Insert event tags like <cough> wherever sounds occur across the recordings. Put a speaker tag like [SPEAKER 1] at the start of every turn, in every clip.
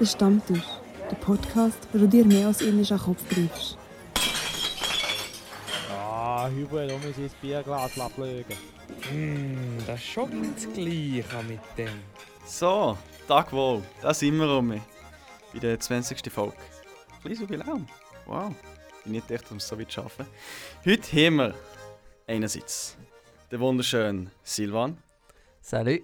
[SPEAKER 1] Der Stammtisch, der Podcast, wo du dir mehr als indischen Kopf greifst.
[SPEAKER 2] Ah, Hubert, um sein Bierglas ablegen.
[SPEAKER 3] Hm, das ist schon nicht das Gleiche mit dem.
[SPEAKER 4] So, Tag wohl, da sind wir um. Bei der 20. Folge. Kleines Jubiläum. Wow. Ich bin nicht echt, dass wir es so weit schaffen. Heute haben wir einerseits den wunderschönen Silvan,
[SPEAKER 5] Salut.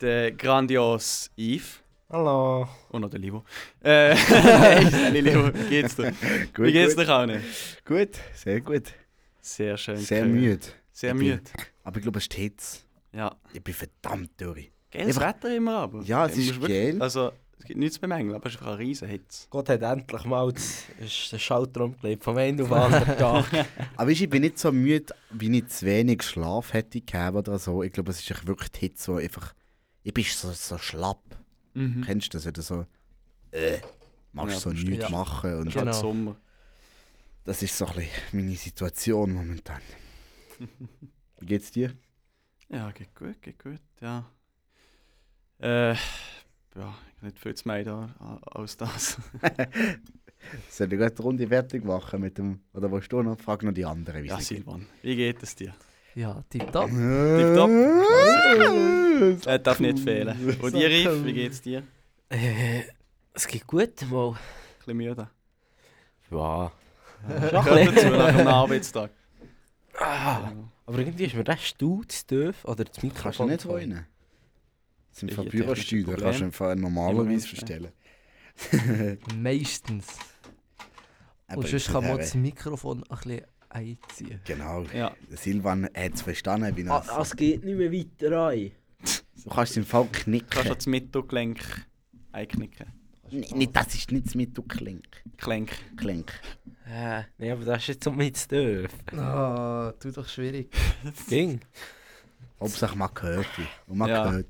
[SPEAKER 4] den grandios Yves
[SPEAKER 3] Hallo.
[SPEAKER 4] und noch den Livo. Äh, <laughs> hey, Sally Livo, wie geht's dir?
[SPEAKER 6] Gut,
[SPEAKER 4] wie geht's
[SPEAKER 6] gut.
[SPEAKER 4] dir auch nicht?
[SPEAKER 6] Gut, sehr gut.
[SPEAKER 4] Sehr schön.
[SPEAKER 6] Sehr
[SPEAKER 4] gehört.
[SPEAKER 6] müde.
[SPEAKER 4] Sehr
[SPEAKER 6] Ich-
[SPEAKER 4] müde.
[SPEAKER 6] Aber ich glaube, es ist die Hitze.
[SPEAKER 4] Ja.
[SPEAKER 6] Ich bin verdammt durch.
[SPEAKER 4] Geiles Wetter immer aber.
[SPEAKER 6] Ja, es
[SPEAKER 4] Du musst
[SPEAKER 6] ist
[SPEAKER 4] wirklich-
[SPEAKER 6] geil.
[SPEAKER 4] Also, es gibt nichts zu bemängeln, aber es ist einfach ein riesen Hitze.
[SPEAKER 3] Gott hat endlich mal das- ist den Schalter umgelegt vom einen
[SPEAKER 5] <laughs>
[SPEAKER 3] auf den anderen Tag.
[SPEAKER 6] Aber weisst du, ich bin nicht so müde, wie ich zu wenig Schlaf hätte gehabt oder so. Ich glaube, es ist echt wirklich die Hitze, die einfach... Ich bin so, so schlapp. Kennst du das? Wenn du so... Äh, machst
[SPEAKER 4] Mhm. Ja,
[SPEAKER 6] so
[SPEAKER 4] verstehe.
[SPEAKER 6] nichts
[SPEAKER 5] Ja.
[SPEAKER 6] machen. Und
[SPEAKER 4] Genau.
[SPEAKER 5] Genau.
[SPEAKER 4] Sommer.
[SPEAKER 6] Das ist so ein bisschen meine
[SPEAKER 4] <laughs>
[SPEAKER 6] Situation momentan. Wie geht's dir?
[SPEAKER 4] Ja, geht gut, geht gut, ja. Äh, ja, ich hab nicht viel zu mehr da a- als das.
[SPEAKER 6] Soll ich gerade eine Runde fertig machen mit dem... Oder willst du noch? Frag noch die anderen, wie
[SPEAKER 4] Ja,
[SPEAKER 6] es ihnen geht.
[SPEAKER 4] Silvan, wie geht es dir?
[SPEAKER 5] Ja, tipptopp.
[SPEAKER 4] Tipptopp.
[SPEAKER 6] <laughs> Äh,
[SPEAKER 4] Äh, darf nicht fehlen. Und dir, Riff, wie geht's dir? Ein
[SPEAKER 5] Äh, es geht gut, mal.
[SPEAKER 4] bisschen
[SPEAKER 6] <laughs>
[SPEAKER 4] müde.
[SPEAKER 3] ja.
[SPEAKER 4] Gehört dazu, nach einem Arbeitstag.
[SPEAKER 6] Ah,
[SPEAKER 3] Ah. Aber irgendwie ist mir recht stuhl zu doof. Oder das Mikrofon.
[SPEAKER 6] Kannst du nicht
[SPEAKER 3] zu holen.
[SPEAKER 6] weinen? Das sind
[SPEAKER 4] Ich
[SPEAKER 6] Fall
[SPEAKER 4] hätte technische
[SPEAKER 6] Bürosteuern,
[SPEAKER 4] Probleme.
[SPEAKER 6] kannst du im Fall
[SPEAKER 4] Moment,
[SPEAKER 6] normalerweise
[SPEAKER 4] ja.
[SPEAKER 6] verstellen.
[SPEAKER 5] Meistens.
[SPEAKER 6] Aber
[SPEAKER 5] Und sonst
[SPEAKER 6] ich
[SPEAKER 5] kann man auch
[SPEAKER 6] würde
[SPEAKER 5] das Mikrofon ein bisschen einziehen.
[SPEAKER 6] sagen, Genau.
[SPEAKER 4] Ja.
[SPEAKER 6] Silvan hat es verstanden, wie
[SPEAKER 7] Ah,
[SPEAKER 6] das.
[SPEAKER 7] ah, es geht nicht mehr weiter rein.
[SPEAKER 6] Du kannst im Fall
[SPEAKER 4] Du kannst
[SPEAKER 6] knicken.
[SPEAKER 4] das Mittelgelenk einknicken.
[SPEAKER 6] N- Nicht, das ist nichts mit du klink.
[SPEAKER 4] Gelenk.
[SPEAKER 6] klink.
[SPEAKER 3] Äh, nee, aber das ist jetzt um mich zu doof.
[SPEAKER 5] Ah, tu doch schwierig.
[SPEAKER 3] Ging.
[SPEAKER 6] Hauptsache man gehört dich. Und man
[SPEAKER 4] Ja.
[SPEAKER 6] gehört.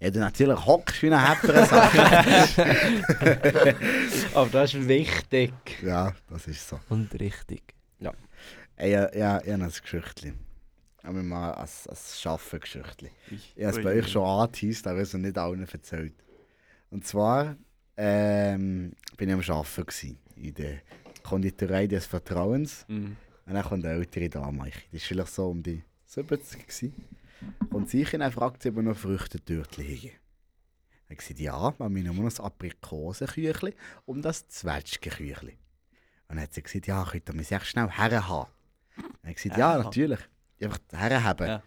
[SPEAKER 6] Ja, du natürlich hockst wie ein Häpperer Sache.
[SPEAKER 5] <laughs>
[SPEAKER 3] Aber das ist wichtig.
[SPEAKER 6] ja, das ist so.
[SPEAKER 5] Und richtig.
[SPEAKER 6] Ey, ja, ja, ja, ein Geschichtchen. Aber mal ein, ein Schaffen-Geschichtchen. Ich habe es bei euch schon angeteased, aber ich habe es noch nicht allen erzählt. Und zwar ähm, bin ich am Arbeiten gewesen, in der Konditorei des Vertrauens.
[SPEAKER 4] Mhm.
[SPEAKER 6] Und dann kommt eine ältere Dame, ich, die war vielleicht so um die 70 gewesen. Und sie hin und fragt sie, ob wir noch Früchtetürtchen haben. Er gesagt, ja, wir haben nur noch das Aprikosenküchli und das Zwetschgenküchli. Und dann hat sie gesagt, ja, könnt ihr mir echt schnell herhaben? Er hat gesagt, ja,
[SPEAKER 4] Herhaben.
[SPEAKER 6] natürlich. Einfach herhaben.
[SPEAKER 4] Ja.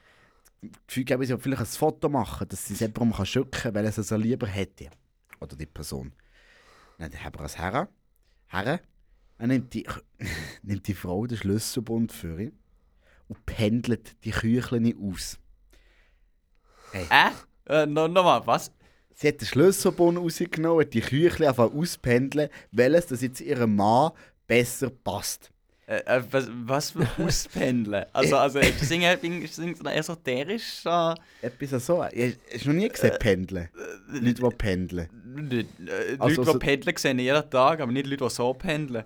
[SPEAKER 6] Ja. Gefühl geben, sie soll vielleicht ein Foto machen, dass sie es jemandem kann schicken kann, weil er es also lieber hätte. Oder die Person. Dann hat er es her. her. Dann nimmt die, nimmt die Frau den Schlüsselbund für ihn und pendelt die Küchlein aus.
[SPEAKER 4] Äh? Äh, no, Nochmal, was?
[SPEAKER 6] Sie hat den Schlüsselbund rausgenommen, hat die Küchlein einfach auspendeln, welches das jetzt ihrem Mann besser passt.
[SPEAKER 4] Äh, äh, was, was für
[SPEAKER 6] <laughs>
[SPEAKER 4] Auspendeln? Also, also ist das irgendwie ist das irgendwie so esoterisch? Äh,
[SPEAKER 6] Etwas so. Ich habe noch nie gesehen, pendeln. Leute, die pendeln.
[SPEAKER 4] Nicht, äh, Leute,
[SPEAKER 6] Also,
[SPEAKER 4] die
[SPEAKER 6] so-
[SPEAKER 4] pendeln, sehen jeden Tag, aber nicht Leute, die so pendeln.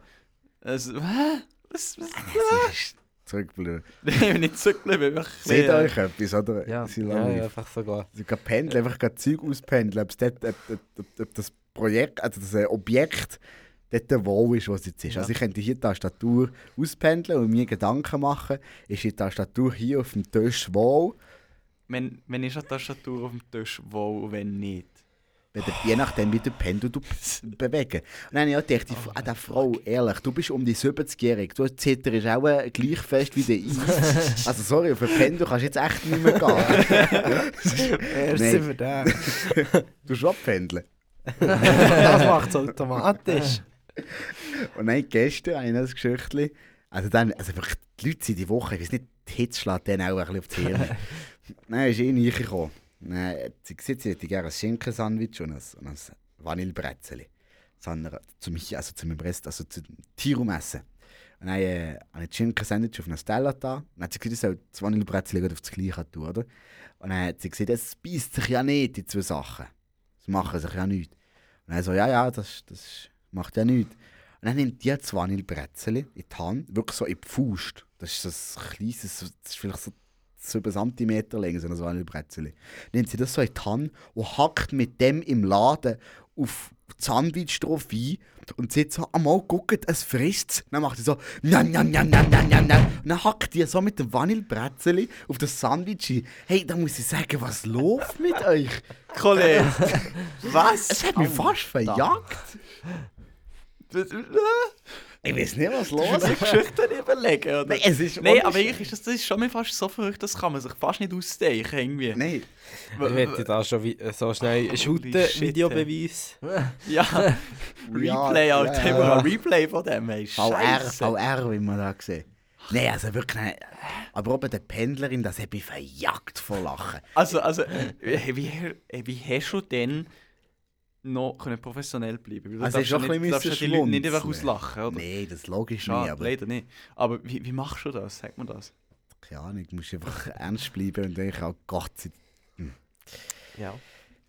[SPEAKER 4] Also, hä? Was, was?
[SPEAKER 6] Zurückblühen.
[SPEAKER 4] Nein, nicht zurückgeblieben. einfach ein
[SPEAKER 6] Seht
[SPEAKER 4] bisschen,
[SPEAKER 6] euch etwas, oder?
[SPEAKER 5] Ja.
[SPEAKER 6] Sie
[SPEAKER 3] Ja,
[SPEAKER 6] lachen.
[SPEAKER 3] ja, einfach sogar.
[SPEAKER 6] Sie kann pendeln, einfach gerade Zeug auspendeln, ob's dort, ob, ob, ob, ob das Projekt, also das äh, Objekt dort wohl ist, was es jetzt ist. Also ich könnte hier die Tastatur auspendeln und mir Gedanken machen, ist die Tastatur hier auf dem Tisch wohl,
[SPEAKER 4] Wenn, wenn ist eine Tastatur auf dem Tisch wohl und wenn nicht?
[SPEAKER 6] wenn der, je nachdem wie der
[SPEAKER 3] <laughs>
[SPEAKER 6] Pendel du be- bewegen. Und dann habe ich gedacht,
[SPEAKER 3] Oh,
[SPEAKER 6] die, ah, der Frau, ehrlich, du bist um die 70-jährige, du zitterst auch äh, gleich
[SPEAKER 3] <laughs>
[SPEAKER 6] fest wie der Eis. also sorry, auf den Pendel kannst du jetzt echt nicht mehr gehen. <laughs>
[SPEAKER 3] Erst
[SPEAKER 6] Nein.
[SPEAKER 3] sind wir
[SPEAKER 5] <laughs>
[SPEAKER 3] da.
[SPEAKER 6] Du schon pendeln.
[SPEAKER 3] das macht es automatisch.
[SPEAKER 6] Und dann gestern habe ich noch ein Geschichtchen. Also, dann, also wirklich, die Leute sind die Woche, ich weiß nicht, die Hitze schlägt dann auch ein bisschen auf die Hirn. dann ist eine reingekommen. Dann hat sie gesagt, sie hätte gerne ein Schinken-Sandwich und ein, und ein Vanillebrezel. Sondern zu mich, also zu meinem Rest, also zu Tirum essen. Und dann äh, habe ich das Schinken-Sandwich auf einer Stella da. Und dann hat sie gesagt, ich soll das Vanillebrezel gut auf das Gleiche tun, oder? Und dann hat sie gesagt, es beißt sich ja nicht, die zwei Sachen. Das machen sich ja nicht. Und er so, ja, ja, das, das macht ja nichts. Und dann nimmt die das Vanillebretzeli in die Hand, wirklich so in die Faust. Das ist so ein kleines, so- das ist vielleicht so 7 cm lang, so ein Vanillebretzeli. Nimmt sie das so in die Hand und hackt mit dem im Laden auf Sandwich drauf ein und sieht so, einmal guckt, es frisst Dann macht sie so, njam, njam, njam, njam, njam, njam, njam. Und dann hackt die so mit dem Vanillebretzeli auf das Sandwich ein. Hey, da muss ich sagen, was läuft mit euch?
[SPEAKER 4] Kollege!
[SPEAKER 6] Es
[SPEAKER 4] Was?
[SPEAKER 6] hat mich fast verjagt. Ich weiß nicht, was los ist.
[SPEAKER 4] Schüchtern überlegen, oder?
[SPEAKER 6] Nein, es ist
[SPEAKER 4] Nein, aber
[SPEAKER 6] unverschämt.
[SPEAKER 4] eigentlich ist das, das ist schon mir fast so verrückt, das kann man sich fast nicht ausdenken, irgendwie.
[SPEAKER 6] Nein,
[SPEAKER 3] <laughs> Ich wette da schon wie, äh, so schnell. Schulten,
[SPEAKER 4] shit,
[SPEAKER 3] Videobeweis.
[SPEAKER 4] Ja,
[SPEAKER 6] Ja,
[SPEAKER 4] Replay, Alter, ja,
[SPEAKER 6] ja, ja.
[SPEAKER 4] Replay von dem, ey,
[SPEAKER 6] VR,
[SPEAKER 4] Scheisse.
[SPEAKER 6] VR, wie man da sieht. Nein, also wirklich nicht. Aber oben der Pendlerin, das hat mich verjagt vor Lachen.
[SPEAKER 4] Also, also, äh, wie, äh, wie hast du denn noch können professionell bleiben können?
[SPEAKER 6] Also hast du auch ein
[SPEAKER 4] nicht,
[SPEAKER 6] bisschen
[SPEAKER 4] darfst ja die Leute nicht einfach
[SPEAKER 6] schmunzeln.
[SPEAKER 4] auslachen, oder?
[SPEAKER 6] Nein, das ist logisch
[SPEAKER 4] Schade,
[SPEAKER 6] nicht, aber
[SPEAKER 4] leider nicht. Aber wie, wie machst du das? Sag mir das.
[SPEAKER 6] keine Ahnung, du musst einfach <laughs> ernst bleiben und denken, oh Gott sei
[SPEAKER 5] Ja.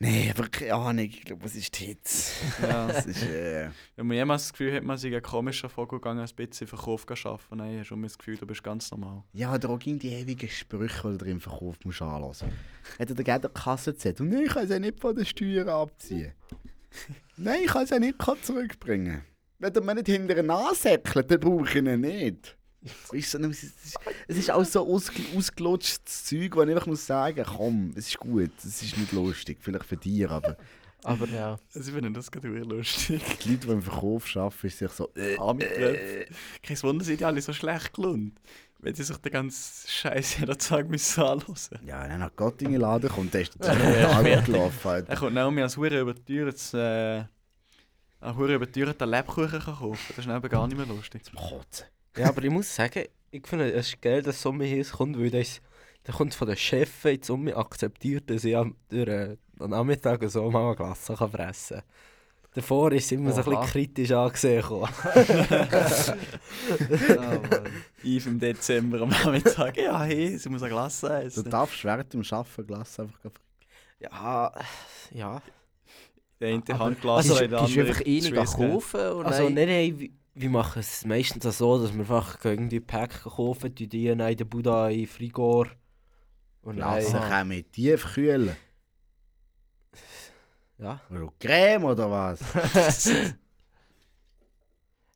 [SPEAKER 6] Nein, aber keine Ahnung, ich glaube, es ist die Hitze.
[SPEAKER 4] Ja.
[SPEAKER 6] <laughs> Es ist, äh,
[SPEAKER 4] Wenn man jemals das Gefühl hat, man sei ein komischer Vogelgang, ein bisschen Verkauf gehen arbeiten, nein, hast du immer das Gefühl, du bist ganz normal.
[SPEAKER 6] ja, da ging die ewigen Sprüche, die du dir im Verkauf musst anlassen musst. Hat er dir gerne die Kasse gesagt? Und nein, ich kann es ja nicht von der
[SPEAKER 4] <laughs>
[SPEAKER 6] Steuer abziehen. nein, ich kann es ja nicht zurückbringen. Wenn er mir nicht hinter den ansäckelt, dann brauche ich ihn nicht. Weißt du, es ist, es ist auch so ausge, ausgelutschtes Zeug, wo ich einfach muss sagen, komm, es ist gut, es ist nicht lustig, vielleicht für dich, aber
[SPEAKER 5] Aber ja.
[SPEAKER 4] Also, ich finde das gerade sehr lustig.
[SPEAKER 6] die Leute, die im Verkauf arbeiten, ist sich so, äh,
[SPEAKER 4] Arme Knöpfe. <laughs> Kein Wunder, sind die alle so schlecht gelohnt. Wenn sie sich den ganzen Scheiß jeder Tag müssen anhören müssen.
[SPEAKER 6] Ja, wenn er nach Göttingen laden kommt, dann ist
[SPEAKER 4] <laughs>
[SPEAKER 6] er total gelaufen.
[SPEAKER 4] Dann
[SPEAKER 6] Alter.
[SPEAKER 4] kommt auch mir als Hure überteuertes. Äh, ein Hure überteuerten Lebkuchen kann kaufen. Das ist eben gar nicht mehr lustig.
[SPEAKER 6] Kotzen.
[SPEAKER 3] Ja, aber ich muss sagen, ich finde es ist geil, dass Sommer hier kommt, weil das, der kommt von den Chefs in die Sommer akzeptiert, dass ich am, durch, äh, am Nachmittag so mal eine Glasse kann fressen kann. Davor ist es immer so ein
[SPEAKER 5] Oha.
[SPEAKER 3] bisschen kritisch angesehen. worden.
[SPEAKER 4] <laughs> Eve im Dezember am Nachmittag. Ja, hey, sie muss ein Glas
[SPEAKER 6] Du
[SPEAKER 4] essen.
[SPEAKER 6] darfst während dem Arbeiten Glas einfach gehen.
[SPEAKER 3] Ja, ja.
[SPEAKER 4] Der eine Handglas
[SPEAKER 5] Also,
[SPEAKER 4] oder
[SPEAKER 5] bist
[SPEAKER 4] der
[SPEAKER 5] du einfach eh nicht
[SPEAKER 4] Swiss <laughs>
[SPEAKER 5] kaufen? Und
[SPEAKER 3] Also
[SPEAKER 5] dann-
[SPEAKER 3] nein, nein, wir- wir machen es meistens auch so, dass wir einfach irgendwie Pack kaufen, die die in den Buddha in den Frigor. Und dann,
[SPEAKER 6] Lassen kommen tief kühlen.
[SPEAKER 3] ja,
[SPEAKER 6] Oder Creme oder was?
[SPEAKER 3] <laughs>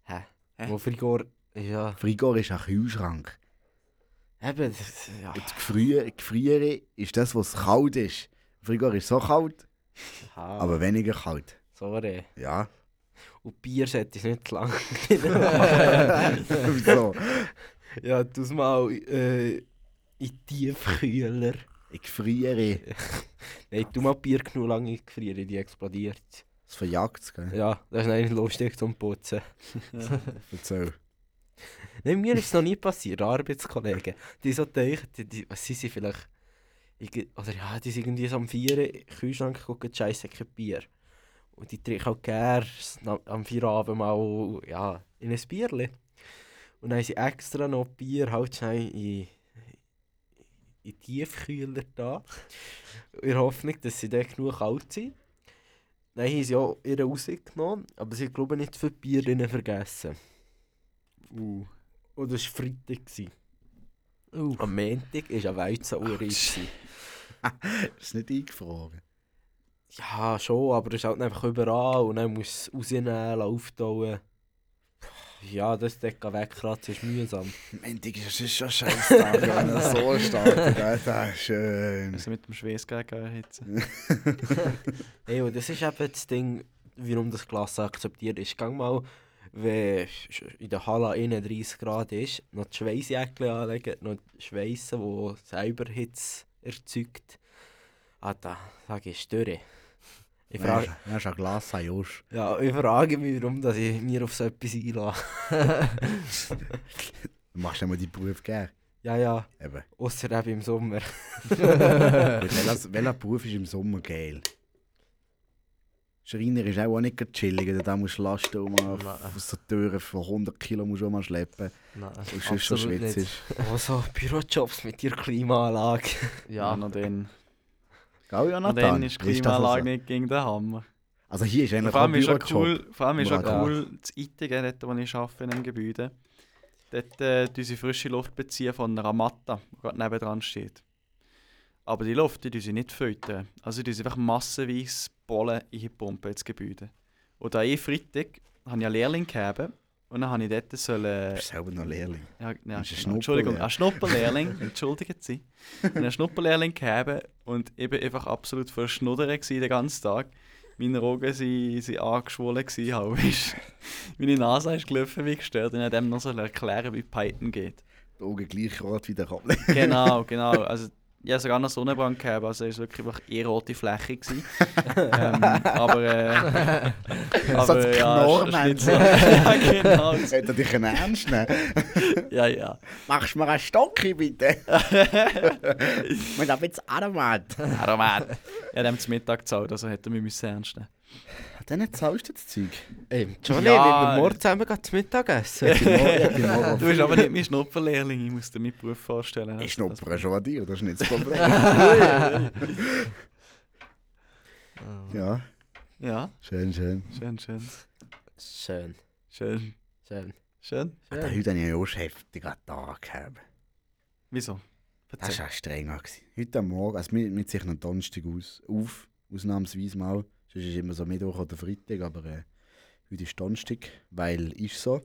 [SPEAKER 4] Hä?
[SPEAKER 3] wo Frigor, ja,
[SPEAKER 6] Frigor ist ein Kühlschrank.
[SPEAKER 3] eben, das- ja.
[SPEAKER 6] Und das Gefrier- Gefriere ist das, was kalt ist. Frigor ist so kalt,
[SPEAKER 3] Ah,
[SPEAKER 6] aber weniger kalt.
[SPEAKER 3] sorry. <laughs>
[SPEAKER 6] Ja. <laughs>
[SPEAKER 3] Und Bier sollte ich nicht zu lang. <laughs>
[SPEAKER 6] so.
[SPEAKER 3] ja, du mal äh, in Tiefkühler.
[SPEAKER 6] Ich friere.
[SPEAKER 3] Nein, du mal Bier genug lange gefrieren, die explodiert.
[SPEAKER 6] Das verjagt es, gell?
[SPEAKER 3] Ja, das ist eigentlich lustig zum Putzen.
[SPEAKER 6] Erzähl.
[SPEAKER 3] Nein, mir ist es noch nie passiert, Arbeitskollegen. Die so denken, die, die, was sind sie vielleicht? Irgend- Oder ja, die sind irgendwie so am Vieren in den Kühlschrank gucken, scheiße, kein Bier. Und die trinken auch gerne am Feierabend mal ja, in ein Bierli. Und dann haben sie extra noch Bier halt schnell in, in Tiefkühler da. In der Hoffnung, dass sie dort genug kalt sind. Dann haben sie auch ihre rausgenommen, aber sie haben, glaube ich, nicht für Bier drinnen vergessen.
[SPEAKER 4] Uh.
[SPEAKER 3] Und das war Freitag. gsi. Am Montag war eine Weizenuhr. gsi.
[SPEAKER 6] Ist nicht eingefroren.
[SPEAKER 3] ja, schon, aber es ist halt einfach überall. Und dann muss es rausnehmen, auftauen. Ja, das Deck wegkratzen ist mühsam.
[SPEAKER 6] Montag ist es schon <laughs> scheiße, wenn er so startet. gell? Das ist schön.
[SPEAKER 4] Also mit dem Schweiß gegen erhitzen.
[SPEAKER 3] Ey, und das ist eben das Ding, warum das Glas akzeptiert ist. Gang mal, wenn sch- in der Halle 31 Grad ist, noch die Schweißjäckchen anlegen, noch die Schweissen, die selber Hitze erzeugt. Ah, da sage ich, störe. Ich frage,
[SPEAKER 6] Ja, Das ist ein Glas, ein Josch.
[SPEAKER 3] Ja, ich frage mich, warum dass ich mir auf so etwas einlasse.
[SPEAKER 6] Du machst ja mal die Beruf gern.
[SPEAKER 3] Ja, ja,
[SPEAKER 6] Eben.
[SPEAKER 3] außer eben im Sommer.
[SPEAKER 4] Äh.
[SPEAKER 6] Welcher, welcher Beruf ist im Sommer geil? Schreiner ist auch nicht gerade chillig, denn da musst du Lasten um aus der Türen von 100 Kilo musst du mal schleppen.
[SPEAKER 5] Nein,
[SPEAKER 6] Und sonst schon
[SPEAKER 5] absolut nicht.
[SPEAKER 6] schwitzig.
[SPEAKER 3] Oh, so Bürojobs mit ihrer Klimaanlage.
[SPEAKER 5] Ja,
[SPEAKER 4] Und dann,
[SPEAKER 6] Gell,
[SPEAKER 4] und
[SPEAKER 6] Jonathan?
[SPEAKER 4] dann ist die
[SPEAKER 6] Weißt du das
[SPEAKER 4] Klimaanlage
[SPEAKER 6] also?
[SPEAKER 4] nicht gegen den Hammer.
[SPEAKER 6] Also hier ist eigentlich
[SPEAKER 4] Vor allem
[SPEAKER 6] ein
[SPEAKER 4] ist auch
[SPEAKER 6] Bürojob.
[SPEAKER 4] cool, vor allem ist auch
[SPEAKER 6] Ja.
[SPEAKER 4] cool das Eitigen, dort wo ich arbeite, in einem Gebäude. Dort äh, tun sie frische Luft beziehen von einer Matte, die gerade nebendran steht. Aber die Luft, die tun sie nicht füttern. Also die tun sie einfach massenweise Bollen eingepumpt ins Gebäude. Und an einem Freitag habe ich einen Lehrling gehabt und dann habe ich dort sollen...
[SPEAKER 6] Du bist selber noch Lehrling.
[SPEAKER 4] Ja, ja,
[SPEAKER 6] Das ist ein
[SPEAKER 4] genau. Entschuldigung,
[SPEAKER 6] Schnupperlehrling.
[SPEAKER 4] ein
[SPEAKER 6] <laughs>
[SPEAKER 4] Schnupperlehrling, entschuldigen Sie. Und einen Schnupperlehrling gegeben und ich war einfach absolut verschnuddert gewesen den ganzen Tag. Meine Augen waren angeschwollen, gewesen, halt, weisst du. <laughs> meine Nase ist gelaufen wie gestört und ich habe dem noch so erklären, wie Python geht.
[SPEAKER 6] Die Augen gleich rot wie der Kopf. <laughs>
[SPEAKER 4] Genau, genau. Also, ich habe sogar noch Sonnenbrand gehabt, also es war wirklich einfach eher rote Fläche. Gewesen.
[SPEAKER 6] <laughs>
[SPEAKER 4] ähm, aber äh,
[SPEAKER 6] So das Knorr,
[SPEAKER 4] ist- ist
[SPEAKER 6] meinst
[SPEAKER 4] nicht
[SPEAKER 6] du?
[SPEAKER 4] so. <laughs> ja, genau.
[SPEAKER 6] Hätte er dich können ernst nehmen
[SPEAKER 4] Ja, ja.
[SPEAKER 6] Machst du mir einen
[SPEAKER 4] <laughs>
[SPEAKER 6] Stocki bitte? Man darf jetzt Armband.
[SPEAKER 4] Aromat. Ich habe ihm zum Mittag gezahlt, also hätte er mich müssen ernst nehmen
[SPEAKER 6] Dann zahlst du das Zeug.
[SPEAKER 3] Ey, Johnny,
[SPEAKER 4] Ja.
[SPEAKER 3] ja. wir morgen zusammen gehen zum Mittagessen.
[SPEAKER 4] müssen. Du bist aber nicht mein Schnupperlehrling, ich muss dir meinen Beruf vorstellen.
[SPEAKER 6] Ich
[SPEAKER 4] Also,
[SPEAKER 6] schnuppere schon an dir, das ist <laughs> nicht das Problem. ja,
[SPEAKER 4] Ja,
[SPEAKER 6] schön, schön.
[SPEAKER 4] schön, schön.
[SPEAKER 3] Schön,
[SPEAKER 4] Schön.
[SPEAKER 3] schön.
[SPEAKER 4] Schön.
[SPEAKER 6] Ja. Heute hatte ich einen auch heftigen Tag. gehabt.
[SPEAKER 4] Wieso?
[SPEAKER 6] Das war auch streng. gewesen. Heute am Morgen, also wir, wir zeichnen Donnerstag aus, auf, ausnahmsweise mal. Sonst ist es immer so Mittwoch oder Freitag, aber äh, heute ist Donnerstag, weil ist so.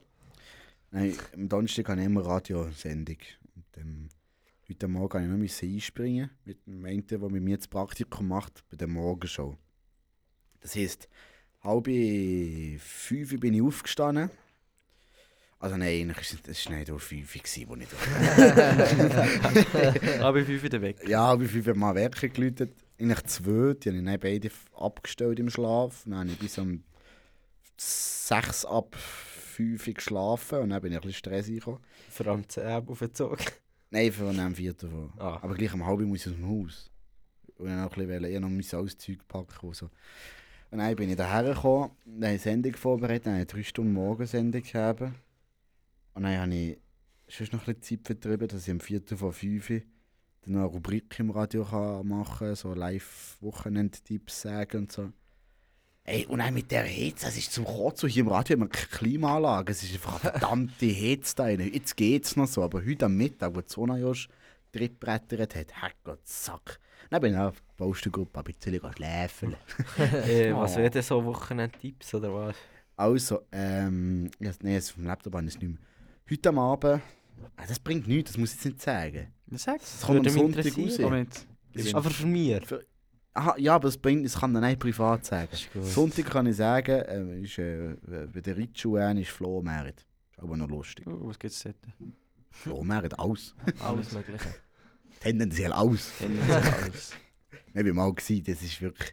[SPEAKER 6] Nein, am Donnerstag habe ich immer Radiosendung. Und, ähm, heute am Morgen habe ich noch einspringen mit dem einen, der mit mir das Praktikum macht, bei der Morgenshow. Das heisst, halb fünf bin ich aufgestanden. Also nein, eigentlich ist es war nicht auf fünf, gewesen, wo ich da
[SPEAKER 3] <laughs>
[SPEAKER 4] Aber ich bin wieder weg.
[SPEAKER 6] ja, wie viel Mal Werke geläutet. Eigentlich zwei, die habe ich dann beide f- abgestellt im Schlaf. Dann habe ich bis um sechs ab fünf Uhr geschlafen und dann bin ich ein bisschen Stress gekommen.
[SPEAKER 3] Vor allem die Zähne aufgezogen.
[SPEAKER 6] Nein, von einem Viertel davon.
[SPEAKER 3] Ah.
[SPEAKER 6] Aber gleich um halb muss ich aus dem Haus. Und dann auch ein bisschen, ich noch mein alles Zeug packen und so. Und dann bin ich daher gekommen, dann habe ich eine Sendung vorbereitet, dann habe ich drei Stunden Morgensendung gehabt. Und dann habe ich sonst noch ein bisschen Zeit vertrieben, dass ich am Viertel vor fünf Uhr dann noch eine Rubrik im Radio kann machen kann, so Live-Wochenend-Tipps sagen und so. Ey, und auch mit der Hitze, es ist zum Kotzen, hier im Radio haben wir keine Klimaanlage, es ist einfach eine verdammte Hitze da drin. Jetzt geht's noch so, aber heute am Mittag, wo die Sonne ja schon drittbrettert hat, hat Gott Sack. Dann bin ich auf die Baustengruppe ein bisschen schläfeln.
[SPEAKER 3] Äh, was
[SPEAKER 6] Oh.
[SPEAKER 3] wären denn so Wochenendtipps oder was? also
[SPEAKER 6] Also, ähm, ja, nee, es vom Laptop habe ich es nicht mehr. Heute am Abend, ah, das bringt nichts, das muss ich jetzt nicht sagen.
[SPEAKER 4] Sechs.
[SPEAKER 6] Das kommt am
[SPEAKER 3] Würde mich
[SPEAKER 6] Sonntag raus.
[SPEAKER 3] interessieren.
[SPEAKER 4] Moment.
[SPEAKER 3] Aber von mir.
[SPEAKER 6] Aha, ja, aber das bringt, das kann man nicht privat sagen.
[SPEAKER 3] Ist gut.
[SPEAKER 6] Sonntag kann ich sagen, ähm, ist, äh, bei der Ritschu ein ist Flohmärit. Ist aber noch lustig.
[SPEAKER 4] Uh, was gibt's dort?
[SPEAKER 6] Flohmärit, aus.
[SPEAKER 5] Alles Mögliche.
[SPEAKER 6] Tendenziell aus. <laughs>
[SPEAKER 4] Alles.
[SPEAKER 6] Ich bin mal gesehen, das ist wirklich.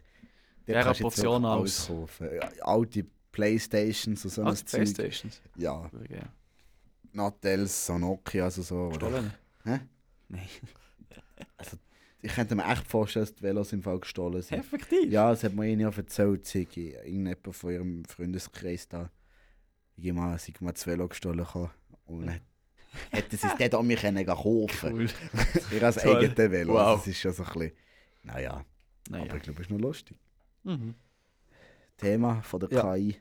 [SPEAKER 6] dort
[SPEAKER 4] Wäre
[SPEAKER 6] kannst du
[SPEAKER 4] eine
[SPEAKER 6] jetzt wirklich
[SPEAKER 4] Portion
[SPEAKER 6] alles
[SPEAKER 4] aus.
[SPEAKER 6] kaufen. Ja, Alte Playstations und so
[SPEAKER 4] Ah,
[SPEAKER 6] ein
[SPEAKER 4] die
[SPEAKER 6] Zeug.
[SPEAKER 4] Playstations.
[SPEAKER 6] Ja,
[SPEAKER 4] Ja.
[SPEAKER 6] Nattels, so Nokia, also so. Oder?
[SPEAKER 4] Stolen.
[SPEAKER 6] Ich könnte mir echt vorstellen, dass die Velos im Fall gestohlen sind.
[SPEAKER 4] Effektiv.
[SPEAKER 6] Ja, das hat mir ihnen ja erzählt, Sigi. Irgendjemand von ihrem Freundeskreis da. Ich mal, sei mal das Velo gestohlen kann. Und dann hätte sie es dort an mich können kaufen
[SPEAKER 4] <laughs> Cool.
[SPEAKER 6] Ihr als
[SPEAKER 4] Toll.
[SPEAKER 6] eigenes Velo.
[SPEAKER 4] Wow.
[SPEAKER 6] Also, das ist ja so ein bisschen... Naja, aber
[SPEAKER 4] Naja.
[SPEAKER 6] ich glaube, es ist noch lustig.
[SPEAKER 4] Mhm.
[SPEAKER 6] Thema von der
[SPEAKER 3] Ja.
[SPEAKER 6] KI.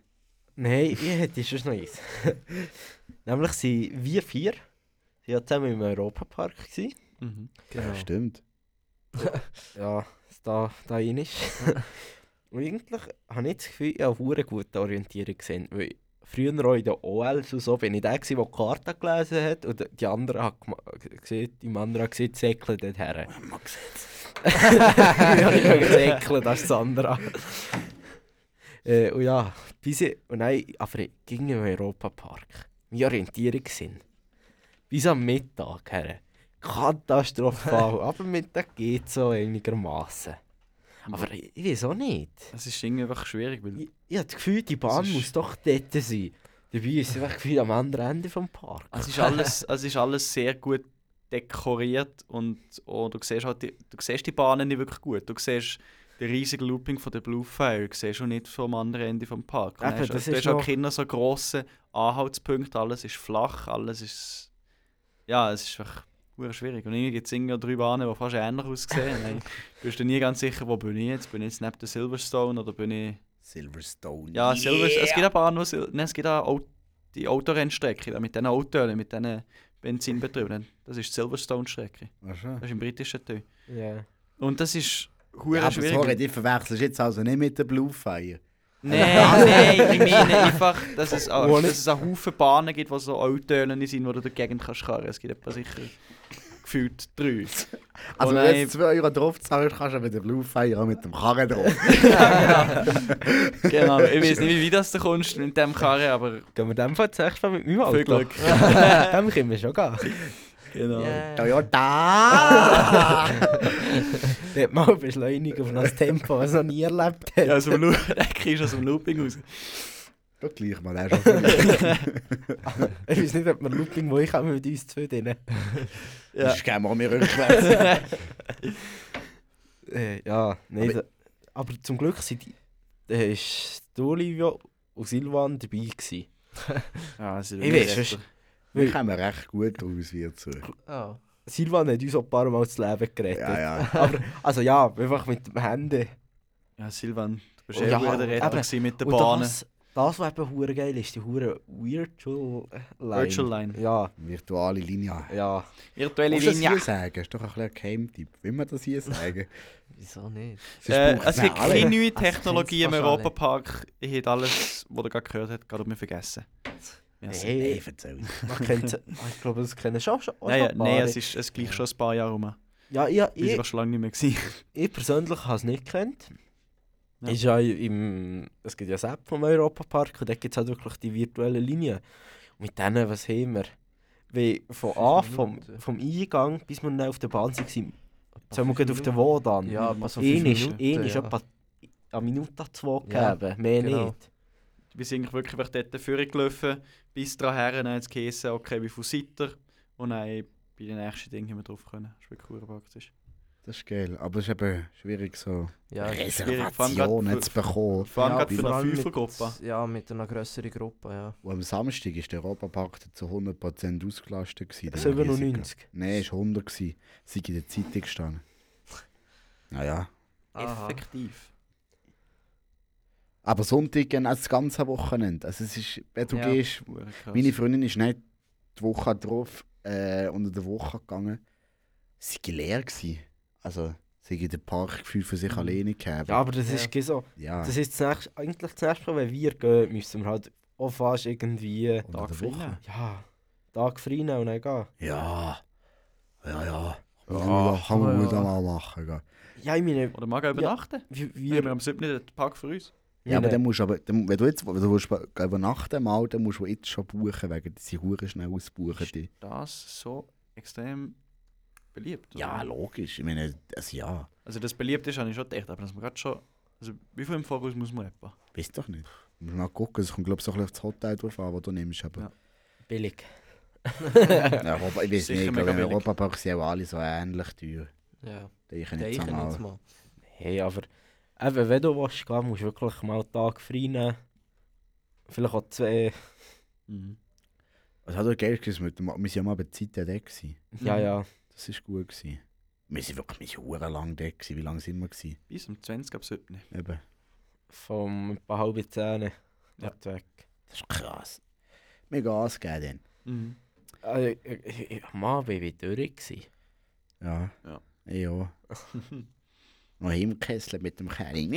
[SPEAKER 3] Nein, ich hätte schon noch eins. <laughs> Nämlich sind wir vier die ja zusammen im Europapark. Gewesen.
[SPEAKER 4] Mhm.
[SPEAKER 6] Ja, stimmt.
[SPEAKER 3] Ja, das da, da rein ist. <laughs> Und eigentlich habe ich das Gefühl, ich habe eine gute Orientierung gesehen. Weil früher auch in der OL und so bin ich der, gewesen, der die Karte gelesen hat und die anderen hat gema- gesehen, die anderen hat gesehen, die Säckle dort her. Man <laughs> ja, ich habe Säckle, das ist das andere. äh, und ja, bis ich, und nein, aber ich ging im Europapark. Mein Orientierungssinn. Bis am Mittag her. Katastrophal. <laughs> aber Mittag geht es so einigermaßen.
[SPEAKER 4] Mhm.
[SPEAKER 3] Aber ich, ich weiß auch nicht.
[SPEAKER 4] Es ist irgendwie einfach schwierig, weil
[SPEAKER 3] Ich, ich habe das Gefühl, die Bahn
[SPEAKER 4] ist-
[SPEAKER 3] muss doch dort sein. Dabei ist sie einfach gefühlt am anderen Ende vom Park. <laughs>
[SPEAKER 4] Es ist alles, es ist alles sehr gut dekoriert und oh, du, siehst halt die, du siehst die Bahnen nicht wirklich gut. Du siehst den riesigen Looping von der Blue Fire, du siehst schon nicht vom anderen Ende vom Park. Und
[SPEAKER 3] Eben,
[SPEAKER 4] hast,
[SPEAKER 3] das
[SPEAKER 4] du
[SPEAKER 3] ist
[SPEAKER 4] hast auch
[SPEAKER 3] noch-
[SPEAKER 4] keine so grossen Anhaltspunkte, alles ist flach, alles ist... Ja, es ist einfach verdammt schwierig. Und irgendwie gibt es irgendwie auch drei Bahnen, die fast
[SPEAKER 3] <laughs>
[SPEAKER 4] ähnlich aussehen. Nein, du bist dir nie ganz sicher, wo bin ich jetzt? Bin ich jetzt neben der Silverstone oder bin ich...
[SPEAKER 6] Silverstone.
[SPEAKER 4] Ja, Silver, es gibt eine Bahn, wo Sil nein, es gibt auch Au- die Autorennstrecke da mit diesen Autos, mit diesen Benzinbetrieben. Das ist die Silverstone-Strecke.
[SPEAKER 6] Ach so.
[SPEAKER 4] Das ist im britischen Teil.
[SPEAKER 3] Ja.
[SPEAKER 4] Und das ist hure
[SPEAKER 6] aber
[SPEAKER 4] schwierig.
[SPEAKER 6] sorry, die verwechselst jetzt also nicht mit der Blue Fire.
[SPEAKER 4] Nein, nein, ich <laughs> meine einfach, dass es, auch, dass es einen Haufen Bahnen gibt, die so Altölen sind, wo du dagegen kannst karren. Es gibt etwa sicher gefühlt drei.
[SPEAKER 6] Also
[SPEAKER 4] Oh
[SPEAKER 6] wenn du
[SPEAKER 4] nein.
[SPEAKER 6] jetzt 2 Euro drauf zahlst, kannst du mit der Blue Fire auch mit dem Karren
[SPEAKER 4] <laughs>
[SPEAKER 6] drauf.
[SPEAKER 4] Genau, ich weiß nicht, wie das du kommst mit dem Karren, aber
[SPEAKER 3] Gehen wir dem Fall zuerst mal mit meinem Auto.
[SPEAKER 4] viel Glück.
[SPEAKER 3] <laughs> dem können wir schon gehen.
[SPEAKER 4] Genau.
[SPEAKER 6] Toyota!
[SPEAKER 4] Ah!
[SPEAKER 3] <laughs> Der hat mal beschleunigt auf das Tempo, was er noch nie erlebt hat.
[SPEAKER 4] Ja, aus <laughs> dem Loop, ist aus dem Looping raus.
[SPEAKER 6] Doch gleich mal, der ist schon
[SPEAKER 3] Ich weiß nicht, ob wir Looping wollen, kann mit uns zwei drin.
[SPEAKER 4] Ja.
[SPEAKER 6] Ich gehe mal mir rückwärts.
[SPEAKER 4] <laughs>
[SPEAKER 3] Äh, ja, nein.
[SPEAKER 6] Aber-
[SPEAKER 3] Aber, aber zum Glück sind die, äh, ist die Olivia und Silvan dabei gewesen.
[SPEAKER 4] Ja, also,
[SPEAKER 3] Ich weiß, sonst-
[SPEAKER 6] Wir kommen recht gut raus, wir zu.
[SPEAKER 5] Oh.
[SPEAKER 3] Silvan hat uns auch ein paar Mal das Leben gerettet.
[SPEAKER 6] Ja, ja.
[SPEAKER 3] <laughs> Aber, also ja, einfach mit dem Handy.
[SPEAKER 4] Ja, Silvan, du bist
[SPEAKER 3] Oh,
[SPEAKER 4] eh
[SPEAKER 3] ja,
[SPEAKER 4] gut der Retter
[SPEAKER 3] eben.
[SPEAKER 4] gewesen mit den
[SPEAKER 3] Und
[SPEAKER 4] Bahnen.
[SPEAKER 3] Das, das, was eben hure geil ist, die hure Virtual Line.
[SPEAKER 4] Virtual Line.
[SPEAKER 3] Ja,
[SPEAKER 6] Virtuale Linie.
[SPEAKER 3] ja.
[SPEAKER 4] Virtuelle
[SPEAKER 6] Kannst du das
[SPEAKER 4] Linie.
[SPEAKER 6] hier sagen? Ist doch ein kleiner Geheimtipp. Will man das hier sagen?
[SPEAKER 5] Wieso nicht?
[SPEAKER 6] Es ist
[SPEAKER 4] Äh,
[SPEAKER 6] Punkt
[SPEAKER 4] es gibt
[SPEAKER 6] Finale.
[SPEAKER 4] keine neue
[SPEAKER 5] Also, ich
[SPEAKER 4] Technologie im
[SPEAKER 5] find's fast
[SPEAKER 4] Europapark. Ich hätte alles, was ihr gerade gehört habt, gerade mir vergessen. Ja, so.
[SPEAKER 3] Hey,
[SPEAKER 6] Hey, erzähl.
[SPEAKER 3] man
[SPEAKER 4] <laughs>
[SPEAKER 3] kennt, Ah, ich glaube, das kennen schon, schon, auch
[SPEAKER 4] Ja, ja,
[SPEAKER 3] schon
[SPEAKER 4] nein,
[SPEAKER 3] Paare.
[SPEAKER 4] es ist, es gleich schon ein paar Jahre rum.
[SPEAKER 3] ja, ja,
[SPEAKER 4] Ich
[SPEAKER 3] ich,
[SPEAKER 4] war schon lange nicht mehr. Gewesen. <laughs>
[SPEAKER 3] ich persönlich habe es nicht gekannt.
[SPEAKER 4] Ja.
[SPEAKER 3] Ist ja im, es gibt ja das App vom Europapark und dort gibt es halt wirklich die virtuellen Linien. Und mit denen, was haben wir? Wie von A, vom,
[SPEAKER 5] Minuten.
[SPEAKER 3] vom Eingang bis wir dann auf der Bahn waren. Jetzt haben wir gerade auf Eh der
[SPEAKER 5] Minuten.
[SPEAKER 3] Wodan.
[SPEAKER 5] Ja, aber so fünf
[SPEAKER 3] Ein ist
[SPEAKER 5] Minuten, ja.
[SPEAKER 3] etwa eine Minute zwei
[SPEAKER 5] Ja,
[SPEAKER 3] gegeben, mehr
[SPEAKER 5] genau.
[SPEAKER 3] nicht.
[SPEAKER 4] Wir sind eigentlich wirklich einfach dort vorgelaufen, bis daher, dann hat es geheißen, okay, wie viel seid ihr? Und dann bei den nächsten Dingen haben wir drauf können. Das ist wirklich cool praktisch.
[SPEAKER 6] Das ist geil, aber es ist eben schwierig, so
[SPEAKER 5] Ja,
[SPEAKER 4] ist schwierig, vor allem gerade
[SPEAKER 6] Reservationen
[SPEAKER 4] für-
[SPEAKER 6] zu bekommen.
[SPEAKER 4] Vor allem gerade
[SPEAKER 5] vor
[SPEAKER 4] für eine
[SPEAKER 5] allem mit-
[SPEAKER 4] Fünfergruppe.
[SPEAKER 5] Ja, mit einer grösseren Gruppe, ja.
[SPEAKER 6] Und am Samstag war der Europapark zu 100% ausgelastet. gewesen, der
[SPEAKER 3] 97.
[SPEAKER 6] Riesige. Nein, es war 100. gewesen. Sie sind in der Zeitung gestanden. Naja.
[SPEAKER 5] Aha.
[SPEAKER 4] Effektiv.
[SPEAKER 6] Aber Sonntag gehen also das ganze Wochenende. Also es ist, wenn du
[SPEAKER 5] Ja.
[SPEAKER 6] gehst,
[SPEAKER 4] Hure krass.
[SPEAKER 6] meine Freundin ist nicht die Woche drauf, äh, unter der Woche gegangen. Sie war leer. Gewesen. Also, sie hat den Park gefühlt für sich alleine gehabt.
[SPEAKER 3] Ja, aber das
[SPEAKER 5] Ja.
[SPEAKER 3] ist gleich so.
[SPEAKER 6] ja.
[SPEAKER 3] Das ist das nächste, eigentlich das nächste Mal, wenn wir gehen, müssen wir halt auch fast irgendwie,
[SPEAKER 6] unter
[SPEAKER 4] Tag
[SPEAKER 6] der
[SPEAKER 4] frei
[SPEAKER 6] Woche.
[SPEAKER 4] nehmen.
[SPEAKER 3] ja, Tag frei nehmen und dann gehen.
[SPEAKER 6] Ja. Ja, ja.
[SPEAKER 3] Ja,
[SPEAKER 6] Ja, kann man
[SPEAKER 5] ja.
[SPEAKER 6] gut mal machen. Gell.
[SPEAKER 3] Ja, ich meine,
[SPEAKER 4] Oder mag er übernachten?
[SPEAKER 3] wie-
[SPEAKER 4] Wir haben
[SPEAKER 3] wir...
[SPEAKER 4] am 7. den Park für uns.
[SPEAKER 6] Ja, aber
[SPEAKER 3] meine-
[SPEAKER 6] dann musst du aber, dann, wenn du jetzt wenn du willst, übernachten mal, dann musst du jetzt schon buchen, wegen diese Huren schnell ausbuchen. Die.
[SPEAKER 4] Das so extrem beliebt. oder?
[SPEAKER 6] Ja, logisch. Ich meine, also ja,
[SPEAKER 4] Also das beliebt ist, habe ich schon gedacht, aber dass man gerade schon... Also wie viel im Voraus muss man etwa?
[SPEAKER 6] weißt doch nicht. Muss mal gucken, es kommt glaube ich so ein bisschen auf das Hotel drauf an, das du nimmst. Aber
[SPEAKER 3] Billig.
[SPEAKER 6] ja. Europa, ich weiß
[SPEAKER 4] Sicher
[SPEAKER 6] nicht,
[SPEAKER 4] mega
[SPEAKER 6] glaube, im
[SPEAKER 4] billig.
[SPEAKER 6] Europapark sind auch alle so ähnlich teuer.
[SPEAKER 5] Ja.
[SPEAKER 6] Da ich
[SPEAKER 5] Denken
[SPEAKER 6] nicht
[SPEAKER 5] jetzt
[SPEAKER 6] zusammen.
[SPEAKER 5] mal.
[SPEAKER 3] Hey, aber eben, wenn du willst gehen, musst du wirklich mal einen Tag frei nehmen. Vielleicht auch zwei.
[SPEAKER 6] Es hat auch geil gewesen, mit dem- wir waren ja mal bei der Zeit da. Gewesen.
[SPEAKER 3] Ja, ja.
[SPEAKER 6] Das war gut. Gewesen. Wir waren wirklich hurenlang da. Gewesen. Wie lange sind wir? Gewesen?
[SPEAKER 4] Bis um 20 ab 7.
[SPEAKER 6] Eben.
[SPEAKER 3] Vom etwa halb zehn.
[SPEAKER 4] Ja.
[SPEAKER 3] Nicht weg.
[SPEAKER 6] Das ist krass. Mega Gas gegeben. dann.
[SPEAKER 4] Mhm. <laughs>
[SPEAKER 3] Also, ich- ich- ich- am Abend war ich durch. gewesen.
[SPEAKER 6] Ja.
[SPEAKER 4] Ja.
[SPEAKER 6] Ich auch. Noch Himkessel mit dem Kerling.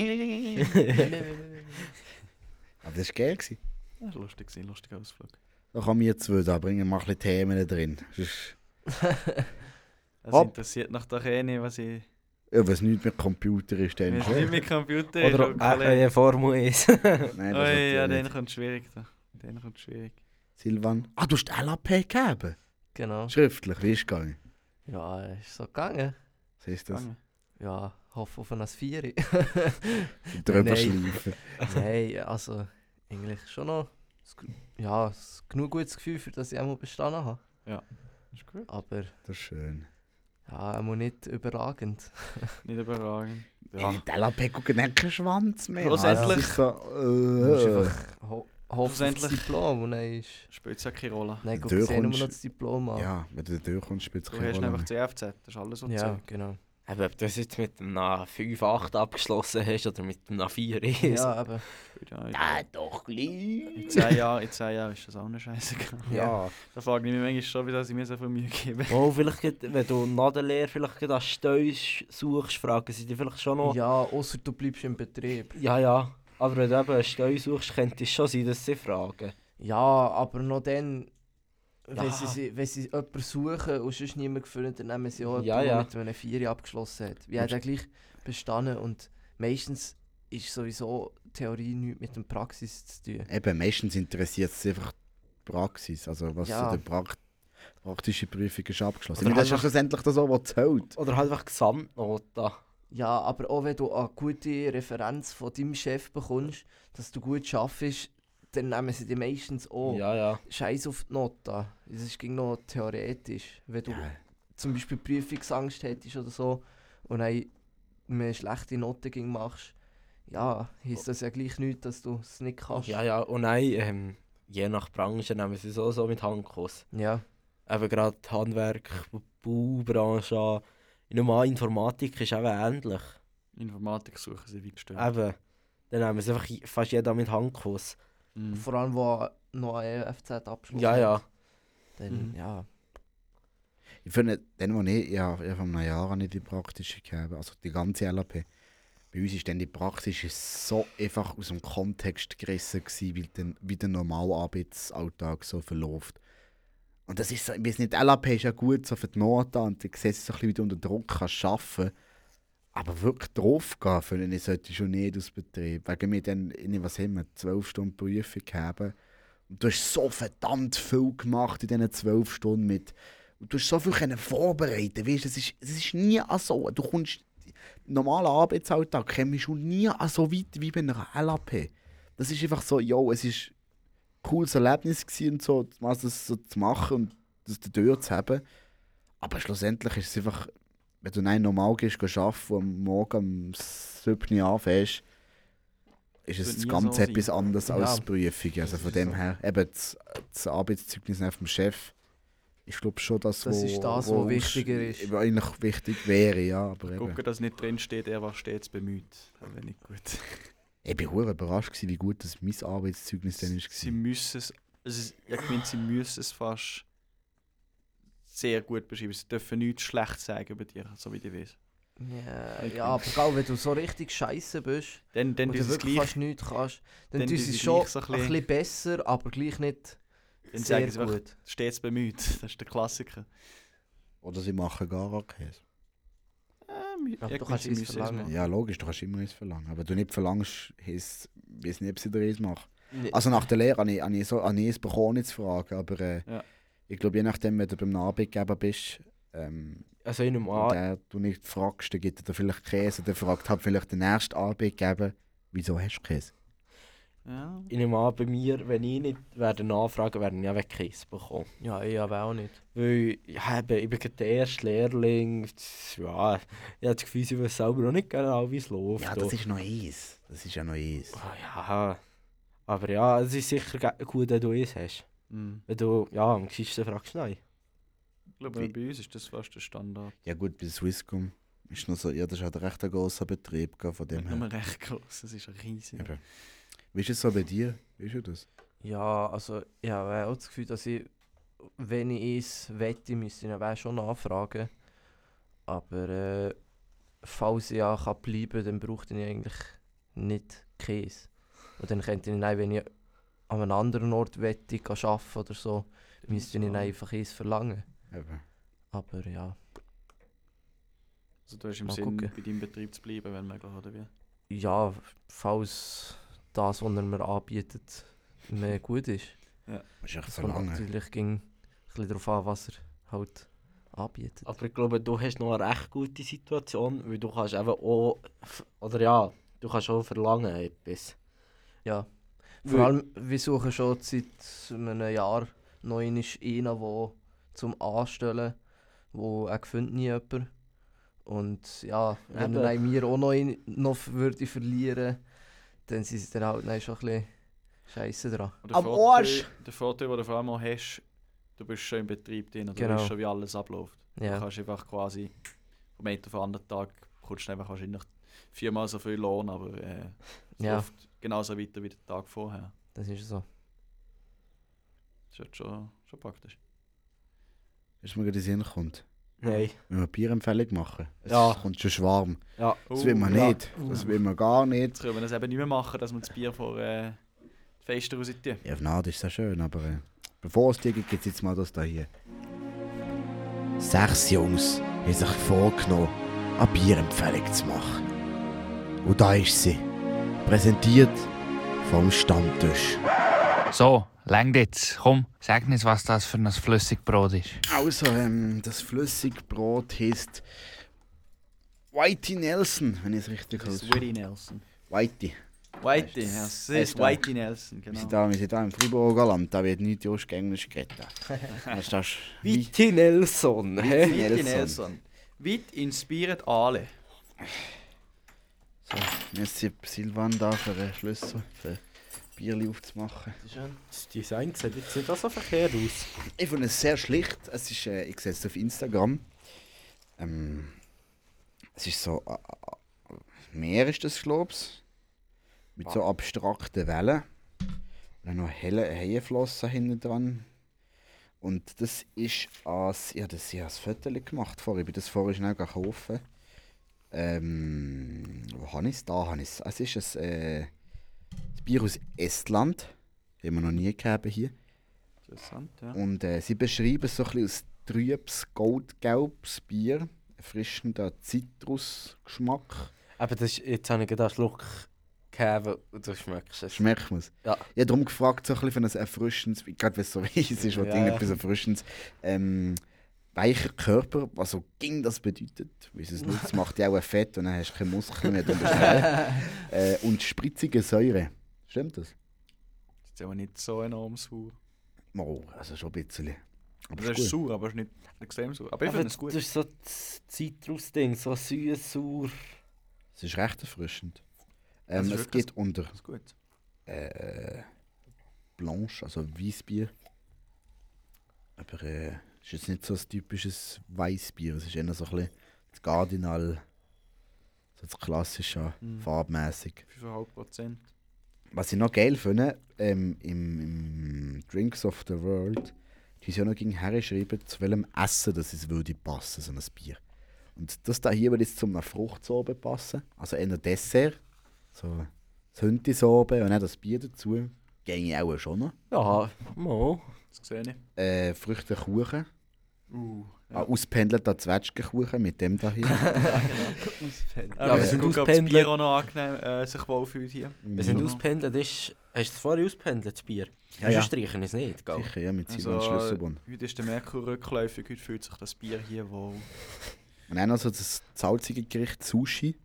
[SPEAKER 6] Aber das war geil. Gewesen.
[SPEAKER 4] Das war lustig, gewesen, lustiger Ausflug.
[SPEAKER 6] Da kann mir zwei da bringen, mal ein bisschen Themen drin. Sonst-
[SPEAKER 4] Das
[SPEAKER 6] Hopp.
[SPEAKER 4] Also interessiert nach der Rene, was ich...
[SPEAKER 6] Ja, wenn es nicht mit Computer ist,
[SPEAKER 4] Wenn
[SPEAKER 6] dann
[SPEAKER 4] es
[SPEAKER 6] schon.
[SPEAKER 4] nicht mit Computer ist, oh,
[SPEAKER 3] Oder
[SPEAKER 4] Kollege.
[SPEAKER 3] äh, äh, Formel <laughs> 1.
[SPEAKER 6] Nein,
[SPEAKER 4] Oh, ja,
[SPEAKER 6] das ja,
[SPEAKER 4] dann
[SPEAKER 6] nicht.
[SPEAKER 4] kommt schwierig. da. Dann kommt schwierig.
[SPEAKER 6] Silvan. Ah, du hast die LAP gegeben?
[SPEAKER 5] Genau.
[SPEAKER 6] Schriftlich, wie ist es gegangen?
[SPEAKER 5] Ja, ist so gegangen.
[SPEAKER 6] Was ist das?
[SPEAKER 4] Gegangen.
[SPEAKER 5] Ja, hoffe auf ein Vieri.
[SPEAKER 6] Drüber
[SPEAKER 5] Nein.
[SPEAKER 6] schleifen.
[SPEAKER 5] <laughs> Nein, also eigentlich schon noch s- ja, s- genug gutes Gefühl, für das ich einmal bestanden habe.
[SPEAKER 4] Ist gut.
[SPEAKER 5] Aber
[SPEAKER 6] Das ist schön.
[SPEAKER 5] ja, einmal nicht überragend.
[SPEAKER 4] Nicht überragend.
[SPEAKER 6] Ja. In die LAP gucken nicht keinen Schwanz mehr.
[SPEAKER 4] Schlussendlich-
[SPEAKER 6] Das ist
[SPEAKER 5] Du musst
[SPEAKER 6] so, äh,
[SPEAKER 5] einfach ho hoffen auf das
[SPEAKER 4] Schlussendlich-
[SPEAKER 5] Diplom und dann ist...
[SPEAKER 4] Spielt es ja keine Rolle.
[SPEAKER 5] Nein, guck,
[SPEAKER 6] Durch
[SPEAKER 5] sehen wir noch
[SPEAKER 6] kommst-
[SPEAKER 5] das Diplom an.
[SPEAKER 6] ja, wenn du da durchkommst, spielt es
[SPEAKER 4] Du hast
[SPEAKER 6] keine Rolle
[SPEAKER 4] einfach
[SPEAKER 6] mehr.
[SPEAKER 4] CFZ, das ist alles so
[SPEAKER 5] Ja, genau.
[SPEAKER 3] Eben, ob du das jetzt mit einer 5-8 abgeschlossen hast oder mit einer 4 ist.
[SPEAKER 5] Ja, eben.
[SPEAKER 4] Ja, in-
[SPEAKER 6] doch gleich.
[SPEAKER 4] In 10 Jahren, in 10 Jahren ist das auch eine Scheiße.
[SPEAKER 3] Ja.
[SPEAKER 4] Da frage ich mich manchmal schon, wieso sie mir so viel Mühe geben.
[SPEAKER 3] Oh, vielleicht, grad, wenn du nach der Lehre vielleicht grad eine Stelle suchst, fragen sie dich vielleicht schon noch.
[SPEAKER 5] Ja, außer du bleibst im Betrieb.
[SPEAKER 3] Ja, ja. Aber wenn du eben eine Stelle suchst, könnte es schon sein, dass sie fragen.
[SPEAKER 5] Ja, aber noch dann, wenn,
[SPEAKER 3] Ja.
[SPEAKER 5] sie, sie, wenn sie jemanden suchen und sonst niemand gefunden, dann nehmen sie auch
[SPEAKER 3] Ja,
[SPEAKER 5] jemanden,
[SPEAKER 3] ja.
[SPEAKER 5] mit der eine Vier abgeschlossen hat. Wie hat er gleich bestanden und meistens ist sowieso Theorie nichts mit der Praxis zu tun.
[SPEAKER 6] Eben, meistens interessiert es einfach die Praxis. Also, was
[SPEAKER 5] Ja.
[SPEAKER 6] so der Prakt praktische Prüfung ist abgeschlossen.
[SPEAKER 3] Oder
[SPEAKER 6] Oder das ist ja
[SPEAKER 3] einfach-
[SPEAKER 6] schlussendlich das auch, was zählt.
[SPEAKER 3] Oder halt einfach Gesamtnoten.
[SPEAKER 5] Ja, aber auch wenn du eine gute Referenz von deinem Chef bekommst, dass du gut arbeitest, dann nehmen sie die meistens auch.
[SPEAKER 3] Ja, ja.
[SPEAKER 5] Scheiß auf die Noten. Es ist ging noch theoretisch. Wenn du zum Beispiel Prüfungsangst hättest oder so und dann eine schlechte Note ging machst, ja, heisst das ja gleich nicht, dass du es nicht kannst.
[SPEAKER 3] Ja, ja. Und nein, ähm, je nach Branche nehmen sie so, so mit Handkuss.
[SPEAKER 5] Ja,
[SPEAKER 3] Eben gerade Handwerk, Baubranche an. Normal Informatik ist eben ähnlich.
[SPEAKER 4] Informatik suchen sie wie gestört.
[SPEAKER 3] Eben. Dann nehmen sie einfach je- fast jeder mit Handkuss.
[SPEAKER 4] Mhm.
[SPEAKER 5] vor allem, wo noch ein FZ abschluss
[SPEAKER 3] Ja, ja.
[SPEAKER 5] Dann,
[SPEAKER 4] Mhm.
[SPEAKER 5] ja.
[SPEAKER 6] Ich finde, den, wo ich, ja, ich habe einem Jahr nicht die praktische gegeben, also die ganze LAP. Bei uns ist dann die Praxis ist so einfach aus dem Kontext gerissen gewesen, weil dann, wie der normale Arbeitsalltag so verläuft. Und das ist so, ich weiß nicht, LAP ist ja gut so für die Noten und du siehst so ein bisschen, wie du unter Druck kannst arbeiten. Aber wirklich draufgehen finde ich, sollte schon nicht aus Betrieb. Wegen mir dann, ich weiß nicht, was haben wir, 12 Stunden Prüfung haben. Und du hast so verdammt viel gemacht in diesen 12 Stunden mit und du hast so viel können vorbereiten weißt, es, ist, es ist nie so. Du kommst im normalen Arbeitsalltag kommst du nie so weit wie bei einer LAP. Das ist einfach so, yo, es ist ein cooles Erlebnis gewesen, und so, was das so zu machen und das dort zu haben. Aber schlussendlich ist es einfach, wenn du nein normal gehst, gehst arbeiten und am Morgen um 7 Uhr anfängst, ist
[SPEAKER 4] Wird
[SPEAKER 6] es
[SPEAKER 4] nie
[SPEAKER 6] ganz
[SPEAKER 4] so
[SPEAKER 6] etwas
[SPEAKER 4] sein.
[SPEAKER 6] anderes als
[SPEAKER 5] Ja.
[SPEAKER 6] Prüfung. Also
[SPEAKER 5] Das
[SPEAKER 6] von
[SPEAKER 5] ist
[SPEAKER 6] dem
[SPEAKER 5] so.
[SPEAKER 6] her, eben das, das Arbeitszeugnis vom Chef ich glaube schon, dass
[SPEAKER 5] Das
[SPEAKER 6] wo,
[SPEAKER 5] ist das, wo
[SPEAKER 6] uns
[SPEAKER 5] wichtiger ist.
[SPEAKER 6] Eigentlich wichtig wäre, ja. Aber eben.
[SPEAKER 4] Gucken, dass nicht drin steht, er war stets bemüht. Das wäre nicht gut.
[SPEAKER 6] Ich bin hure überrascht, gewesen, wie gut das mein Arbeitszeugnis <laughs> dann
[SPEAKER 4] Sie
[SPEAKER 6] war.
[SPEAKER 4] müssen es. es ist, ich meine, sie müssen es fast sehr gut beschreiben. Sie dürfen nichts schlecht sagen über dich, so wie ich weiß.
[SPEAKER 5] Ja,
[SPEAKER 4] Okay.
[SPEAKER 5] ja, aber gell, wenn du so richtig scheiße bist
[SPEAKER 4] Dann, dann
[SPEAKER 5] und
[SPEAKER 4] tun sie
[SPEAKER 5] du
[SPEAKER 4] es
[SPEAKER 5] wirklich
[SPEAKER 4] gleich.
[SPEAKER 5] fast nichts kannst, dann
[SPEAKER 4] dann
[SPEAKER 5] tun
[SPEAKER 4] tun
[SPEAKER 5] sie
[SPEAKER 4] sie
[SPEAKER 5] es schon
[SPEAKER 4] gleich so
[SPEAKER 5] ein
[SPEAKER 4] ein
[SPEAKER 5] bisschen,
[SPEAKER 4] bisschen-
[SPEAKER 5] besser, aber gleich nicht
[SPEAKER 4] Dann
[SPEAKER 5] sehr
[SPEAKER 4] sagen sie einfach,
[SPEAKER 5] gut.
[SPEAKER 4] stets bemüht. <laughs> Das ist der Klassiker.
[SPEAKER 6] Oder sie machen gar Käse.
[SPEAKER 4] Ähm,
[SPEAKER 5] Aber
[SPEAKER 4] ich
[SPEAKER 5] du
[SPEAKER 4] meine,
[SPEAKER 5] kannst
[SPEAKER 4] sie
[SPEAKER 5] es
[SPEAKER 4] müssen es
[SPEAKER 5] verlangen.
[SPEAKER 4] machen.
[SPEAKER 6] Ja, logisch, du kannst immer eins verlangen. Aber du nicht verlangst, heisst, ich weiß nicht, ob sie dir eins machen.
[SPEAKER 5] Nee.
[SPEAKER 6] Also nach der Lehre habe ich, habe ich, so, habe ich es bekommen, nicht zu fragen. Aber äh,
[SPEAKER 4] Ja.
[SPEAKER 6] ich glaube, je nachdem, wenn du beim Arbeitgeber bist, ähm,
[SPEAKER 3] Also in einem
[SPEAKER 6] und
[SPEAKER 3] A.
[SPEAKER 6] der, du nicht fragst, dann gibt er dir vielleicht Käse. Dann fragt halt vielleicht der nächste Arbeitgeber, wieso hast du Käse?
[SPEAKER 4] Ja.
[SPEAKER 3] Ich nehme an, bei mir, wenn ich nicht werde nachfragen, werden ja Käse bekommen.
[SPEAKER 5] Ja, ich aber auch nicht.
[SPEAKER 3] Weil ja, eben, ich bin gerade der erste Lehrling. Das- Ja, ich habe das Gefühl, ich weiß selber noch nicht genau, wie es läuft.
[SPEAKER 6] Ja, das ist noch eins. Das ist ja noch eins.
[SPEAKER 3] Ah, ja. Aber ja, es ist sicher ge- gut, wenn du es hast.
[SPEAKER 6] Hm.
[SPEAKER 4] Mhm.
[SPEAKER 3] Wenn du, ja, am gescheitsten fragst, nein.
[SPEAKER 4] Ich glaube, bei uns ist das fast der Standard.
[SPEAKER 6] Ja gut, bei Swisscom ist noch so, ja, das ist halt recht ein grosser Betrieb gehabt von dem
[SPEAKER 4] Nicht
[SPEAKER 6] her.
[SPEAKER 4] nur recht groß, das ist riesig.
[SPEAKER 6] Eben. Wie ist es so bei dir? Weißt du das?
[SPEAKER 5] Ja, also ich habe auch das Gefühl, dass ich, wenn ich es wette, müsste ich ihn dann schon anfragen. Aber äh, falls ich ja kann bleiben dann braucht ich eigentlich nicht Käse. Und dann könnte ich nein, wenn ich an einem anderen Ort wette, gehen arbeiten oder so, müsste ich ihn einfach Käse verlangen.
[SPEAKER 6] Eben.
[SPEAKER 5] Aber ja,
[SPEAKER 4] Also du hast im
[SPEAKER 5] Mal
[SPEAKER 4] Sinn,
[SPEAKER 5] gucken.
[SPEAKER 4] bei deinem Betrieb zu bleiben, wenn möglich, oder wie?
[SPEAKER 5] ja, falls das, was er mir anbietet, mir gut ist.
[SPEAKER 6] Das ist echt
[SPEAKER 5] Es
[SPEAKER 6] so
[SPEAKER 5] kommt
[SPEAKER 6] lange.
[SPEAKER 5] natürlich ging ein bisschen darauf an, was er halt anbietet.
[SPEAKER 3] Aber ich glaube, du hast noch eine recht gute Situation, weil du kannst eben auch, f- oder ja, du kannst auch verlangen etwas.
[SPEAKER 5] Ja. Vor
[SPEAKER 3] Weil-
[SPEAKER 5] allem, wir suchen schon seit einem Jahr noch einen, der zum Anstellen, wo er gefunden nie jemand. Und ja, wenn er
[SPEAKER 3] Eben.
[SPEAKER 5] dann mir auch noch, einen, noch würde verlieren, dann sind sie dann halt dann schon ein bisschen scheiße dran.
[SPEAKER 4] Und der
[SPEAKER 6] Am
[SPEAKER 4] Vorteil-
[SPEAKER 6] Arsch!
[SPEAKER 4] Der Vorteil, den du vor allem auch hast, du bist schon im Betrieb drin und
[SPEAKER 5] Genau.
[SPEAKER 4] du weißt schon, wie alles abläuft. Du
[SPEAKER 5] Ja.
[SPEAKER 4] kannst einfach quasi meint auf einen anderen Tag kommst du einfach wahrscheinlich viermal so viel Lohn, aber äh, so
[SPEAKER 5] Ja.
[SPEAKER 4] oft genauso weiter wie der Tag vorher.
[SPEAKER 5] Das ist so.
[SPEAKER 4] Das ist halt schon, schon praktisch.
[SPEAKER 6] Ist mir gerade in den Sinn gekommt.
[SPEAKER 3] Nein.
[SPEAKER 6] Wenn wir Bierempfehlung machen, es
[SPEAKER 3] Ja.
[SPEAKER 6] kommt schon warm.
[SPEAKER 3] Ja.
[SPEAKER 6] Das will man
[SPEAKER 3] ja. Oh.
[SPEAKER 6] nicht. Das will man gar
[SPEAKER 4] Jetzt
[SPEAKER 6] nicht.
[SPEAKER 4] können wir das eben nicht mehr machen, dass wir das Bier vor äh, die Fenster raus tun.
[SPEAKER 6] Ja, auf Naht ist das schön, aber äh, bevor es dir gibt, gibt es jetzt mal das da hier. Sechs Jungs haben sich vorgenommen, eine Bierempfehlung zu machen. Und da ist sie. Präsentiert vom Stammtisch.
[SPEAKER 8] So, längt jetzt. Komm, sag uns, was das für ein Flüssigbrot ist.
[SPEAKER 6] Also, ähm, das Flüssigbrot heißt Whitey Nelson, wenn ich es richtig
[SPEAKER 4] Das ist
[SPEAKER 6] habe.
[SPEAKER 4] Willie Nelson.
[SPEAKER 6] Whitey.
[SPEAKER 4] Whitey, ja, es ist
[SPEAKER 6] Echt, ja.
[SPEAKER 4] Whitey Nelson,
[SPEAKER 6] Wir
[SPEAKER 4] genau.
[SPEAKER 6] sind da, wir sind da im Fribourger Land, da wird nicht Josch Englisch geredet. Weißt du, das ist
[SPEAKER 3] Viti Nelson. hä?
[SPEAKER 4] Whitey
[SPEAKER 6] Nelson.
[SPEAKER 4] Nelson. Weit inspiriert alle.
[SPEAKER 6] Merci Silvan da für den Schlüssel, für Bierli aufzumachen.
[SPEAKER 3] Das Design sieht jetzt nicht so verkehrt aus.
[SPEAKER 6] Ich finde es sehr schlicht. Es ist, äh, ich sehe es auf Instagram. Ähm, es ist so. Äh, äh, Meer ist das, glaube ich. Mit so abstrakten Wellen. Und dann noch helle Haienflossen hinten dran. Und das ist als. Ja, das ich habe ein Foto gemacht vorher. Ich bin das vorher schnell gekauft. Ähm, wo habe ich es? Da habe ich es. Es ist ein, äh, ein Bier aus Estland. Haben wir noch nie gehabt hier.
[SPEAKER 4] Interessant, ja.
[SPEAKER 6] Und äh, sie beschreiben so ein bisschen aus trübes, goldgelbes Bier, erfrischender Zitrusgeschmack.
[SPEAKER 3] Aber das ist, jetzt habe ich gerade einen Schluck gegeben und du schmeckst es.
[SPEAKER 6] Schmeckt man es?
[SPEAKER 3] Ja.
[SPEAKER 6] Ich habe darum gefragt, so ein bisschen für ein erfrischendes, gerade wenn es so <laughs> weiss ist, was
[SPEAKER 3] Ja,
[SPEAKER 6] irgendetwas erfrischendes, ähm, weicher Körper, was so ging das bedeutet. Weil es nutzt, macht ja auch ein Fett und dann hast du keine Muskeln mehr. darum ist es- äh, und spritzige Säure. Stimmt das?
[SPEAKER 4] Das ist aber nicht so enorm sauer.
[SPEAKER 6] Oh, also schon ein bisschen. Aber
[SPEAKER 4] Das
[SPEAKER 6] ist
[SPEAKER 4] ist
[SPEAKER 6] gut.
[SPEAKER 4] sauer, aber es ist nicht extrem sauer. Aber ich
[SPEAKER 3] Aber
[SPEAKER 4] finde es
[SPEAKER 3] das
[SPEAKER 4] gut.
[SPEAKER 3] ist so das Zitrusding, so süß, sauer.
[SPEAKER 6] Es ist recht erfrischend.
[SPEAKER 4] Das
[SPEAKER 6] Ähm,
[SPEAKER 4] ist
[SPEAKER 6] es
[SPEAKER 4] wirklich-
[SPEAKER 6] geht unter
[SPEAKER 4] Das ist gut.
[SPEAKER 6] äh, Blanche, also Weißbier. Aber äh, ist jetzt nicht so ein typisches Weißbier, es ist eher so ein bisschen das Cardinal, so das klassische,
[SPEAKER 4] Mhm.
[SPEAKER 6] farbmäßig.
[SPEAKER 4] 5,5 Prozent.
[SPEAKER 6] Was ich noch geil finde, ähm, im, im Drinks of the World, die sind ja noch gegen hergeschrieben, zu welchem Essen das es würde passen, so ein Bier. Und das da hier würde jetzt zu einer Fruchtsorbe passen, also eher Dessert, so das Hündisorbe und dann das Bier dazu, ginge auch schon noch.
[SPEAKER 3] Ja, mo.
[SPEAKER 4] Das sehe ich.
[SPEAKER 6] Äh, Ah, Früchtekuchen,
[SPEAKER 4] Uh.
[SPEAKER 6] ein auspendelter Zwetschgenkuchen mit dem da hier.
[SPEAKER 4] Aber
[SPEAKER 3] wir
[SPEAKER 4] ich
[SPEAKER 3] sind
[SPEAKER 4] gucke, ob das
[SPEAKER 3] auspendelt.
[SPEAKER 4] Bier auch noch angenehm äh, sich wohlfühlt hier.
[SPEAKER 3] Wir sind
[SPEAKER 4] Mhm.
[SPEAKER 3] auspendelt. Ist, hast du es vorher auspendelt, das Bier?
[SPEAKER 6] Ja, ja.
[SPEAKER 3] Sonst streichen es nicht, gell?
[SPEAKER 6] Sicher, ja, mit Simon
[SPEAKER 4] Also,
[SPEAKER 6] Schlüsselbund.
[SPEAKER 4] Heute ist der Merkur rückläufig, heute fühlt sich das Bier hier wohl.
[SPEAKER 6] Und dann noch so das salzige Gericht Sushi.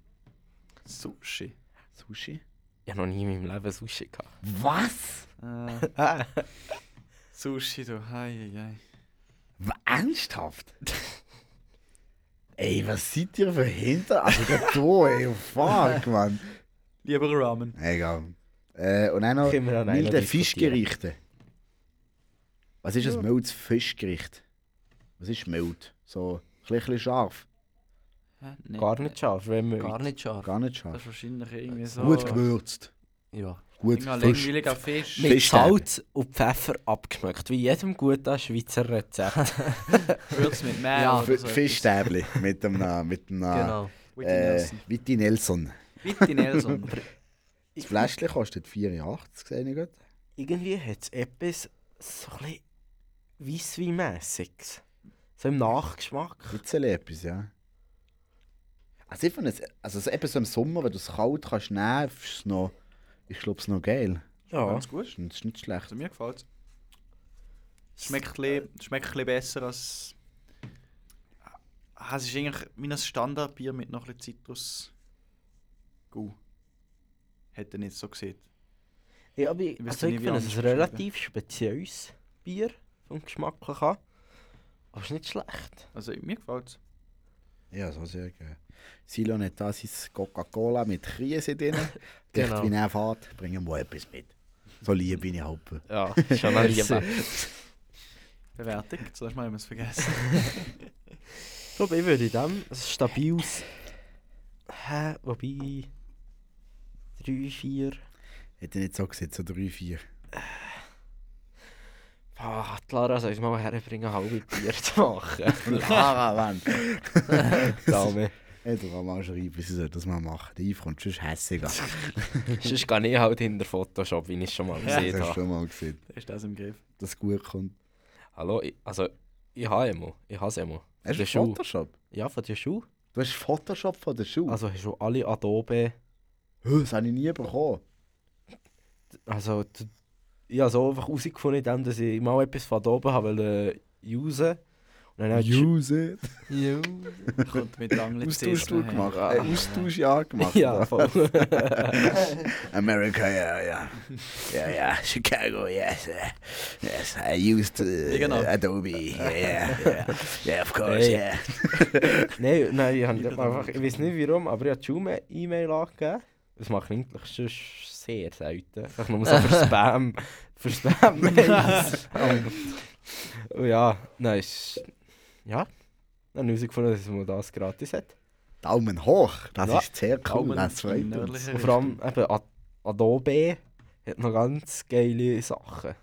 [SPEAKER 4] Sushi.
[SPEAKER 6] Sushi?
[SPEAKER 3] Ich habe noch nie in meinem Leben Sushi gehabt.
[SPEAKER 6] Was?
[SPEAKER 4] Äh, Sushi, du. Hei, hei.
[SPEAKER 6] W- Ernsthaft? <laughs> ey, was seid ihr für Hinter? Also gerade <laughs> du, ey, fuck, man.
[SPEAKER 4] Lieber Ramen.
[SPEAKER 6] Egal. Äh, und dann noch
[SPEAKER 3] Können wir an einer
[SPEAKER 6] milde
[SPEAKER 3] diskutieren.
[SPEAKER 6] Fischgerichte. Was ist ein mildes Fischgericht? Was ist mild? So ein bisschen scharf.
[SPEAKER 4] Hä? Nee.
[SPEAKER 3] Gar nicht scharf, wenn wir.
[SPEAKER 5] Gar nicht scharf.
[SPEAKER 6] Gar nicht
[SPEAKER 4] Das ist
[SPEAKER 6] scharf.
[SPEAKER 4] wahrscheinlich irgendwie so.
[SPEAKER 6] Gut gewürzt.
[SPEAKER 5] Ja.
[SPEAKER 6] Gut
[SPEAKER 4] Irgendein langweiliger Fisch.
[SPEAKER 3] Mit
[SPEAKER 6] Fischstäbe.
[SPEAKER 3] Salz und Pfeffer abgeschmeckt, wie jedem guten Schweizer Rezept.
[SPEAKER 4] Würz mit Mehl.
[SPEAKER 5] Ja,
[SPEAKER 4] oder
[SPEAKER 6] F-
[SPEAKER 4] so
[SPEAKER 6] Fischstäbli mit dem Namen. Mit
[SPEAKER 4] <laughs>
[SPEAKER 6] dem Namen.
[SPEAKER 5] Genau.
[SPEAKER 4] etwas. Whitney
[SPEAKER 6] Äh,
[SPEAKER 4] Nelson.
[SPEAKER 6] Vitti Nelson.
[SPEAKER 4] Whitney
[SPEAKER 6] <laughs>
[SPEAKER 4] Nelson.
[SPEAKER 6] Das Fläschchen kostet 4,80, sehe ich gut.
[SPEAKER 3] Irgendwie hat es etwas so ein bisschen mässiges So im Nachgeschmack.
[SPEAKER 6] Bisschen etwas, ja. Also ich finde es, also so eben so im Sommer, wenn du es kalt kannst nehmen, ist es noch, ich glaube es noch geil.
[SPEAKER 3] Ja.
[SPEAKER 4] Ganz gut.
[SPEAKER 6] Ist nicht, ist nicht schlecht.
[SPEAKER 4] Also mir Äh, gefällt es. Schmeckt ein bisschen- schmeckt ein bisschen besser als. Ah, es ist eigentlich wie ein Standardbier mit noch ein bisschen Zitrus. Gut. Hätte er nicht so gesehen.
[SPEAKER 3] Ja, aber ich,
[SPEAKER 4] Ich
[SPEAKER 3] also
[SPEAKER 4] wüsste
[SPEAKER 3] ich
[SPEAKER 4] nicht, wie
[SPEAKER 3] finde
[SPEAKER 4] anders
[SPEAKER 3] es ein
[SPEAKER 4] beschreiben.
[SPEAKER 3] relativ spezielles Bier, vom Geschmacklichen her. Aber es ist nicht schlecht.
[SPEAKER 4] Also mir gefällt es.
[SPEAKER 6] Ja, so sehr geil. Silon hat da sein Coca-Cola mit
[SPEAKER 4] <laughs>
[SPEAKER 6] Krise drin. Dicht
[SPEAKER 5] Genau.
[SPEAKER 6] wie er fährt, bring ihm mal etwas mit. So lieb bin ich hoffe.
[SPEAKER 3] Ja, schon <laughs> ein Lieber.
[SPEAKER 4] <laughs> Bewertung. Zuerst mal haben wir es vergessen.
[SPEAKER 3] Ich glaube, ich würde in dem ein stabiles. Hä? Wobei. 3, 4.
[SPEAKER 6] Hätte ich nicht so gesagt, so 3, 4.
[SPEAKER 3] Ah, die Lara soll uns mal herbringen, halbe Bier <laughs> zu machen.
[SPEAKER 6] <laughs> Lara, Mann.
[SPEAKER 3] Oh, Dame.
[SPEAKER 6] Ich darf mal schreiben, sie soll das mal machen. Der Yves kommt sonst hässiger.
[SPEAKER 3] Sonst gehe ich halt hinter Photoshop, wie ich schon mal
[SPEAKER 6] Das
[SPEAKER 3] gesehen
[SPEAKER 6] hast du
[SPEAKER 3] habe.
[SPEAKER 6] schon mal gesehen,
[SPEAKER 4] Ist das im Griff?
[SPEAKER 6] dass es gut kommt.
[SPEAKER 3] Hallo, ich, also, ich habe immer. Ich habe es immer.
[SPEAKER 6] Hast du
[SPEAKER 3] Der Schuh.
[SPEAKER 6] Photoshop?
[SPEAKER 3] Ja, von der Schuhe.
[SPEAKER 6] Du hast Photoshop von der Schuhe?
[SPEAKER 3] Also hast du alle Adobe.
[SPEAKER 6] Hö, das habe ich nie bekommen.
[SPEAKER 3] Also, d- ich habe so einfach herausgefunden, indem dass ich mal etwas von Adobe habe wollte äh, usen. Und dann habe ich
[SPEAKER 6] Use it.
[SPEAKER 4] Kommt mit langen
[SPEAKER 6] Austauschtour gemacht. Äh, Austauschjahr gemacht.
[SPEAKER 3] <laughs> Ja, voll.
[SPEAKER 6] America, ja, ja. Ja, ja, Chicago, yes. eh. Yes, I used uh,
[SPEAKER 4] genau.
[SPEAKER 6] Adobe. Yeah, yeah, yeah. Yeah, of course,
[SPEAKER 3] Hey.
[SPEAKER 6] yeah.
[SPEAKER 3] nein, nein, ich, habe einfach, ich weiß nicht warum, aber ich habe die Schuhe E-Mail angegeben. Das mache ich eigentlich sonst sehr selten. Ich nur <laughs> so für Spam. Für <laughs> Spam-Mails. Und Oh, ja, nein, ist, ja. Dann habe ich herausgefunden, dass man das gratis hat.
[SPEAKER 6] Daumen hoch, das
[SPEAKER 3] Ja,
[SPEAKER 6] ist sehr cool, das freut uns.
[SPEAKER 3] Und vor allem eben Ad Adobe hat noch ganz geile Sachen.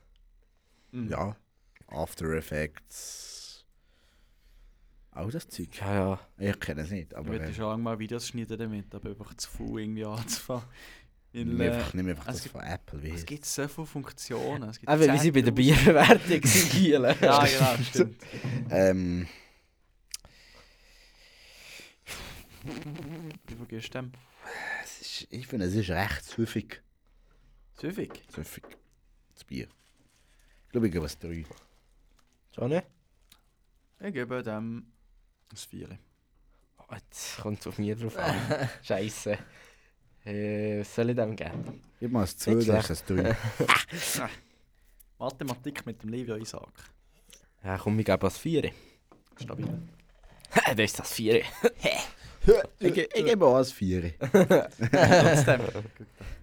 [SPEAKER 4] Hm.
[SPEAKER 6] Ja, After Effects. All das Zeug.
[SPEAKER 3] Ja, ja.
[SPEAKER 6] Ich kenne es nicht,
[SPEAKER 4] Ich
[SPEAKER 6] aber
[SPEAKER 4] würde
[SPEAKER 6] äh,
[SPEAKER 4] schon lange mal Videos schneiden damit, aber einfach zu viel irgendwie anzufangen. Weil,
[SPEAKER 6] nimm
[SPEAKER 4] äh,
[SPEAKER 6] einfach, nimm einfach
[SPEAKER 4] es
[SPEAKER 6] das
[SPEAKER 4] gibt-
[SPEAKER 6] von Apple. Wie
[SPEAKER 4] es
[SPEAKER 6] heißt
[SPEAKER 4] gibt so viele Funktionen. Es gibt
[SPEAKER 3] Eben, wie sie bei der
[SPEAKER 4] 10.000.
[SPEAKER 3] Bierwertung <laughs> gielen.
[SPEAKER 4] <laughs> Ja, genau, stimmt.
[SPEAKER 6] ähm,
[SPEAKER 4] Wie viel gibst du dem?
[SPEAKER 6] es ist, Ich finde, es ist recht süffig.
[SPEAKER 4] Züfig?
[SPEAKER 6] Süffig. Das Bier. Ich glaube, ich gebe es drei.
[SPEAKER 3] Johnny?
[SPEAKER 4] Ich gebe dem ein Vier.
[SPEAKER 3] Oh, jetzt kommt es auf mich drauf <laughs> an. Scheiße. Äh, was soll ich dem geben?
[SPEAKER 6] Gib mal ein zwei,
[SPEAKER 3] Nicht
[SPEAKER 6] das ist ein drei.
[SPEAKER 4] Mathematik mit dem Livio Isaac.
[SPEAKER 3] Ja, komm, ich gebe das Vier.
[SPEAKER 4] Stabil.
[SPEAKER 3] das ist das Vier.
[SPEAKER 6] ich, ge- ich gebe auch ein vier.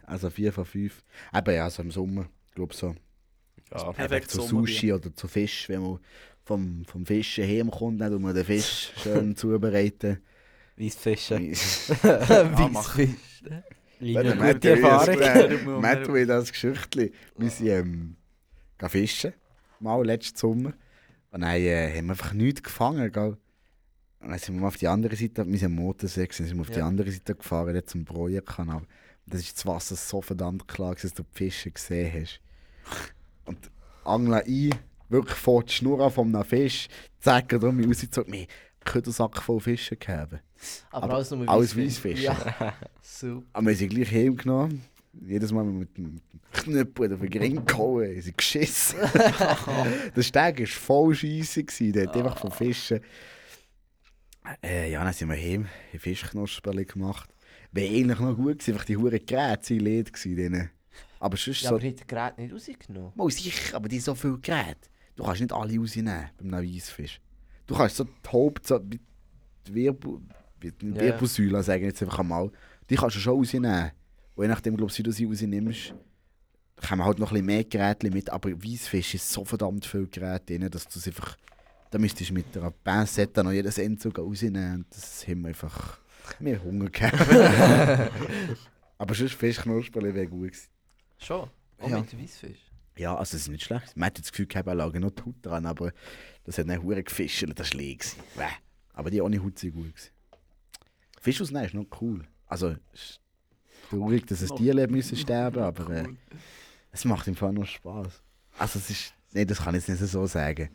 [SPEAKER 6] also vier von fünf. Eben ja, so im Sommer. Ich glaube so. Also
[SPEAKER 3] Ja.
[SPEAKER 4] Perfekt
[SPEAKER 6] zu
[SPEAKER 4] Sommerbier.
[SPEAKER 6] Sushi oder zu Fisch, wenn man vom, vom Fischen herkommt, dann tut man den Fisch schön zubereiten.
[SPEAKER 3] Weissfische.
[SPEAKER 6] Matt,
[SPEAKER 4] Ah,
[SPEAKER 5] Weissfisch.
[SPEAKER 3] Linie,
[SPEAKER 6] Matt,
[SPEAKER 3] gute Erfahrung.
[SPEAKER 6] Erfahrung. Matt, wie das Geschichtli. Wir sind ähm, gehen fischen, mal letzten Sommer. Und dann äh, haben wir einfach nichts gefangen. Gell? Und dann sind wir mal auf die andere Seite, wir sind am Motorsee, gewesen, sind wir auf die
[SPEAKER 5] Ja.
[SPEAKER 6] andere Seite gefahren, dort zum Brojenkanal. Und das ist das Wasser so verdammt klar, gewesen, dass du die Fische gesehen hast. Und Angler ein, wirklich vor die Schnur an von einem Fisch, zack, und mir rausgezogen, wir können einen Sack voll Fische gehabt.
[SPEAKER 5] Aber,
[SPEAKER 6] Aber
[SPEAKER 5] alles nur
[SPEAKER 6] alles Weissfisch.
[SPEAKER 5] Weissfisch. Ja. Super.
[SPEAKER 6] Aber wir sind gleich heimgenommen. Jedes Mal mit dem Knüppel oder dem Ring gehauen, haben sie geschissen. der Steg war voll scheisse, gewesen, der hat einfach von Fischen. Äh, ja, dann sind wir heim, haben Fischknosperli gemacht. Wäre eigentlich noch gut gewesen, einfach die huren Geräte waren leer. gewesen drin. Aber sonst
[SPEAKER 5] Ja,
[SPEAKER 6] so...
[SPEAKER 5] aber hat das Gerät nicht rausgenommen.
[SPEAKER 6] Mal sicher, aber die haben so viel Geräte. Du kannst nicht alle rausnehmen beim Weissfisch. Du kannst so die Haupt... So, die Wirbel... Die
[SPEAKER 5] Ja.
[SPEAKER 6] Wirbelsäule, sage ich jetzt einfach mal. Die kannst du schon rausnehmen. Und je nachdem, glaubst du, dass du sie rausnimmst, kommen halt noch ein bisschen mehr Geräte mit. Aber Weissfisch ist so verdammt viel Geräte drin, dass du es einfach... Da müsstest du mit der Pinzette noch jedes Endzug rausnehmen. Und Das haben wir einfach... Wir haben Hunger
[SPEAKER 5] <laughs>
[SPEAKER 6] gehabt. aber sonst Fischknosperli wäre gut gewesen.
[SPEAKER 5] Schon? Auch
[SPEAKER 6] Ja.
[SPEAKER 5] mit Weissfisch?
[SPEAKER 6] Ja, also es ist nicht schlecht. Man hat das Gefühl, gehabt, er lag noch die Haut dran, aber das hat nicht hure gefischelt, das war leer. gewesen. Bäh. Aber die ohne Haut sind gut. Gewesen. Fisch ausnehmen ist noch cool. Also, ist traurig, dass es
[SPEAKER 4] Noch-
[SPEAKER 6] die leben müssen sterben, aber äh,
[SPEAKER 4] Cool.
[SPEAKER 6] es macht im Fall noch Spaß. Also es ist, nee, das kann ich jetzt nicht so sagen.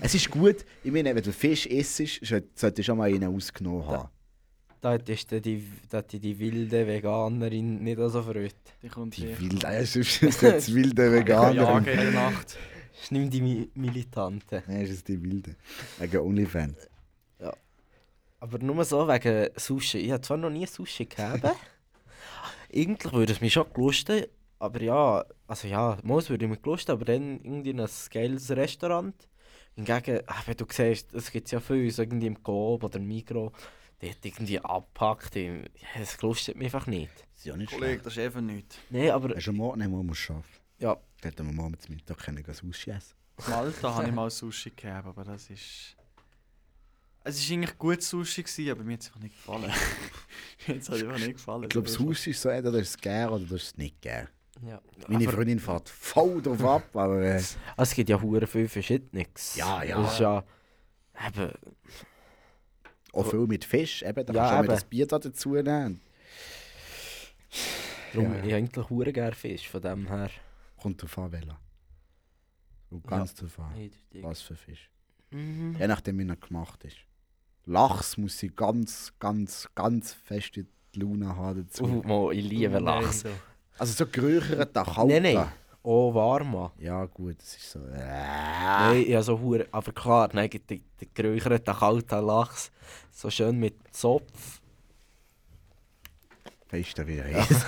[SPEAKER 6] Es ist gut, ich meine, wenn du Fisch isst, solltest du schon mal einen ausgenommen haben.
[SPEAKER 3] Da ist die, die, da hat die, die wilde Veganerin nicht so freut.
[SPEAKER 4] Die kommt
[SPEAKER 6] Die
[SPEAKER 4] hier.
[SPEAKER 6] wilde, ja, sonst ist jetzt wilde Veganer.
[SPEAKER 4] Jagen in der Nacht.
[SPEAKER 3] Ich nehme die Mi Militante.
[SPEAKER 6] Nein, ist es die wilde. Wegen OnlyFans.
[SPEAKER 3] Aber nur so wegen Sushi. Ich habe zwar noch nie Sushi
[SPEAKER 6] <laughs>
[SPEAKER 3] gegeben. Eigentlich würde es mich schon gelusten. Aber ja, also ja, muss würde ich mich gelusten, aber dann irgendwie in ein geiles Restaurant. Hingegen, ah, wenn du siehst, es gibt ja viel, so irgendwie im Coop oder im Migros, die hat irgendwie abgepackt. im- Ja, Es gelustet mich einfach nicht.
[SPEAKER 6] Ist ja nicht schlecht.
[SPEAKER 4] Kollege, das ist eben nichts.
[SPEAKER 3] Nein, aber
[SPEAKER 6] Hast du am Morgen einmal muss arbeiten?
[SPEAKER 3] Ja.
[SPEAKER 6] Dann hätten wir morgen zum Mittag können gehen Sushi essen.
[SPEAKER 4] Malta habe ich mal Sushi gegeben, aber das ist. Es war eigentlich gut Sushi, gewesen, aber mir hat es einfach nicht gefallen. <laughs> mir hat es halt einfach nicht gefallen.
[SPEAKER 6] Ich glaube, das Haus ist so, entweder das ist es gern oder das ist es nicht gern.
[SPEAKER 5] Ja.
[SPEAKER 6] Meine
[SPEAKER 3] Aber-
[SPEAKER 6] Freundin fährt voll drauf ab,
[SPEAKER 3] <laughs>
[SPEAKER 6] aber äh,
[SPEAKER 3] Ah, Es gibt ja hure viel Verschiedenes.
[SPEAKER 6] Ja, ja.
[SPEAKER 3] Das ist ja... Eben,
[SPEAKER 6] auch viel mit Fisch. Eben, da
[SPEAKER 3] Ja,
[SPEAKER 6] kannst du auch mit
[SPEAKER 3] eben.
[SPEAKER 6] das Bier da dazu nehmen.
[SPEAKER 3] darum,
[SPEAKER 6] Ja, ja.
[SPEAKER 3] ich eigentlich hure gerne Fisch, von dem her.
[SPEAKER 6] Kommt drauf an, welcher. Und ganz drauf an, was für Fisch. Je nachdem, wie er gemacht ist. Lachs muss sie ganz, ganz, ganz fest in die Laune haben dazu.
[SPEAKER 3] Uh, mo, ich liebe
[SPEAKER 6] Oh,
[SPEAKER 3] Lachs.
[SPEAKER 6] Also so geräuchert, da kalt.
[SPEAKER 3] Nein, nein. Oh, warm. Mann.
[SPEAKER 6] Ja gut, das ist so... äh, Ah.
[SPEAKER 3] Nein, ja, so hure. Aber klar, nein, die, die die geräucherten kalten Lachs. So schön mit Zopf.
[SPEAKER 6] Weißt du, wie heiß.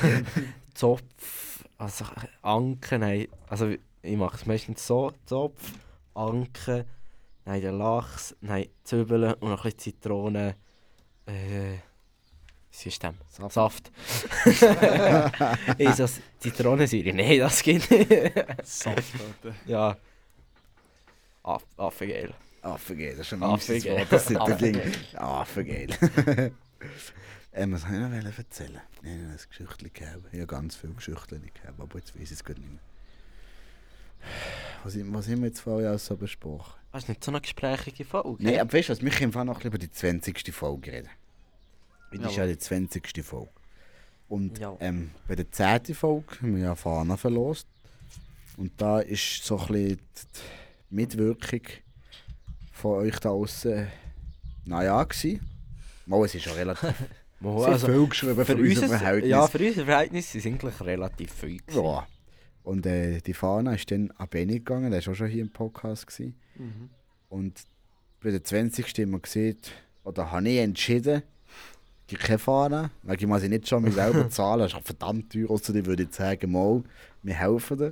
[SPEAKER 3] Zopf. Also äh, Anken, nein. Also ich mache es meistens so: Zopf, Anken, nein, der Lachs, nein, Zwiebeln und noch ein bisschen Zitrone. Äh, was ist das?
[SPEAKER 6] Saft.
[SPEAKER 3] Saft. ist das Zitronensäure? Nein, das geht nicht.
[SPEAKER 4] <laughs> Saft, Alter.
[SPEAKER 3] ja. Aff- Affengeil.
[SPEAKER 6] Affengeil, das ist schon ein mieses
[SPEAKER 3] Affengeil.
[SPEAKER 6] Wort. Das ist das Ding. Affengeil. <laughs> ähm, was wollte ich noch erzählen? Ich habe ein Geschichtchen gehabt. Ich habe ganz viele Geschichten gehabt, aber jetzt weiß ich es gerade nicht mehr. Was, was haben wir jetzt vorher alles so besprochen?
[SPEAKER 3] Hast du nicht so eine gesprächige Folge?
[SPEAKER 6] Nein, aber weißt du was, wir können einfach noch ein bisschen über die 20. Folge reden. Weil Das ist ja
[SPEAKER 5] Jawohl.
[SPEAKER 6] die 20. Folge. Und
[SPEAKER 5] Jawohl.
[SPEAKER 6] ähm, bei der 10. Folge haben wir ja Fahnen verlost. Und da ist so ein bisschen die Mitwirkung von euch da außen naja gewesen. Mal, es ist schon relativ
[SPEAKER 3] Mo,
[SPEAKER 6] sehr
[SPEAKER 3] also-
[SPEAKER 6] viel geschrieben für, unser Verhältnis.
[SPEAKER 3] Ja, für unser Verhältnis ist es eigentlich relativ viel. gewesen.
[SPEAKER 6] Ja. Und äh, die Fahne ist dann an Benny gegangen, der war auch schon hier im Podcast. Gewesen.
[SPEAKER 3] Mhm.
[SPEAKER 6] Und bei der 20. haben wir gesehen, oder habe ich entschieden, es gibt keine Fahne, weil ich muss sie nicht schon mal
[SPEAKER 3] <laughs>
[SPEAKER 6] selber zahlen, das ist auch verdammt teuer, außer ich würde jetzt sagen, mal, wir helfen dir.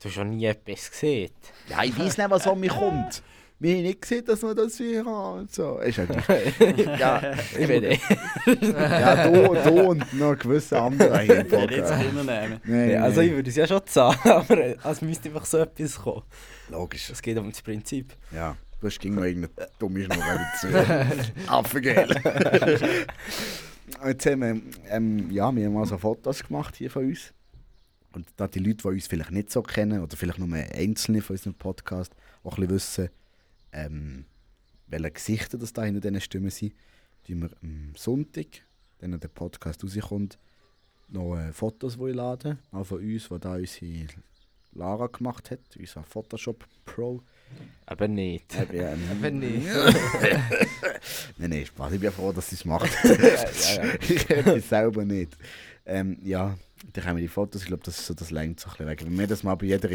[SPEAKER 3] Du hast schon nie etwas gesehen.
[SPEAKER 6] Ja, ich weiß nicht, was an mich kommt. Wir haben nicht gesehen, dass wir das hier haben und so. Ist halt
[SPEAKER 3] <laughs>
[SPEAKER 6] ja,
[SPEAKER 3] Ich bin eh.
[SPEAKER 6] ja, du, du und noch gewisse andere hier im
[SPEAKER 4] Ich hätte jetzt
[SPEAKER 6] Podcast.
[SPEAKER 4] Kinder nehmen.
[SPEAKER 6] Nein, nein.
[SPEAKER 3] Also ich würde es ja schon zahlen, <laughs> aber äh, es müsste einfach so etwas kommen.
[SPEAKER 6] logisch.
[SPEAKER 3] Es geht um das Prinzip.
[SPEAKER 6] Ja, das ging noch irgendeine dumme Schnur dazu. Affengeil. <laughs> Jetzt haben wir, ähm, ja, wir haben mal so Fotos gemacht hier von uns. Und da die Leute, die uns vielleicht nicht so kennen, oder vielleicht nur einzelne von unserem Podcast, auch ein bisschen wissen, ähm, welche Gesichter das da hinter diesen Stimmen sind, tun wir am Sonntag, wenn der Podcast rauskommt, noch äh, Fotos die ich laden. Auch von uns, die da unsere Lara gemacht hat, unser Photoshop Pro.
[SPEAKER 3] Aber nicht.
[SPEAKER 6] Eben, ja, ähm,
[SPEAKER 5] Eben nicht.
[SPEAKER 6] nein, nein, Spaß. Ich bin froh, dass sie
[SPEAKER 4] <laughs>
[SPEAKER 6] es macht. <laughs> ich hätte es selber nicht. Ähm, ja, da haben wir die Fotos. Ich glaube, das ist so das längt so ein bisschen weg. Wenn wir das mal bei jeder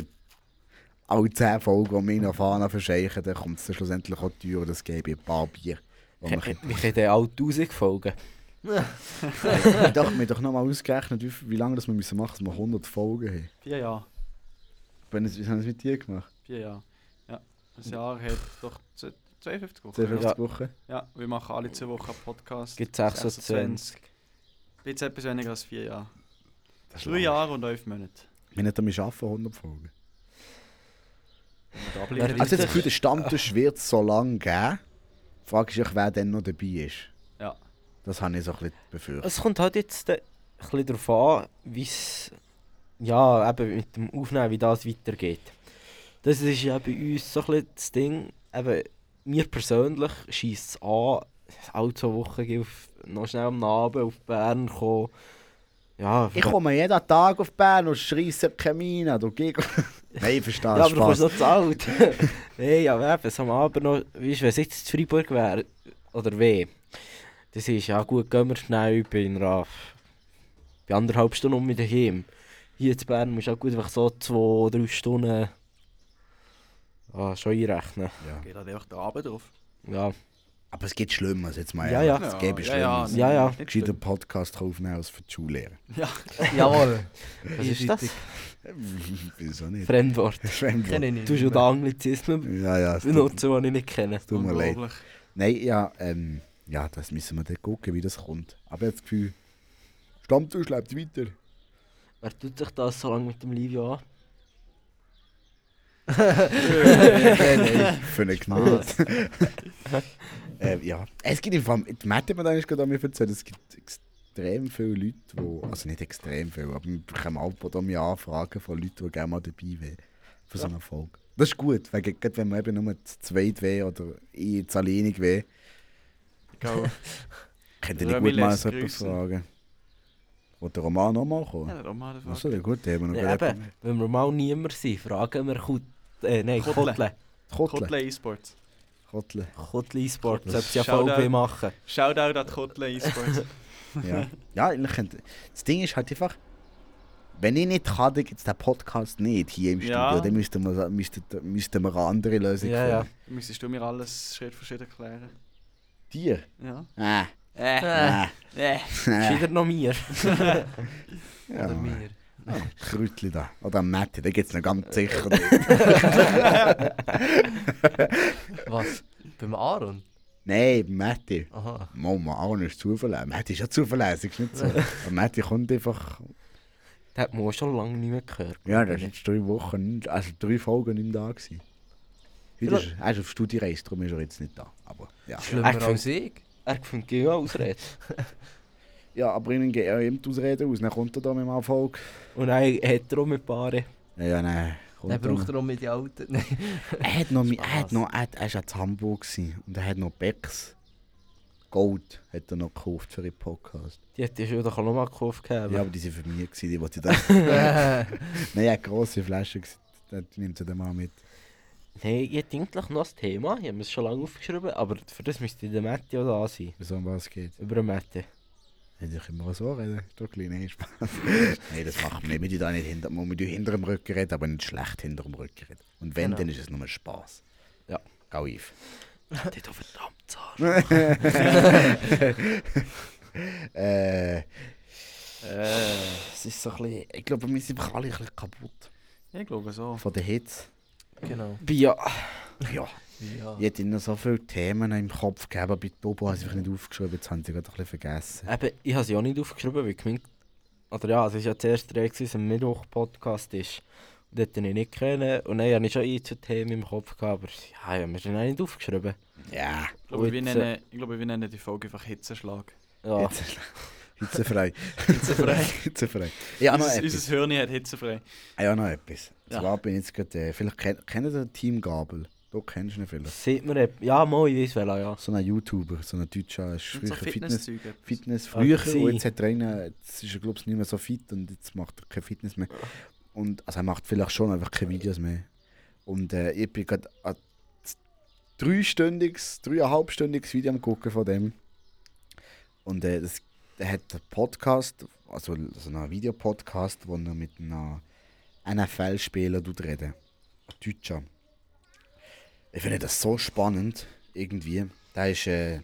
[SPEAKER 6] alle 10 Folgen, die wir in der Fahne verscheichen, dann kommt es dann schlussendlich auch teuer. Das gebe ich ein paar Bier.
[SPEAKER 4] <laughs>
[SPEAKER 6] die wir können-
[SPEAKER 3] Ich hätte alle 1000 Folgen.
[SPEAKER 6] Ich dachte mir doch nochmal ausgerechnet, wie, wie lange das wir müssen machen müssen, dass wir 100 Folgen haben.
[SPEAKER 4] Vier Jahre.
[SPEAKER 6] Wenn es, wie haben wir es mit dir gemacht?
[SPEAKER 4] Vier Jahre. Ja. Ein Jahr hat doch z- 52 Wochen.
[SPEAKER 6] 52
[SPEAKER 4] Ja.
[SPEAKER 6] Wochen?
[SPEAKER 4] ja, wir machen alle zwei Wochen einen Podcast.
[SPEAKER 3] Gibt 26.
[SPEAKER 4] Jetzt etwas weniger als vier Jahre.
[SPEAKER 6] Das ist
[SPEAKER 4] Drei
[SPEAKER 6] lang.
[SPEAKER 4] Jahre und elf Monate.
[SPEAKER 6] Wir nicht damit schaffen, 100 Folgen.
[SPEAKER 4] Und abliefern.
[SPEAKER 6] Also, jetzt für den Stammtisch wird es so lange geben. Die Frage ist, ja, wer denn noch dabei ist.
[SPEAKER 4] Ja.
[SPEAKER 6] Das habe ich so ein bisschen befürchtet.
[SPEAKER 3] Es kommt halt jetzt äh, ein bisschen darauf an, wie es ja, eben mit dem Aufnehmen, wie das weitergeht. Das ist ja bei uns so ein bisschen das Ding. Eben, mir persönlich schießt es an, alle zwei Wochen gehe ich auf, noch schnell am Abend auf Bern kommen. Ja,
[SPEAKER 6] Ich komme jeden Tag auf Bern und schreisse Kamin an. Du gehst. <laughs> Nein, ich verstehe
[SPEAKER 3] ja, aber du
[SPEAKER 6] Ah, Spaß.
[SPEAKER 3] kommst noch zu alt. <laughs> Nein, aber eben, so am Abend noch, weißt du, wenn es jetzt zu Freiburg wäre, oder weh, das ist ja gut, gehen wir schnell bei einer, bei anderthalb Stunden um wieder heim. Hier zu Bern musst du auch gut einfach so zwei, drei Stunden ah, schon einrechnen.
[SPEAKER 6] ja.
[SPEAKER 4] Geht halt einfach der Abend drauf.
[SPEAKER 3] Ja,
[SPEAKER 6] Aber es geht Schlimmeres jetzt mal.
[SPEAKER 3] Ja,
[SPEAKER 6] ehrlich.
[SPEAKER 3] ja.
[SPEAKER 6] Es gäbe
[SPEAKER 4] ja, ja,
[SPEAKER 6] Schlimmeres.
[SPEAKER 3] ja, ja.
[SPEAKER 6] Gescheiter einen Podcast aufnehmen als für die Schullehrer.
[SPEAKER 5] Jawohl.
[SPEAKER 3] Was ist das?
[SPEAKER 6] <laughs> Wieso nicht?
[SPEAKER 3] Fremdwort.
[SPEAKER 5] Kenne ich nicht.
[SPEAKER 3] Du hast schon den Anglizismen
[SPEAKER 6] Ja, ja. es tut-
[SPEAKER 3] benutzt, den ich nicht kenne.
[SPEAKER 6] Es tut mir leid.
[SPEAKER 4] Unglaublich.
[SPEAKER 6] Nein, ja, ähm, ja, das müssen wir dann gucken, wie das kommt. Aber ich habe das Gefühl, Stammtisch lebt weiter.
[SPEAKER 3] Wer tut sich das so lange mit dem Livio an?
[SPEAKER 4] Äh,
[SPEAKER 6] Für einen Knall. ähm, ja. Es gibt im Fall, die Mette hat mir ist gerade an mir erzählt, es gibt extrem viele Leute, die, also nicht extrem viele, aber wir bekommen auch ab und an Anfragen von Leuten, die gerne mal dabei wären für so einen Erfolg. Das ist gut, weil gerade wenn man eben nur zu zweit wäre oder ich jetzt alleinig wäre,
[SPEAKER 4] Egal.
[SPEAKER 6] könnte ich
[SPEAKER 4] Ja,
[SPEAKER 6] gut
[SPEAKER 4] wir
[SPEAKER 6] mal
[SPEAKER 4] lassen
[SPEAKER 6] so etwas
[SPEAKER 4] grüßen.
[SPEAKER 6] fragen. Wollte der Roman nochmal
[SPEAKER 4] <laughs>
[SPEAKER 6] kommen?
[SPEAKER 4] Ja, normal.
[SPEAKER 6] Achso, ja gut, der haben wir noch
[SPEAKER 3] Ja,
[SPEAKER 6] ja,
[SPEAKER 3] eben, wenn wir mal niemand sind, fragen wir Kut äh, nein,
[SPEAKER 4] Kotle.
[SPEAKER 3] Kotle.
[SPEAKER 6] Kotle.
[SPEAKER 4] Kotle E-Sports.
[SPEAKER 6] Kotle.
[SPEAKER 3] Kotle E-Sports, ob sie ja
[SPEAKER 4] Shoutout.
[SPEAKER 3] VB machen.
[SPEAKER 4] Shoutout an die Kotle E-Sports. <laughs>
[SPEAKER 6] Ja, ja eigentlich könnte. Das Ding ist halt einfach, wenn ich nicht kann, dann gibt es den Podcast nicht hier im Studio.
[SPEAKER 4] Ja.
[SPEAKER 6] Dann müssten wir, müssten, müssten wir eine andere Lösung
[SPEAKER 3] Ja, ja.
[SPEAKER 4] Müsstest du mir alles Schritt für Schritt erklären?
[SPEAKER 6] Dir?
[SPEAKER 4] Ja.
[SPEAKER 6] Äh,
[SPEAKER 4] Äh,
[SPEAKER 6] äh,
[SPEAKER 4] äh.
[SPEAKER 3] Scheider noch mir.
[SPEAKER 6] ja.
[SPEAKER 5] Oder mir.
[SPEAKER 6] Ah, Kräutli da. Oder Matti, da gibt es noch ganz sicher nicht.
[SPEAKER 5] Was? Beim Aaron?
[SPEAKER 6] Nein, Matti.
[SPEAKER 5] Aha.
[SPEAKER 6] Mama, auch nicht zuverlässig. Matti ist ja zuverlässig, ist nicht so. Aber Matti kommt einfach.
[SPEAKER 3] Das hat man auch schon lange nicht mehr gehört.
[SPEAKER 6] Ja, das ist jetzt drei Wochen, nicht- also drei Folgen nicht mehr da gewesen. Heute ist, er ist auf Studiereise, darum ist er jetzt nicht da. Aber ja.
[SPEAKER 3] Er
[SPEAKER 5] Schlimmer
[SPEAKER 3] fängt-
[SPEAKER 5] als ich?
[SPEAKER 3] Er findet gegen Ausreden.
[SPEAKER 6] Ja, aber ihnen geht ja eben die Ausreden aus, dann kommt er da mit dem Erfolg.
[SPEAKER 3] Und dann hat er auch mit Paare.
[SPEAKER 6] Ja, ja, nein. kommt
[SPEAKER 5] Dann
[SPEAKER 6] er
[SPEAKER 5] braucht er noch mit die Alten. Nein.
[SPEAKER 6] Er hat noch, mi- er hat
[SPEAKER 5] Spaß.
[SPEAKER 6] noch, er, er ist ja zu Hamburg gewesen, und er hat noch Becks Gold hat er noch gekauft für den Podcast.
[SPEAKER 3] Die hat die schon doch noch mal gekauft. gehabt.
[SPEAKER 6] Ja, aber die sind für mich gewesen, die wollte ich dann. <laughs> Nein, er hat grosse Flaschen gewesen, dann nimmt sie den mal mit.
[SPEAKER 3] Nein, ich hätte eigentlich noch ein Thema. Ich habe es schon lange aufgeschrieben, aber für das müsste der Matti auch da sein.
[SPEAKER 6] Wieso um was geht?
[SPEAKER 3] Über den Matti.
[SPEAKER 6] Hätte ich immer so reden, doch klein, nein, Spaß. <laughs> nein, das machen wir nicht. Wir tun da nicht hinter, wir tun hinter dem Rücken reden, aber nicht schlecht hinter dem Rücken reden. Und wenn,
[SPEAKER 5] Genau.
[SPEAKER 6] dann ist es nur Spaß.
[SPEAKER 3] Ja.
[SPEAKER 6] Gau Yves.
[SPEAKER 3] Der hat auch verdammt Zahn.
[SPEAKER 6] <laughs> Äh, es ist so ein bisschen, ich glaube, wir sind einfach alle ein bisschen kaputt
[SPEAKER 4] Ich glaube so.
[SPEAKER 6] von der Hitze.
[SPEAKER 5] <laughs> genau.
[SPEAKER 3] Ja.
[SPEAKER 6] Ja,
[SPEAKER 5] Ja.
[SPEAKER 6] ich hätte ihnen so viele Themen im Kopf gegeben, bei Tobo habe ich einfach nicht aufgeschrieben, jetzt haben sie gerade ein bisschen vergessen.
[SPEAKER 3] Eben, ich habe sie auch nicht aufgeschrieben, weil gemeint. Oder ja, es war ja zuerst der erste am Mittwoch-Podcast. ist. Und dort habe ich nicht kennen. Und dann hatte ich schon ein, zwei Themen im Kopf, gehabt, aber ja, ich habe mir sie dann nicht aufgeschrieben.
[SPEAKER 6] Ja,
[SPEAKER 4] Ich glaube, wir
[SPEAKER 3] Hitze.
[SPEAKER 4] nennen, ich glaube, wir nennen die Folge einfach Hitzeschlag.
[SPEAKER 3] Ja.
[SPEAKER 6] Hitze,
[SPEAKER 4] <laughs>
[SPEAKER 6] hitzefrei. <laughs>
[SPEAKER 4] Hitzefrei.
[SPEAKER 6] hitzefrei. Ja, Ah, noch
[SPEAKER 4] unser,
[SPEAKER 6] etwas.
[SPEAKER 4] unser Hirn hat hitzefrei.
[SPEAKER 6] Ja, noch etwas. Und
[SPEAKER 4] Ja.
[SPEAKER 6] zwar bin ich jetzt gerade, äh, vielleicht kennt, kennt ihr den Team Gabel? Du kennst ihn vielleicht.
[SPEAKER 3] Das sieht man eben. Ja, mal, ich weiß welcher, ja.
[SPEAKER 6] So ein YouTuber, so ein deutscher, ist
[SPEAKER 4] Und so
[SPEAKER 6] früher Fitness...
[SPEAKER 4] Fitnesszeug. etwas.
[SPEAKER 6] Fitness
[SPEAKER 3] Ah,
[SPEAKER 6] früher
[SPEAKER 3] gewesen.
[SPEAKER 6] und jetzt hat er einen, jetzt ist er glaube ich nicht mehr so fit und jetzt macht er keine Fitness mehr. Und, also er macht vielleicht schon einfach keine Videos mehr. Und äh, ich bin gerade ein dreistündiges, dreieinhalbstündiges Video am gucken von dem. Und äh, das, er hat einen Podcast, also so einen Videopodcast, wo er mit einem NFL-Spieler reden. Ein Deutscher. Ich finde das so spannend, irgendwie. Da ist... Äh,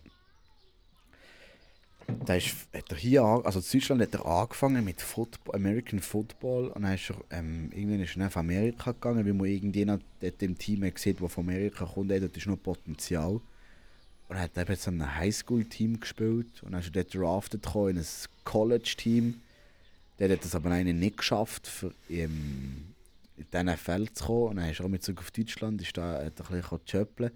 [SPEAKER 6] da ist, hat er hier, an- also in Deutschland hat er angefangen mit Football, American Football und dann ist er, ähm, irgendwann ist er nach Amerika gegangen, weil man irgendjemand dort im Team hat gesehen, der von Amerika kommt, hey, dort ist noch Potenzial. Und er hat eben jetzt an einem Highschool-Team gespielt und dann ist er dort drafted gekommen in ein College-Team. Dort hat es aber leider nicht geschafft, für im, in die NFL zu kommen. Und dann ist er auch mit Zug auf Deutschland, ist da, hat er ein bisschen können schöppeln.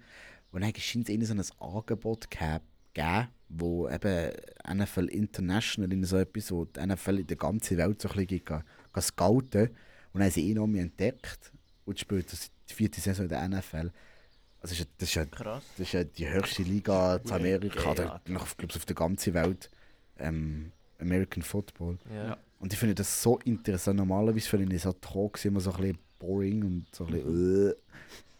[SPEAKER 6] Und dann scheint es ihnen so ein Angebot gehabt- gegeben, wo eben NFL International in so etwas, wo die NFL in der ganzen Welt so ein bisschen geht, geht scouten. Und dann haben sie ihn noch mal entdeckt und spielt das die vierte Saison in der NFL. Also das ist ja- das ist ja
[SPEAKER 5] Krass.
[SPEAKER 6] das ist ja die höchste Liga in Amerika, oder ich glaube auf der ganzen Welt. Ähm, American Football.
[SPEAKER 5] Ja.
[SPEAKER 6] Und ich finde das so interessant. Normalerweise finde ich so Talks immer so ein bisschen boring und so ein bisschen. Äh.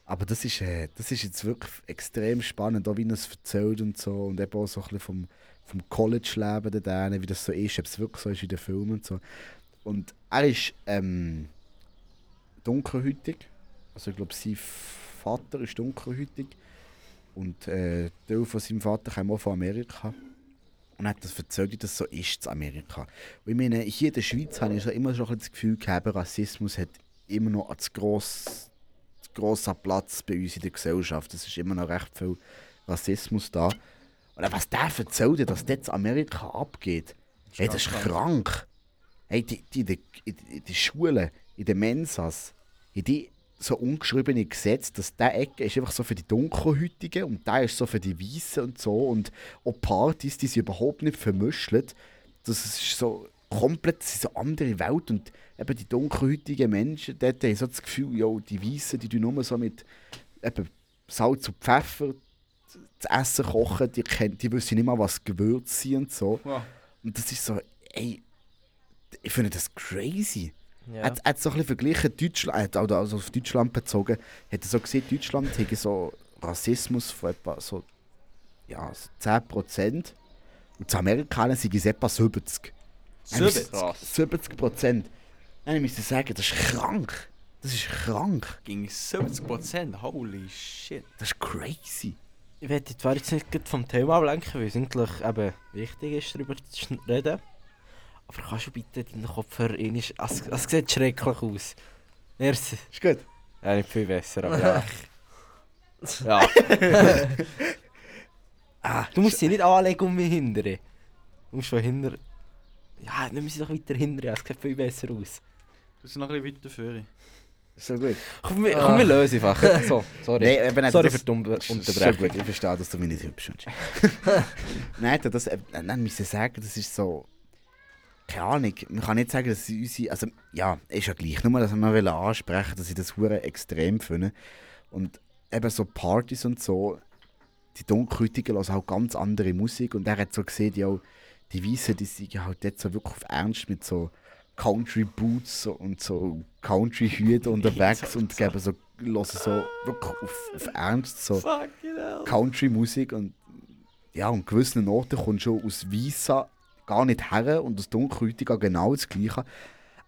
[SPEAKER 6] Aber das ist, äh, das ist jetzt wirklich extrem spannend, auch wie er es erzählt und so. Und eben auch so ein bisschen vom, vom College-Leben dort hin, wie das so ist, ob es wirklich so ist in den Filmen und so. Und er ist ähm, dunkelhütig. Also ich glaube, sein Vater ist dunkelhütig. Und äh, Teil von seinem Vater kam auch von Amerika. Und hat das erzählt, wie das so ist in Amerika. Und ich meine, hier in der Schweiz habe ich schon immer schon ein bisschen das Gefühl gehabt, Rassismus hat immer noch einen zu gross, zu grossen Platz bei uns in der Gesellschaft. Es ist immer noch recht viel Rassismus da. Und was der erzählt, hat, dass das in Amerika abgeht, hey, das ist krank. Hey, die, die, die, in- in den Schulen, in den Mensas, in die, so ungeschriebene Gesetz, dass der Ecke ist einfach so für die Dunkelhütigen und der ist so für die Weißen und so. Und auch Partys, die sind überhaupt nicht vermischt. Das ist so komplett das ist so eine andere Welt. Und eben die dunkelhütigen Menschen dort haben so das Gefühl, ja, die Weißen, die tun nur so mit eben Salz und Pfeffer zu essen kochen, die, kennen, die wissen nicht mal, was Gewürze sind und so.
[SPEAKER 4] Wow.
[SPEAKER 6] Und das ist so, ey, ich finde das crazy.
[SPEAKER 5] Ja.
[SPEAKER 6] Er hat- er hat so ein bisschen verglichen, Deutschland, er hat auch da- also auf Deutschland bezogen, hat er so gesehen, Deutschland hätte so Rassismus von etwa so, ja, so 10%. Und zu Amerikanern sind es etwa 70. Dann müssen- 70 Prozent. Dann müsste ich sagen, das ist krank. Das ist krank.
[SPEAKER 4] Ging 70%, holy shit.
[SPEAKER 6] Das ist crazy.
[SPEAKER 3] Ich werde jetzt zwar jetzt nicht gerade vom Thema ablenken, weil es eigentlich eben wichtig ist, darüber zu schn- reden. Aber kannst du bitte deinen Kopf hören? Es, es sieht schrecklich aus. Erst,
[SPEAKER 6] Ist gut.
[SPEAKER 3] ja, nicht viel besser, aber <laughs> ja. ja. <laughs> ah, du musst sie nicht anlegen und mich hindern. Du musst von hinter. Ja, nimm sie doch weiter hindern, es sieht viel besser aus.
[SPEAKER 4] Du bist noch ein bisschen weiter vorne.
[SPEAKER 6] So gut.
[SPEAKER 3] Komm, wir, komm, wir lösen einfach. So, sorry.
[SPEAKER 6] Nein, eben,
[SPEAKER 3] sorry
[SPEAKER 6] das-
[SPEAKER 3] für die Un-
[SPEAKER 6] Sehr gut,
[SPEAKER 3] Unterbrechung.
[SPEAKER 6] ich verstehe, dass du mich nicht hübsch findest. Nein, da das, äh, nein, müssen sagen, das ist so. Keine Ahnung, man kann nicht sagen, dass sie unsere. Also, ja, ist ja gleich. Nur, dass wir mal ansprechen wollte, dass ich das Huren extrem finde. Und eben so Partys und so, die Dunkelhütigen hören auch ganz andere Musik. Und er hat so gesehen, ja, die Weißen, die sind halt dort so wirklich auf Ernst mit so Country Boots und so Country Hüten unterwegs und geben so, hören so wirklich auf, auf Ernst so.
[SPEAKER 4] Fucking hell.
[SPEAKER 6] Country-Musik und ja, an gewissen Orten kommt schon aus Visa gar nicht her und aus Dunkelhäutiger genau das Gleiche.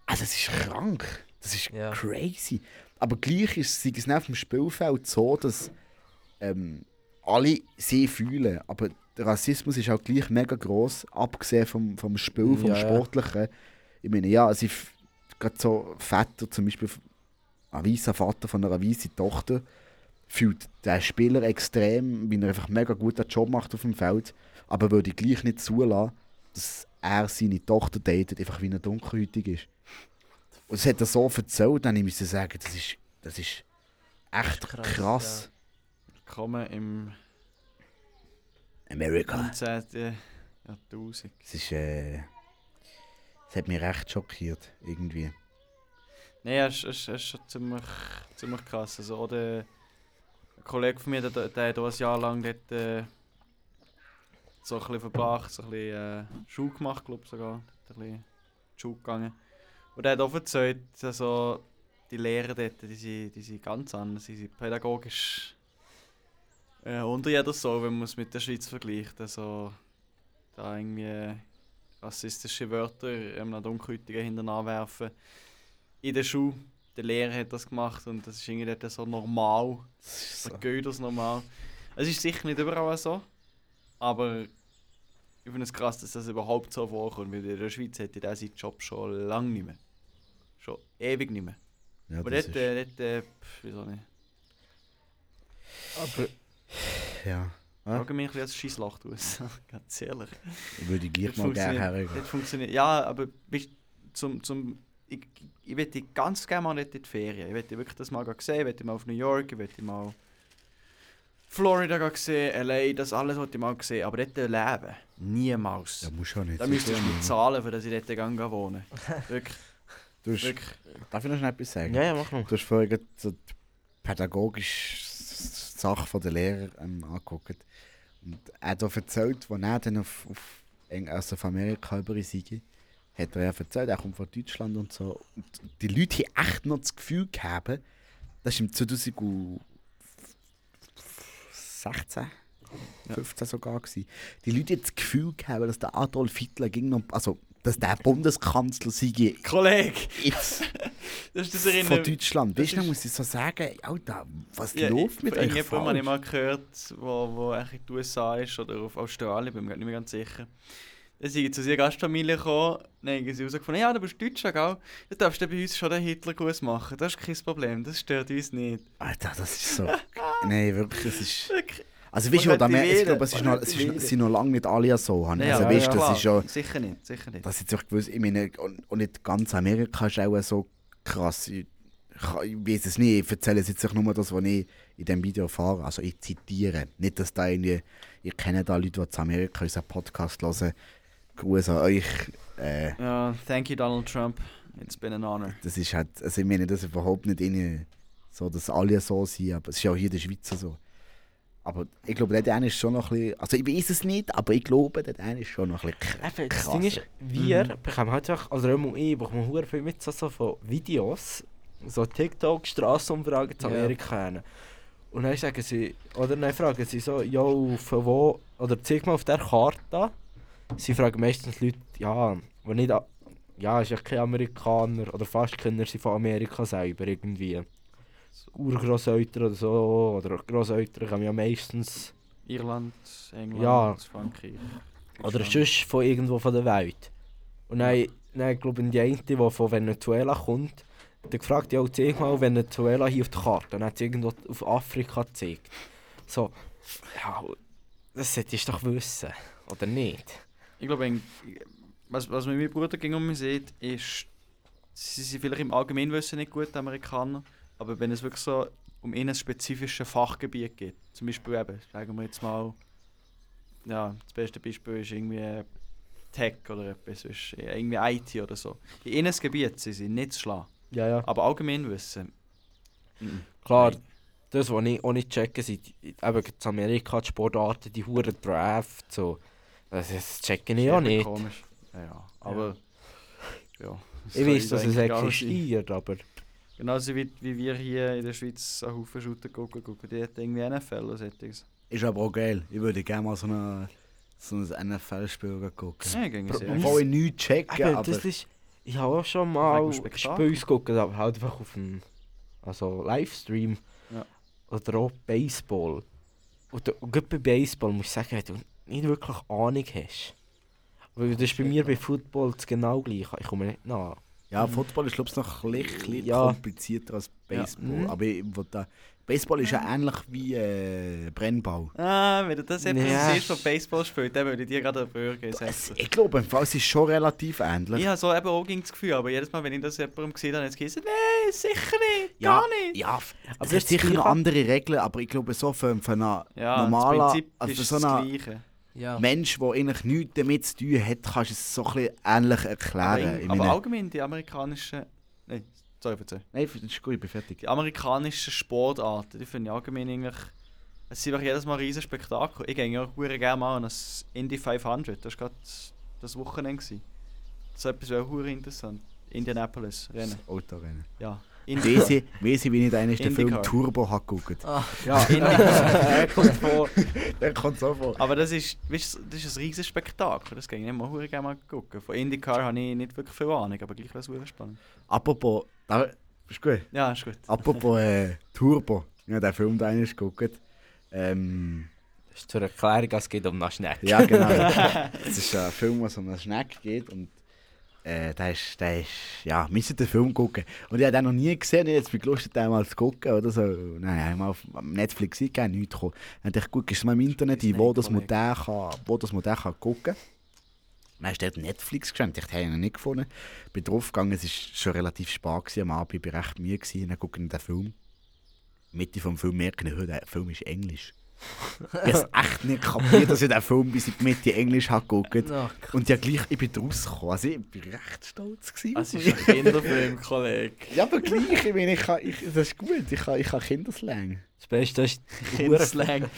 [SPEAKER 6] Also es ist krank. Das ist
[SPEAKER 5] Ja.
[SPEAKER 6] crazy. Aber gleich ist sei es nicht auf dem Spielfeld so, dass ähm, alle sie fühlen. Aber der Rassismus ist auch gleich mega groß, abgesehen vom, vom Spiel, vom
[SPEAKER 5] Ja, ja.
[SPEAKER 6] Sportlichen. Ich meine, ja, also ich gerade so Väter, zum Beispiel ein weißer Vater von einer weißen Tochter, fühlt der Spieler extrem, weil er einfach einen mega guten Job macht auf dem Feld, aber würde gleich nicht zulassen, dass er seine Tochter datet, einfach wie er dunkelhäutig ist. Und das hat er so erzählt, dann musste ich sagen, das ist, das ist echt krass.
[SPEAKER 5] krass,
[SPEAKER 4] Willkommen im
[SPEAKER 6] America.
[SPEAKER 4] 19. Jahrtausend.
[SPEAKER 6] Das ist, äh, das hat mich recht schockiert, irgendwie.
[SPEAKER 4] Nein, das ist, ist, ist schon ziemlich, ziemlich krass. Also, auch der ein Kollege von mir, der, der, der hat auch ein Jahr lang dort äh, so ein bisschen verbracht, so ein bisschen äh, Schule gemacht, glaube ich sogar. Dort ein bisschen in die Schule gegangen. Und der hat auch erzählt, also, die Lehrer dort, die sind, die sind ganz anders, die sind pädagogisch äh, unter jeder Sau, wenn man es mit der Schweiz vergleicht. Also, da irgendwie rassistische Wörter einem Dunkelhäutigen hinterher werfen in der Schule. Der Lehrer hat das gemacht und das ist irgendwie dort so normal.
[SPEAKER 6] Das ist
[SPEAKER 4] So.
[SPEAKER 6] so.
[SPEAKER 4] Dann geht das normal. Es ist sicher nicht überall so, aber ich finde es krass, dass das überhaupt so vorkommt, weil in der Schweiz hätte der seinen Job schon lange nicht mehr. Schon ewig nicht mehr.
[SPEAKER 6] Ja,
[SPEAKER 4] aber
[SPEAKER 6] das
[SPEAKER 4] dort,
[SPEAKER 6] ist,
[SPEAKER 4] äh, dort äh, pff, wieso nicht? äh,
[SPEAKER 6] ja.
[SPEAKER 4] Ich frage mich ein bisschen als Scheisslacht aus, <laughs> ganz ehrlich.
[SPEAKER 6] Ich würde gleich
[SPEAKER 4] Das
[SPEAKER 6] mal gerne
[SPEAKER 4] funktioniert-
[SPEAKER 6] hergehen.
[SPEAKER 4] Das funktioniert. Ja, aber bist zum, zum ich, ich möchte ganz gerne mal nicht in die Ferien. Ich möchte wirklich das mal gehen sehen. Ich möchte mal auf New York, ich möchte mal Florida gehen sehen, LA, das alles wollte ich mal sehen. Aber dort leben, niemals.
[SPEAKER 6] Ja, muss ja nicht.
[SPEAKER 4] da müsstest du mir zahlen, für dass ich dort gehen gehe wohnen Wirklich,
[SPEAKER 6] Du hast,
[SPEAKER 4] wirklich.
[SPEAKER 6] darf ich noch schnell etwas sagen?
[SPEAKER 3] Ja, ja, mach mal.
[SPEAKER 6] Du hast vorhin gerade so die pädagogische Sache von der Lehrer ähm, angeguckt. Und er hat auch erzählt, als er dann auf, auf, Eng- also auf Amerika über sei, hat er ja erzählt, er kommt von Deutschland und so. Und die Leute haben echt noch das Gefühl gehabt, das war im 2016, 15 sogar. Gewesen. Die Leute haben das Gefühl gehabt, dass der Adolf Hitler ging, noch- also dass der Bundeskanzler sei
[SPEAKER 4] Kollege,
[SPEAKER 6] jetzt
[SPEAKER 4] das ist das
[SPEAKER 6] von
[SPEAKER 4] Erinnern.
[SPEAKER 6] Deutschland.
[SPEAKER 4] äh, das
[SPEAKER 6] Weißt du,
[SPEAKER 4] ist-
[SPEAKER 6] muss ich so sagen, Alter, was
[SPEAKER 4] Ja,
[SPEAKER 6] läuft mit euch
[SPEAKER 4] irgendjemand habe ich
[SPEAKER 6] falsch?
[SPEAKER 4] mal gehört, wo, wo eigentlich in die USA ist oder auf Australien, bin mir nicht mehr ganz sicher. Dann sind sie zu ihrer Gastfamilie gekommen, dann haben sie herausgefunden, ja, du bist Deutscher, gell? Dann darfst du bei uns schon den Hitlergruß machen, das ist kein Problem, das stört uns nicht.
[SPEAKER 6] Alter, das ist so... <laughs> Nein, wirklich,
[SPEAKER 4] <laughs>
[SPEAKER 6] es ist...
[SPEAKER 4] Wirklich?
[SPEAKER 6] Also weißt
[SPEAKER 4] Man
[SPEAKER 6] du, da
[SPEAKER 4] könnte
[SPEAKER 6] mehr, ich
[SPEAKER 4] wählen,
[SPEAKER 6] glaube, es, ist
[SPEAKER 4] man
[SPEAKER 6] noch, es
[SPEAKER 4] könnte wählen.
[SPEAKER 6] ist, sind noch lange nicht alle so. Han.
[SPEAKER 4] Nein,
[SPEAKER 6] also
[SPEAKER 4] ja,
[SPEAKER 6] weißt
[SPEAKER 4] ja,
[SPEAKER 6] du, das ist
[SPEAKER 4] klar.
[SPEAKER 6] ja...
[SPEAKER 4] Sicher nicht, sicher nicht.
[SPEAKER 6] Das ist auch gewiss, ich meine, und, und nicht ganz Amerika ist auch so krass. Ich Ich- Ich weiß es nicht, ich erzähle jetzt einfach nur das, was ich in diesem Video erfahre. Also ich zitiere. Nicht, dass da irgendwie, ich kenne da Leute, die aus Amerika unseren Podcast hören. Gruß an euch. Äh,
[SPEAKER 4] Ja, thank you, Donald Trump. It's been an honor.
[SPEAKER 6] das ist halt, also ich meine das ist überhaupt nicht in so, dass alle so sind, aber es ist ja auch hier in der Schweiz so. Aber ich glaube, der eine ist schon noch ein bisschen, also ich weiß es nicht, aber ich glaube, der eine ist schon noch ein bisschen
[SPEAKER 3] Eben, das
[SPEAKER 6] krass.
[SPEAKER 3] Ding ist, wir bekommen halt einfach, also auch mal ich bekomme sehr viel mit so, so von Videos, so TikTok, Strassenumfragen zu
[SPEAKER 5] Ja.
[SPEAKER 3] Amerika hin. Und dann sagen sie, oder nein, fragen sie so, ja, von wo, oder zeig mal auf der Karte. Sie fragen meistens Leute, ja, die nicht, a- ja, ist ja kein Amerikaner, oder fast keiner sie von Amerika selber irgendwie. Urgroßeltern oder so, oder Großeltern kommen ja meistens...
[SPEAKER 4] Irland, England,
[SPEAKER 3] Ja.
[SPEAKER 4] Frankreich.
[SPEAKER 3] Oder
[SPEAKER 4] Deutschland.
[SPEAKER 3] sonst von irgendwo von der Welt. Und dann, dann glaube ich, die eine, die von Venezuela kommt, der gefragt, ja, zeig mal Venezuela hier auf die Karte. Und dann hat sie irgendwo auf Afrika gezeigt. So, ja, das solltest du doch wissen, oder nicht?
[SPEAKER 4] Ich glaube, ein- was, was mit meinem Bruder ging um mich sieht, ist, sie sind vielleicht im Allgemeinwissen nicht gut, die Amerikaner, aber wenn es wirklich so um ihnen ein spezifisches Fachgebiet geht, zum Beispiel eben, sagen wir jetzt mal, ja, das beste Beispiel ist irgendwie Tech oder etwas, ist irgendwie IT oder so. In ihnen Gebiet sind sie nicht zu schlagen,
[SPEAKER 3] Ja, ja.
[SPEAKER 4] aber Allgemeinwissen. mhm.
[SPEAKER 3] Klar, das, was ich auch nicht checke, sind die- eben in Amerika die Sportarten, die Huren Draft, so. Das, das checke ich auch
[SPEAKER 4] Ist eben
[SPEAKER 3] nicht.
[SPEAKER 4] Komisch. Ja, ja. Aber. Ja.
[SPEAKER 3] Ich weiß, dass es
[SPEAKER 4] eigentlich egal sein.
[SPEAKER 3] existiert, aber...
[SPEAKER 4] Genauso wie, wie wir hier in der Schweiz einen Haufen Shooter gucken, gucken die hat irgendwie NFL oder solches.
[SPEAKER 6] Ist aber auch geil. Ich würde gerne mal so, eine, so ein NFL-Spiel gucken.
[SPEAKER 4] Ja, ging es
[SPEAKER 3] Pro-
[SPEAKER 4] ja.
[SPEAKER 6] Obwohl ich nichts
[SPEAKER 3] Eben,
[SPEAKER 6] checken, aber
[SPEAKER 3] das ist, ich habe auch schon
[SPEAKER 4] Wegen
[SPEAKER 3] mal
[SPEAKER 4] dem Spektakel.
[SPEAKER 3] Spiels geguckt, aber halt einfach auf dem also Livestream.
[SPEAKER 4] Ja.
[SPEAKER 3] Oder auch Baseball. Und, da- und gerade bei Baseball musst du sagen, wenn du nicht wirklich Ahnung hast. Weil das ist bei mir bei Football das genau gleich. Ich komme nicht nach.
[SPEAKER 6] ja, Football ist glaube ich noch ein bisschen
[SPEAKER 3] Ja.
[SPEAKER 6] komplizierter als Baseball.
[SPEAKER 3] Mhm.
[SPEAKER 6] Aber ich, will da, Baseball ist ja ähnlich wie äh, Brennball.
[SPEAKER 4] Ah, wenn du das etwas
[SPEAKER 3] Ja.
[SPEAKER 4] siehst, was Baseball spielt, dann würde ich dir gerade einen Burger geben.
[SPEAKER 6] Es,
[SPEAKER 4] setzen.
[SPEAKER 6] ich glaube, im Fall, es ist schon relativ ähnlich.
[SPEAKER 4] Ich habe so eben auch gegen das Gefühl, aber jedes Mal, wenn ich das jemandem gesehen habe, hat es gesagt, nein, sicher nicht, gar nicht.
[SPEAKER 6] Ja,
[SPEAKER 3] das
[SPEAKER 6] es hat
[SPEAKER 3] ist das
[SPEAKER 6] sicher noch
[SPEAKER 3] Gleiche.
[SPEAKER 6] andere Regeln, aber ich glaube, so für, für einen
[SPEAKER 4] Ja, das
[SPEAKER 6] normalen
[SPEAKER 4] Prinzip
[SPEAKER 6] also
[SPEAKER 4] ist
[SPEAKER 6] für so
[SPEAKER 4] das
[SPEAKER 6] einen
[SPEAKER 4] Gleiche.
[SPEAKER 5] Ja.
[SPEAKER 6] Mensch, der eigentlich nichts damit zu tun hat, kannst du es so ein bisschen ähnlich
[SPEAKER 4] Aber,
[SPEAKER 6] erklären. Ich
[SPEAKER 4] in, aber
[SPEAKER 6] meine-
[SPEAKER 4] allgemein die amerikanischen... Nein, sorry, verzeih.
[SPEAKER 6] Nein, das ist gut, ich bin fertig.
[SPEAKER 4] die amerikanischen Sportarten, die finde ich allgemein eigentlich. Es sind einfach jedes Mal riesen Spektakel. Ich gehe ja auch hure gerne mal an das Indy 500. Das war gerade das Wochenende. gewesen. So etwas wäre hure interessant. Indianapolis Rennen.
[SPEAKER 6] Autorennen.
[SPEAKER 4] Ja.
[SPEAKER 6] Weiss ich, weiss ich, wie ich da einmal den Film
[SPEAKER 4] Indycar.
[SPEAKER 6] Turbo habe geguckt.
[SPEAKER 5] Ah,
[SPEAKER 4] <laughs>
[SPEAKER 3] Ja,
[SPEAKER 4] Indy-
[SPEAKER 6] Der kommt so vor.
[SPEAKER 4] Aber das ist, weißt, du, das ist ein riesen Spektakel. Das ging ich immer hure gerne mal gucken. Von IndyCar habe ich nicht wirklich viel Ahnung, aber gleich wäre es hure spannend.
[SPEAKER 6] Apropos, da, ist gut.
[SPEAKER 4] Ja, ist gut.
[SPEAKER 6] Apropos äh, Turbo. Ja, der Film da einmal geguckt. Ähm,
[SPEAKER 3] das ist zur Erklärung, es geht um einen <laughs> Schneck.
[SPEAKER 6] ja, genau. das ist ein Film, wo es um einen Snack geht und äh, der ist, der ist, ja, müsst ihr den Film gucken. Und ich habe den noch nie gesehen, ich hab jetzt bin gelustet, den mal zu gucken oder so. Nein, ich habe mal auf Netflix gesehen, nichts gekommen. Dann dachte ich, guck, ist mal im Internet ein, wo das man den kann, wo das man den kann gucken kann. Dann hast du dort Netflix geschenkt, ich habe ihn noch nicht gefunden. Bin draufgegangen, es war schon relativ spät gewesen, am Abend, ich war recht müde gewesen, dann gucke ich den Film. Mitte vom Film merke ich, «Hö, der Film ist Englisch. ich habe echt nicht kapiert, dass ich den Film bis in die Mitte Englisch habe geguckt.
[SPEAKER 5] na,
[SPEAKER 6] Und ja, gleich, ich bin rausgekommen. Also, ich bin recht stolz. Gewesen.
[SPEAKER 4] Es ist ein Kinderfilm, Kollege.
[SPEAKER 6] ja, aber gleich, ich meine, ich kann, ich, das ist gut. Ich kann, ich kann Kinderslang.
[SPEAKER 3] Das Beste
[SPEAKER 4] <laughs>
[SPEAKER 3] ist,
[SPEAKER 4] Kinderslang.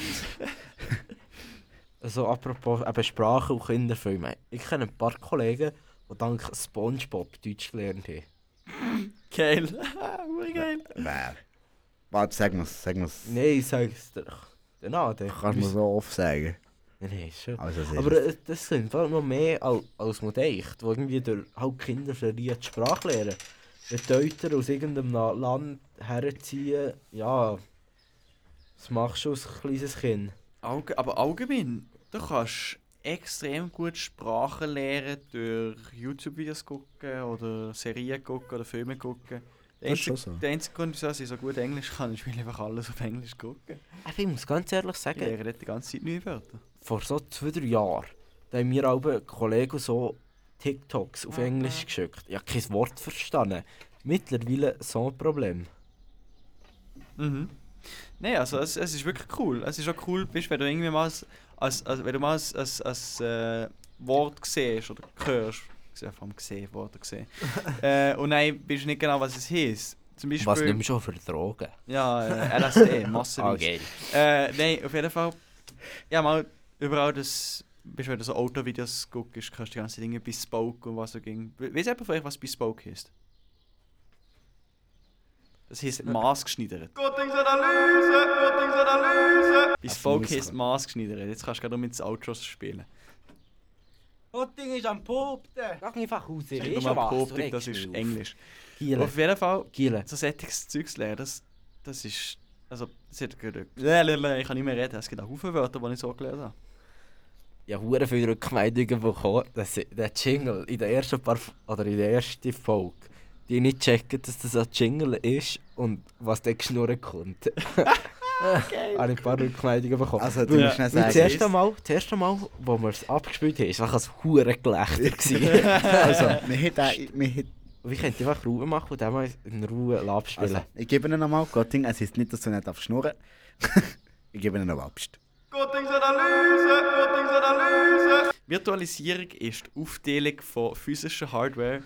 [SPEAKER 3] also apropos eben Sprache und Kinderfilme. Ich kenne ein paar Kollegen, die dank Spongebob Deutsch gelernt haben. <laughs>
[SPEAKER 4] Geil. Hure geil.
[SPEAKER 6] Wer? Warte, sag mal's, sag mal's.
[SPEAKER 3] Nein, sag's dir. Nein, der
[SPEAKER 6] Kannst du mir so oft sagen.
[SPEAKER 3] Nein, schon.
[SPEAKER 6] Also, das ist
[SPEAKER 3] Aber
[SPEAKER 6] es.
[SPEAKER 3] äh, das sind vor allem noch mehr als, als man denkt, wo irgendwie durch halt Kinderserien die Sprache lernen. Wenn die Eltern aus irgendeinem Na- Land herziehen, ja, das machst du als kleines Kind.
[SPEAKER 4] Allge aber allgemein, du kannst extrem gut Sprachen lernen durch YouTube-Videos gucken oder Serien gucken oder Filme gucken. Der
[SPEAKER 6] Das ist schon
[SPEAKER 4] einzige,
[SPEAKER 6] so.
[SPEAKER 4] der einzige Grund, wieso ich so gut Englisch kann, ist, weil ich einfach alles auf Englisch gucke.
[SPEAKER 3] Aber ich muss ganz ehrlich
[SPEAKER 4] Ich
[SPEAKER 3] sagen,
[SPEAKER 4] lerne dort die ganze Zeit neue Wörter.
[SPEAKER 3] vor so zwei, drei Jahren, da haben mir auch Kollegen so TikToks auf Englisch geschickt. Ich habe kein Wort verstanden. Mittlerweile so ein Problem.
[SPEAKER 4] Mhm. Nein, also es, es ist wirklich cool. Es ist auch cool, bist, wenn du irgendwie mal als, als, als, wenn du mal als, als, als äh, Wort siehst oder hörst. Ich sehe vom gesehen, Worte
[SPEAKER 6] <laughs>
[SPEAKER 4] gesehen. äh, und nein, bist du nicht genau, was es heisst. Zum Beispiel.
[SPEAKER 3] Was nimmst du schon für Drogen? Also,
[SPEAKER 4] Ja, äh, LSD, massenweise.
[SPEAKER 3] geil.
[SPEAKER 4] Äh, nein, auf jeden Fall. Ja, mal überall das. Bist, wenn du so Autovideos guckst, kannst du die ganzen Dinge Bespoke und was so ging. We- Weiss jemand von euch, was Bespoke heißt? Das heisst maßgeschneidert. Bespoke heisst maßgeschneidert. Jetzt kannst du gerade um ins Outro spielen.
[SPEAKER 2] Ding ist am Popten.
[SPEAKER 3] Sag einfach raus, ich
[SPEAKER 4] Nur mal Poptik, das ist Englisch.
[SPEAKER 3] Giele.
[SPEAKER 4] Auf jeden Fall,
[SPEAKER 3] Giele.
[SPEAKER 4] so solches Zeugs lernen, das, das ist. Also, es hat gerade- Lalalala, ich kann nicht mehr reden. Es gibt auch viele Wörter, die ich so gelernt habe.
[SPEAKER 3] Ja, hure viele Rückmeldungen bekommen, dass ich- der Jingle in der ersten paar F- oder in der ersten Folge, die nicht checken, dass das ein Jingle ist und was dann geschnurrt <laughs> kommt. Habe ich ein paar Rückmeldungen bekommen.
[SPEAKER 6] Also, du
[SPEAKER 3] Weil-
[SPEAKER 6] musst nicht
[SPEAKER 3] weil
[SPEAKER 6] sagen.
[SPEAKER 3] das erste Mal, das erste Mal, wo wir es abgespielt haben, war es hure Gelächter. gewesen.
[SPEAKER 6] Also, wir hätten auch- wir hätten-
[SPEAKER 3] Und ich könnte einfach Ruhe machen und dann mal in Ruhe abspielen.
[SPEAKER 6] also, ich gebe ihnen nochmal Gotting, es ist nicht, dass du nicht darfst schnurren. <laughs> ich gebe ihnen noch Abst.
[SPEAKER 4] Virtualisierung ist die Aufteilung von physischer Hardware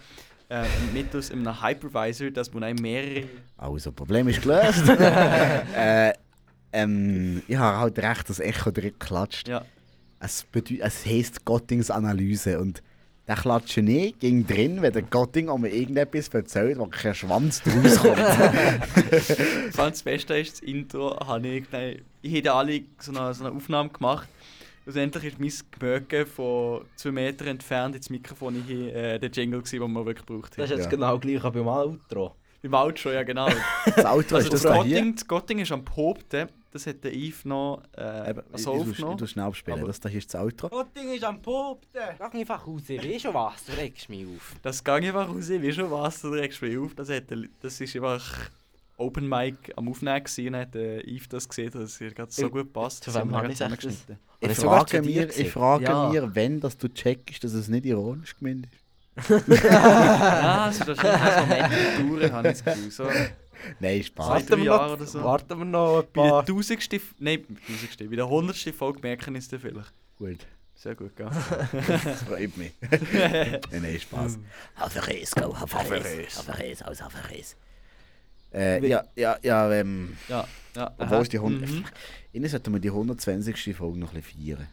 [SPEAKER 4] äh, mittels einem Hypervisor, dass man einem mehrere.
[SPEAKER 6] Also, Problem
[SPEAKER 4] <laughs>
[SPEAKER 6] ist gelöst. äh, ähm, ich habe halt recht, das Echo direkt klatscht.
[SPEAKER 4] Ja.
[SPEAKER 6] Es, bedeu- es heisst Gottings Analyse und der klatscht nie ging drin, wenn der Gotting um irgendetwas erzählt, wo kein Schwanz draus kommt.
[SPEAKER 4] <laughs> Vor allem das Beste ist, das Intro habe ich nein, Ich hätte alle so eine, so eine Aufnahme gemacht. Schlussendlich ist mein Gemöge von zwei Metern entfernt ins Mikrofon hier, äh, der Jingle, gewesen, den wir wirklich gebraucht
[SPEAKER 3] das ist
[SPEAKER 4] haben.
[SPEAKER 3] jetzt
[SPEAKER 6] ja.
[SPEAKER 3] genau gleich auch beim Outro.
[SPEAKER 4] Beim Outro, ja <laughs> genau.
[SPEAKER 6] das Auto
[SPEAKER 4] Also
[SPEAKER 6] ist das
[SPEAKER 4] das
[SPEAKER 6] da hier.
[SPEAKER 4] Gotting, das Gotting ist am Popten, das hat der Yves noch äh,
[SPEAKER 6] Eben,
[SPEAKER 4] so
[SPEAKER 6] ich, ich, ich,
[SPEAKER 4] aufgenommen.
[SPEAKER 6] ich schnell abspielen,
[SPEAKER 4] Aber- Oh,
[SPEAKER 6] das da hier ist das Outro.
[SPEAKER 3] Sag einfach raus, ich weiß schon was, du regst mich auf.
[SPEAKER 4] Das ging einfach raus, wie schon was, du regst mich auf. Das, hat, der- das ist einfach Open Mic am Aufnehmen gewesen und hat äh, Yves das gesehen, dass es ihr gerade so
[SPEAKER 3] Ich-
[SPEAKER 4] gut passt.
[SPEAKER 3] zu
[SPEAKER 4] Das
[SPEAKER 3] wem
[SPEAKER 4] haben wir
[SPEAKER 3] habe
[SPEAKER 4] gerade
[SPEAKER 3] ich gesagt,
[SPEAKER 4] zusammengeschnitten.
[SPEAKER 6] Ich
[SPEAKER 3] sogar zu
[SPEAKER 6] frage,
[SPEAKER 3] dir
[SPEAKER 6] mir,
[SPEAKER 3] gesehen.
[SPEAKER 6] ich frage
[SPEAKER 4] Ja.
[SPEAKER 6] mir, wenn dass du checkst, dass es nicht ironisch gemeint ist.
[SPEAKER 4] Ah, es wird wahrscheinlich auch so Moment dauern, habe ich das Gefühl. So, bei
[SPEAKER 6] Nein,
[SPEAKER 4] Zwei,
[SPEAKER 6] Spaß.
[SPEAKER 4] drei
[SPEAKER 3] Warten wir,
[SPEAKER 4] Jahre
[SPEAKER 3] noch,
[SPEAKER 4] oder so.
[SPEAKER 3] warten wir noch ein
[SPEAKER 4] der
[SPEAKER 3] paar.
[SPEAKER 4] tausendsten, F- nein, bei der tausendsten, bei der hundertsten Folge merken wir es dann vielleicht.
[SPEAKER 6] Gut,
[SPEAKER 4] Sehr gut, gell?
[SPEAKER 6] das
[SPEAKER 4] <laughs>
[SPEAKER 6] freut mich. nein, nein, Spaß.
[SPEAKER 4] Hm.
[SPEAKER 6] Haferes, go, Haferes. Haferes, aus Haferes. Äh, ja, ja, ja, ähm,
[SPEAKER 4] Ja, ja.
[SPEAKER 6] Obwohl
[SPEAKER 4] aha.
[SPEAKER 6] es die Hund-
[SPEAKER 4] Mhm.
[SPEAKER 6] innen sollten wir die 120. Folge noch ein bisschen feiern.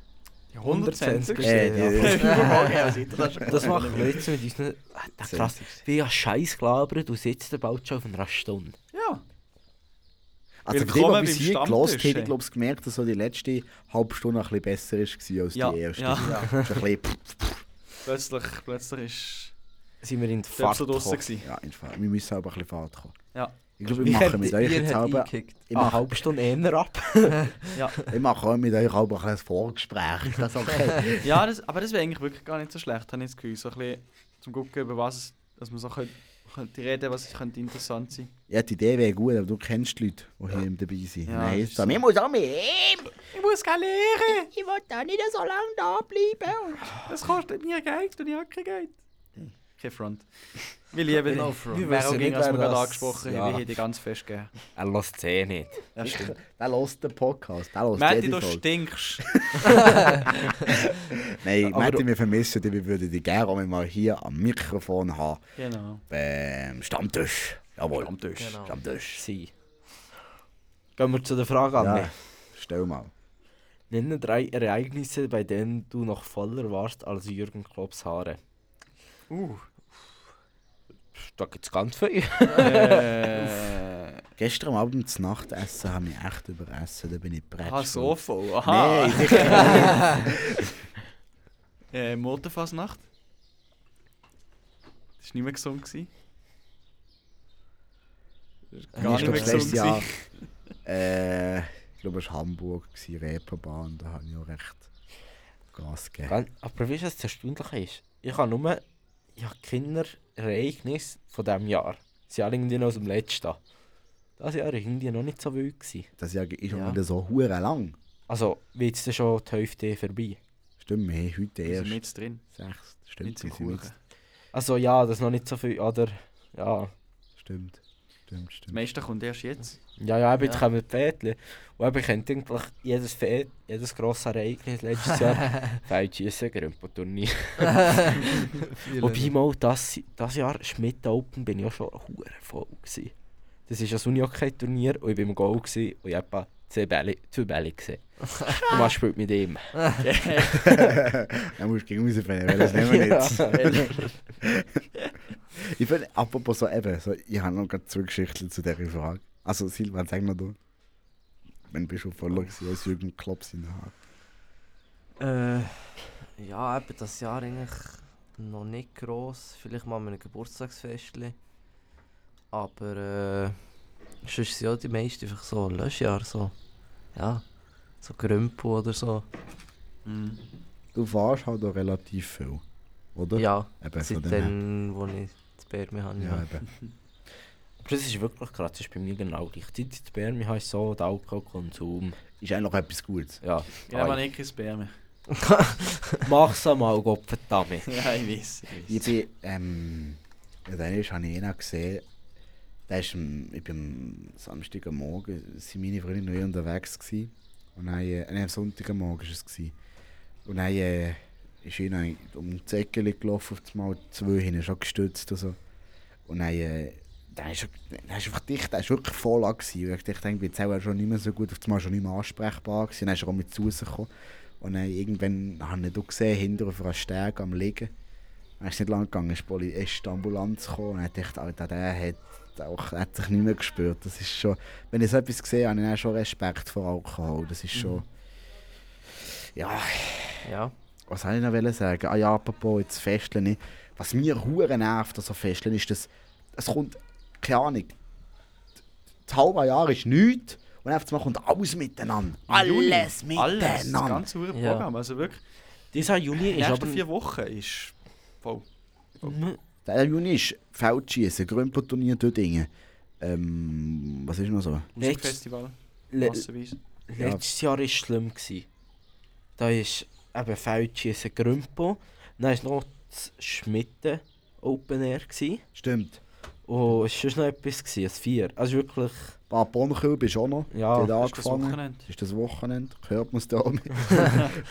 [SPEAKER 4] Die 120.
[SPEAKER 6] Äh, die,
[SPEAKER 3] Das machen wir jetzt mit unseren. Ah, das ist krass. Wie ein Scheiß gelabert, du sitzt dann bald schon auf einer Stunde.
[SPEAKER 4] <laughs> Ja.
[SPEAKER 6] <laughs>
[SPEAKER 4] <laughs>
[SPEAKER 6] also, für die,
[SPEAKER 4] Willkommen
[SPEAKER 6] die bis
[SPEAKER 4] beim
[SPEAKER 6] hier
[SPEAKER 4] Stammtisch,
[SPEAKER 6] gelost haben, ich
[SPEAKER 4] ey.
[SPEAKER 6] glaube, gemerkt, dass so die letzte halbe Stunde ein bisschen besser war als
[SPEAKER 4] Ja,
[SPEAKER 6] die erste.
[SPEAKER 4] ja.
[SPEAKER 6] Das ist ein bisschen, pff,
[SPEAKER 4] Plötzlich, plötzlich
[SPEAKER 3] Sind wir in die
[SPEAKER 4] ist der
[SPEAKER 3] Fahrt
[SPEAKER 4] so draussen.
[SPEAKER 3] gekommen.
[SPEAKER 4] gewesen.
[SPEAKER 6] ja, in Fall. Wir müssen aber ein bisschen Fahrt kommen.
[SPEAKER 4] Ja.
[SPEAKER 6] Ich glaube, ich mache mit euch jetzt aber. Ich
[SPEAKER 3] Eine
[SPEAKER 6] mache
[SPEAKER 3] halbe Stunde eher <laughs> ab.
[SPEAKER 6] Ich mache auch mit euch aber ein Vorgespräch. Ist
[SPEAKER 4] <laughs>
[SPEAKER 6] das okay?
[SPEAKER 4] Ja, das, aber das wäre eigentlich wirklich gar nicht so schlecht, habe ich das Gefühl. So ein bisschen zum Gucken, über was es, dass man so könnte, könnte reden, was könnte interessant sein.
[SPEAKER 6] ja, die Idee wäre gut, aber du kennst die Leute, die hier im dabei sind.
[SPEAKER 4] Ja,
[SPEAKER 6] Nein,
[SPEAKER 4] das
[SPEAKER 6] ich
[SPEAKER 4] ist
[SPEAKER 6] sage,
[SPEAKER 4] so.
[SPEAKER 6] ich muss auch mit ihm.
[SPEAKER 4] Ich muss gar lehren!
[SPEAKER 1] Ich will da nicht so lange da bleiben.
[SPEAKER 4] Das kostet mir Geld und ich habe kein Geld. Kein Front. <laughs> Wir lieben
[SPEAKER 3] No
[SPEAKER 4] dich.
[SPEAKER 3] front.
[SPEAKER 4] Wir
[SPEAKER 3] Wir wissen
[SPEAKER 4] wären gegen,
[SPEAKER 3] nicht,
[SPEAKER 4] was wir
[SPEAKER 3] wer
[SPEAKER 4] gerade
[SPEAKER 3] das-
[SPEAKER 4] angesprochen
[SPEAKER 3] ja.
[SPEAKER 4] haben. Wir haben die ganz fest gegeben.
[SPEAKER 3] Er lässt es eh nicht.
[SPEAKER 4] Ja, stimmt.
[SPEAKER 6] Der hört den Podcast, der hört
[SPEAKER 4] Matti,
[SPEAKER 6] jede
[SPEAKER 4] du
[SPEAKER 6] Folge.
[SPEAKER 4] stinkst.
[SPEAKER 6] Nein,
[SPEAKER 3] Aber
[SPEAKER 6] Matti,
[SPEAKER 3] du-
[SPEAKER 6] wir vermissen dich. Wir würden dich gerne auch mal hier am Mikrofon haben.
[SPEAKER 4] <laughs> Genau.
[SPEAKER 6] Beim Stammtisch. Jawohl. Stammtisch.
[SPEAKER 5] Genau.
[SPEAKER 6] Stammtisch.
[SPEAKER 3] Sein. Gehen wir zu der Frage an.
[SPEAKER 6] Ja,
[SPEAKER 3] dich.
[SPEAKER 6] stell mal.
[SPEAKER 3] Nenne drei Ereignisse, bei denen du noch voller warst als Jürgen Klopps Haare.
[SPEAKER 4] Uh.
[SPEAKER 3] Da gibt es ganz viel.
[SPEAKER 4] Äh,
[SPEAKER 6] Gestern Abend zu Nachtessen haben wir echt überessen. Da bin ich bereit.
[SPEAKER 4] ah, so voll. Aha.
[SPEAKER 6] Nein, sicher.
[SPEAKER 4] Äh, Motorfassnacht. Das war nicht mehr gesund. Gewesen.
[SPEAKER 6] Ich
[SPEAKER 4] Gar
[SPEAKER 6] glaube,
[SPEAKER 4] nicht mehr
[SPEAKER 6] das letzte
[SPEAKER 4] gesund.
[SPEAKER 6] Jahr.
[SPEAKER 4] gewesen.
[SPEAKER 6] Äh, ich glaube, es war Hamburg, gewesen, Reeperbahn, da habe ich auch recht Gas gegeben.
[SPEAKER 3] Ganz- Aber weißt du, was das Erstaunliche ist? Ich habe nur ich habe Kinderereignisse von diesem Jahr. Sie waren irgendwie noch aus dem letzten. Das Jahr war irgendwie noch nicht so wild. Gewesen.
[SPEAKER 6] Das Jahr ist schon
[SPEAKER 3] Ja.
[SPEAKER 6] wieder so hure lang.
[SPEAKER 3] Also, wird es schon die Hälfte vorbei?
[SPEAKER 6] Stimmt, wir haben heute
[SPEAKER 4] Wir sind
[SPEAKER 6] erst
[SPEAKER 4] mit drin.
[SPEAKER 6] sechs. Stimmt,
[SPEAKER 4] Mit zum
[SPEAKER 6] wir sind
[SPEAKER 4] Kuchen.
[SPEAKER 6] jetzt-
[SPEAKER 3] Also ja, das ist noch nicht so viel, oder? Ja,
[SPEAKER 6] Stimmt. Stimmt,
[SPEAKER 4] Das
[SPEAKER 6] stimmt.
[SPEAKER 4] meiste kommt erst jetzt.
[SPEAKER 3] Ja, ja, eben, jetzt
[SPEAKER 5] Ja.
[SPEAKER 3] kommen die Fädchen. Und eben kennt eigentlich jedes Fäd, jedes grosse Ereignis letztes Jahr. Feldschiessen, Grümpo-Turnier. Wobei mal, das, das Jahr Schmidt Open bin ich ja schon hure voll gewesen. Das war ein Uni-Hockey-Turnier und ich war im Goal gewesen, und ich habe etwa zwei Bälle, zwei Bälle gesehen. und man spielt mit ihm.
[SPEAKER 6] Dann musst du gegen uns finden, weil das nehmen wir nicht.
[SPEAKER 3] Ja,
[SPEAKER 6] Ich finde, apropos so eben, so, ich habe noch gerade zwei Geschichten zu dieser Frage. Also Silvan, sag mal du. Wenn bist du voller gewesen, als Jürgen Klopp seine Haare.
[SPEAKER 5] Äh, ja, eben das Jahr eigentlich noch nicht gross. Vielleicht mal mit einem Geburtstagsfest. Aber äh, sonst sind ja die meisten einfach so Löschjahr so. Ja, so Grümpel oder so.
[SPEAKER 4] Mhm.
[SPEAKER 6] Du fährst halt auch relativ viel, oder?
[SPEAKER 5] Ja,
[SPEAKER 6] eben, von dem her.
[SPEAKER 5] seitdem, wo ich das Bär mehr habe.
[SPEAKER 6] Ja,
[SPEAKER 5] Ja.
[SPEAKER 6] eben.
[SPEAKER 3] Aber das ist wirklich krass, das ist bei mir genau gleich. Die, die Bärme haben so den Alkoholkonsum.
[SPEAKER 6] Ist eigentlich noch etwas Gutes.
[SPEAKER 3] Ja,
[SPEAKER 4] Ich nehme nicht kein Bär mehr.
[SPEAKER 3] mach's einmal, Gottverdammt.
[SPEAKER 4] <laughs> Ja, ich weiß. Ich
[SPEAKER 6] Ich
[SPEAKER 4] weiß.
[SPEAKER 6] bin, ähm, ja, dann ist, habe ich einen gesehen, da ist, am- ich bin am Samstag am Morgen, sind meine Freunde neu unterwegs gewesen. Und dann, äh, nein, am Sonntag am Morgen war es. Gewesen. Und dann äh, ist einer um die Ecke gelaufen, auf einmal zwei hinten schon gestützt und so. Und dann, äh, der ist, der ist einfach dicht, der ist wirklich voll an gewesen. Und ich denke, jetzt auch er schon nicht mehr so gut, auf einmal schon nicht mehr ansprechbar gewesen. Dann ist er auch mit zu Hause gekommen. Und dann irgendwann habe ich ihn gesehen, hinter auf einer Stärke am liegen. Er ist nicht lang gegangen, ist, die Poli- ist die Ambulanz gekommen und ich dachte, Alter, der hat, auch, der hat sich nicht mehr gespürt. Das ist schon, wenn ich so etwas sehe, habe ich dann schon Respekt vor Alkohol. Das ist schon... Ja,
[SPEAKER 5] ja.
[SPEAKER 6] was soll ich noch wollen sagen? Ah ja, apropos, jetzt Festeln. nicht. Was mir hure nervt an so Festeln ist, dass es kommt, keine Ahnung, das halbe Jahr ist nichts und auf einmal kommt alles miteinander. Alles
[SPEAKER 4] Alles. Das
[SPEAKER 6] miteinander.
[SPEAKER 4] ganze Hurenprogramm.
[SPEAKER 5] Ja.
[SPEAKER 4] Programm. Also wirklich,
[SPEAKER 3] Dieser Juni
[SPEAKER 4] die
[SPEAKER 3] ist aber...
[SPEAKER 4] nächsten vier Wochen ist voll.
[SPEAKER 6] Der Juni ist Feldschießen, Grümpelturnier, dort Dinge. Ähm, was ist noch so?
[SPEAKER 3] Letzt,
[SPEAKER 4] Festival.
[SPEAKER 3] le,
[SPEAKER 4] Massenweise.
[SPEAKER 3] Letztes Jahr war es schlimm. Gewesen. Da ist eben Feldschiessen Grümpo. Dann war noch das Schmitten Open Air. Gewesen.
[SPEAKER 6] Stimmt.
[SPEAKER 3] Und Oh, es war sonst noch etwas, gewesen, ein Vier. Also wirklich,
[SPEAKER 6] Bad Bonnkühl bist auch noch.
[SPEAKER 3] ja.
[SPEAKER 6] Die hat
[SPEAKER 4] Das ist das
[SPEAKER 6] angefangen.
[SPEAKER 4] Wochenende.
[SPEAKER 6] Das ist das Wochenende. Hört man es da <laughs> mit.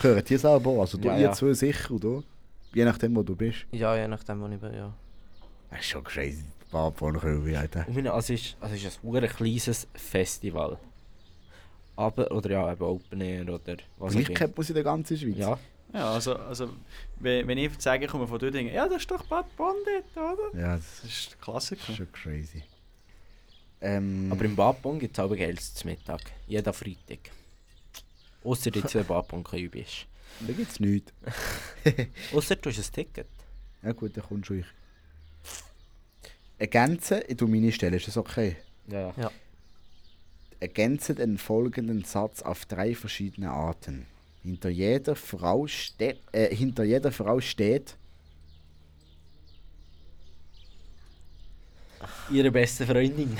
[SPEAKER 6] Hört ihr selber. Also du,
[SPEAKER 3] Ja,
[SPEAKER 6] ihr
[SPEAKER 3] ja.
[SPEAKER 6] zwei sicher, oder? Je nachdem, wo du bist.
[SPEAKER 5] ja, je nachdem, wo ich bin. Ja.
[SPEAKER 6] Das ist schon crazy. Bad Bonnkühl, Alter.
[SPEAKER 3] Und meine, also es ist, also es ist ein sehr kleines Festival. Aber, oder ja, eben Open Air oder was
[SPEAKER 6] Gleich kennt man sie in der ganzen Schweiz.
[SPEAKER 3] Ja,
[SPEAKER 4] Ja, also, also wenn, wenn ich jetzt sage, ich komme von dort, denke ich, ja, das ist doch Bad Bondit, oder?
[SPEAKER 6] Ja, das
[SPEAKER 4] Das ist der
[SPEAKER 6] ist
[SPEAKER 4] Klassiker.
[SPEAKER 6] schon crazy. Ähm,
[SPEAKER 3] aber im Badbon gibt es aber geiles zu Mittag. Jeden Freitag. Außer die zwei badbon bist.
[SPEAKER 6] da gibt es nichts.
[SPEAKER 3] Außer du hast ein Ticket.
[SPEAKER 6] Ja gut, dann kommst du ich. Ergänzen, ich tue meine Stelle, ist das okay?
[SPEAKER 3] Ja.
[SPEAKER 6] Ergänze den folgenden Satz auf drei verschiedene Arten. Hinter jeder Frau, ste äh, hinter jeder Frau steht.
[SPEAKER 3] Ihre beste Freundin.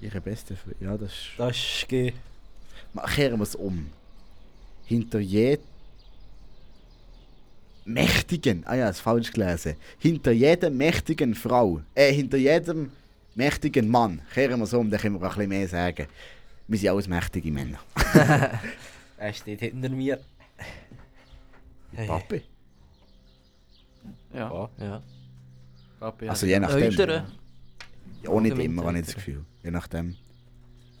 [SPEAKER 6] Ihre beste Fre Ja, das ist.
[SPEAKER 3] Das ist ge-
[SPEAKER 6] Ma- Kehren wir es um. Hinter jed. Mächtigen. Ah ja, ist falsch gelesen. Hinter jeder mächtigen Frau. Äh, hinter jedem mächtigen Mann. Kehren wir es um, dann können wir ein bisschen mehr sagen. Wir sind alles mächtige Männer.
[SPEAKER 3] Er steht hinter mir. Hey.
[SPEAKER 6] Papi.
[SPEAKER 4] Ja,
[SPEAKER 3] Ja.
[SPEAKER 5] Ja.
[SPEAKER 4] Papi.
[SPEAKER 6] Also je nachdem.
[SPEAKER 5] Eltern?
[SPEAKER 6] Ja, auch nicht
[SPEAKER 5] Oder
[SPEAKER 6] immer, habe ich
[SPEAKER 5] Wintereltern.
[SPEAKER 6] das Gefühl. Je nachdem.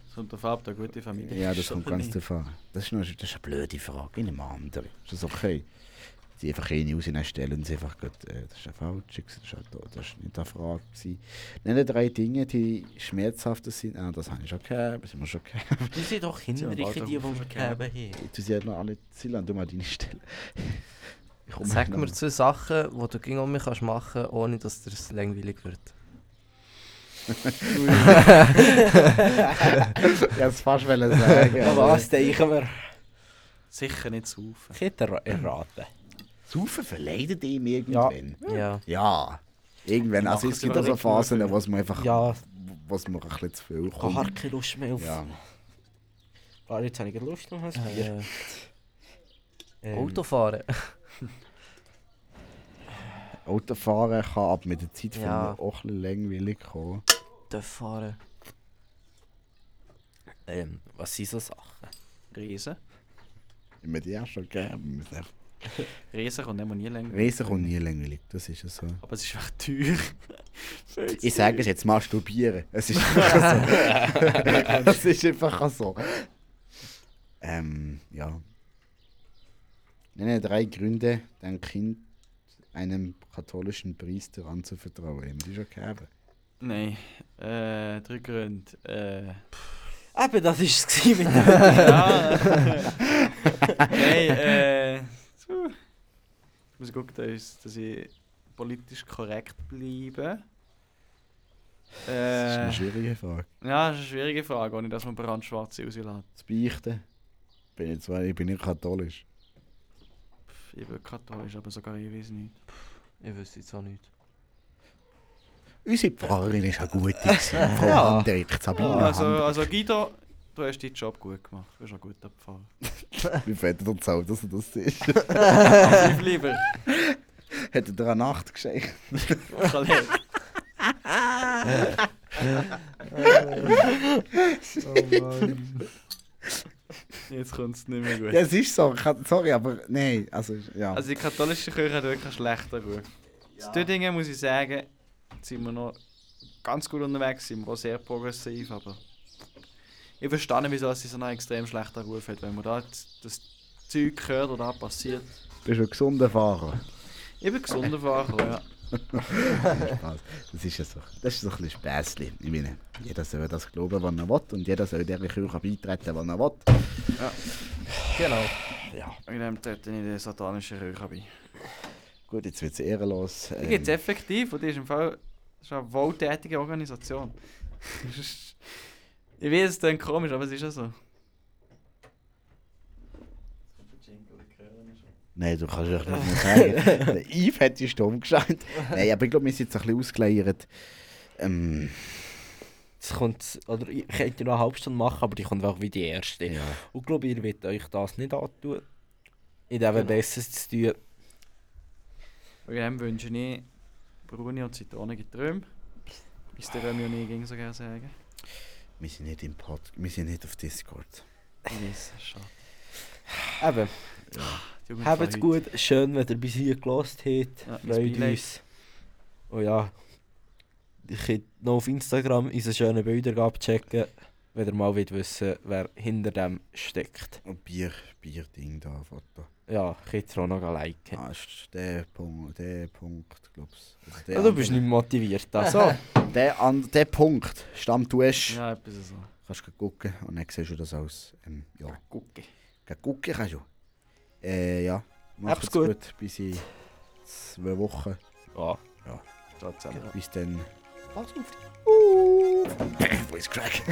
[SPEAKER 4] Es kommt auf ab, der gute Familie.
[SPEAKER 6] Ja,
[SPEAKER 4] <laughs>
[SPEAKER 6] das
[SPEAKER 4] ist
[SPEAKER 6] kommt
[SPEAKER 4] oder
[SPEAKER 6] ganz
[SPEAKER 4] nicht?
[SPEAKER 6] drauf an. Das ist, noch, das ist eine blöde Frage, in einem anderen. Ist das okay? Sie einfach eine aus ihnen stellen und sie einfach gut, äh, das ist ein falsches, das ist, ein, to- das ist nicht eine Frage. Gewesen. Nenne drei Dinge, die schmerzhafter sind. Ah, das habe ich schon gehabt, das haben wir schon gehabt.
[SPEAKER 3] Du sind doch Hinderliche, die, die wir gegeben haben.
[SPEAKER 6] Du siehst noch alle Ziele an, du mal deine Stelle. <laughs> Ich komme
[SPEAKER 5] Sag
[SPEAKER 6] noch-
[SPEAKER 5] mir zwei Sachen, die du gegen mich kannst machen kannst, ohne dass dir es langweilig wird.
[SPEAKER 6] Ich hätte es fast
[SPEAKER 4] <laughs>
[SPEAKER 6] wollen sagen.
[SPEAKER 3] Ja, was denken wir?
[SPEAKER 4] Sicher nicht saufen.
[SPEAKER 3] Könnt ihr erraten?
[SPEAKER 6] Saufen verleidet ihm irgendwann.
[SPEAKER 5] Ja.
[SPEAKER 6] Ja. Irgendwann. Also es
[SPEAKER 4] Machen sie
[SPEAKER 6] gibt
[SPEAKER 4] aber
[SPEAKER 6] auch so
[SPEAKER 4] nicht
[SPEAKER 6] Phasen,
[SPEAKER 4] genug.
[SPEAKER 6] wo es mir einfach,
[SPEAKER 3] Ja,
[SPEAKER 6] wo es mir ein bisschen zu viel
[SPEAKER 3] ich habe
[SPEAKER 6] kommt.
[SPEAKER 3] hart keine Lust mehr auf.
[SPEAKER 6] Ja.
[SPEAKER 3] Ah, jetzt habe ich keine Lust auf ein Bier.
[SPEAKER 5] Äh,
[SPEAKER 3] Ähm,
[SPEAKER 5] Eh, Autofahren.
[SPEAKER 6] Autofahren kann aber mit der Zeit
[SPEAKER 5] Ja.
[SPEAKER 6] finde ich auch ein bisschen langweilig kommen.
[SPEAKER 5] Dürfen fahren.
[SPEAKER 3] Ähm, was sind so Sachen?
[SPEAKER 4] Riesen.
[SPEAKER 6] Ich würde die auch schon geben.
[SPEAKER 4] Riesen kommt immer nie länger.
[SPEAKER 6] Reisen kommt nie langweilig, das ist ja so.
[SPEAKER 4] Aber es ist echt teuer. <laughs> Viel zu
[SPEAKER 6] Ich sage es jetzt, masturbieren. Es <laughs> ist <laughs> einfach so. es ist einfach so. Ähm, ja. Nenne drei Gründe, dein Kind einem katholischen Priester anzuvertrauen. Haben die schon gegeben?
[SPEAKER 4] Nein, äh, drei Gründe. Äh,
[SPEAKER 3] Eben, das war es gewesen mit dem.
[SPEAKER 6] <laughs>
[SPEAKER 4] ja. Nein, äh. so. Ich muss gucken, dass ich, dass ich politisch korrekt bleibe.
[SPEAKER 6] Das ist
[SPEAKER 4] Äh,
[SPEAKER 6] eine schwierige Frage.
[SPEAKER 4] ja, das ist eine schwierige Frage, ohne dass man brandschwarze rauslässt.
[SPEAKER 6] Zu beichten. Bin ich, zwar, ich bin nicht katholisch.
[SPEAKER 4] Pff, Ich bin katholisch, aber sogar ich weiß nicht.
[SPEAKER 5] Ich wüsste jetzt auch nicht.
[SPEAKER 6] Unsere Pfarrerin ist eine
[SPEAKER 4] <laughs>
[SPEAKER 6] gute. gewesen. Frau Handrecht, Sabine
[SPEAKER 4] Ja, also,
[SPEAKER 6] Handrecht.
[SPEAKER 4] also Guido, du hast deinen Job gut gemacht. Du bist ein guter
[SPEAKER 6] <laughs>
[SPEAKER 4] Pfarrer.
[SPEAKER 6] Wie fällt dir das auf, dass er
[SPEAKER 4] <laughs>
[SPEAKER 6] das ist?
[SPEAKER 4] Bleib lieber,
[SPEAKER 6] Hat er dir eine Nacht geschenkt?
[SPEAKER 4] Kollege. Oh, Jetzt kommt es nicht mehr gut.
[SPEAKER 6] Ja, es ist so. Ich kann- Sorry, aber nein. Also, ja.
[SPEAKER 4] Also die katholische Kirche hat wirklich einen schlechten Ruf. Ja. Zu Dingen muss ich sagen, sind wir noch ganz gut unterwegs, sind wir auch sehr progressiv, aber ich verstehe nicht, wieso sie so einen extrem schlechten Ruf hat, wenn man da jetzt das Zeug hört oder da passiert.
[SPEAKER 6] bist du ein gesunder Fahrer.
[SPEAKER 4] Ich bin gesunder Fahrer, ja.
[SPEAKER 6] Spaß. Das ist ja so, das ist so ein bisschen Späßchen. Ich meine, jeder soll das glauben, was er will und jeder soll der Kirche beitreten, was er will.
[SPEAKER 5] Genau.
[SPEAKER 4] Ich nehme dort in der satanischen Kirche bei.
[SPEAKER 6] Gut, jetzt wird es ehrenlos.
[SPEAKER 4] Die gibt es
[SPEAKER 6] Ähm,
[SPEAKER 4] effektiv und die ist im Fall das ist eine wohltätige Organisation. <laughs> ich weiß, es klingt komisch, aber es ist ja so.
[SPEAKER 6] Nein, du kannst doch nicht
[SPEAKER 4] <laughs>
[SPEAKER 6] mehr sagen. Der Yves hat die Sturm geschaut. Nein, aber ich glaube, wir sind jetzt ein bisschen ausgeleiert. Ähm,
[SPEAKER 3] Das kommt, oder ich könnte noch eine halbe Stunde machen, aber die kommt auch wie die erste.
[SPEAKER 6] ja.
[SPEAKER 3] Und ich glaube, ihr wollt euch das nicht antun. Ich
[SPEAKER 4] Genau.
[SPEAKER 3] glaube, besser zu tun.
[SPEAKER 4] Und dem wünsche ich braune und zitronige Träume. Bis der Römi und ich ging so gerne sagen.
[SPEAKER 6] Wir sind nicht im Pod, wir sind nicht auf Discord.
[SPEAKER 4] Ich weiß, schade.
[SPEAKER 3] Eben,
[SPEAKER 4] Die Jugend
[SPEAKER 3] habt's
[SPEAKER 4] von
[SPEAKER 3] gut. Schön, wenn ihr bis hier gelost habt.
[SPEAKER 4] Ja, mein
[SPEAKER 3] Freut
[SPEAKER 4] Beileid.
[SPEAKER 3] uns. Oh ja. Ihr könnt noch auf Instagram unsere schönen Bilder abchecken, wenn ihr mal wollt wissen wer hinter dem steckt.
[SPEAKER 6] Und Bier, Bier-Ding da, Foto.
[SPEAKER 3] Ja, könnt ihr auch noch liken.
[SPEAKER 6] Ah, ist der Punkt, der Punkt, glaubst also der
[SPEAKER 3] Ja, Ah, du bist
[SPEAKER 6] andere-
[SPEAKER 3] nicht motiviert. Also.
[SPEAKER 6] So, <laughs> der, an, der Punkt stammt du hast.
[SPEAKER 4] heute. Ja, etwas so.
[SPEAKER 6] Kannst du gucken und dann siehst du das alles. Ähm, ja,
[SPEAKER 4] Gucke.
[SPEAKER 6] Geh gucken kannst du. Äh, ja.
[SPEAKER 3] Hab's gut.
[SPEAKER 6] Bis in zwei Wochen.
[SPEAKER 3] Ja.
[SPEAKER 4] Ciao zusammen.
[SPEAKER 6] <laughs> Bis dann. Pass auf. Uh! Voice crack.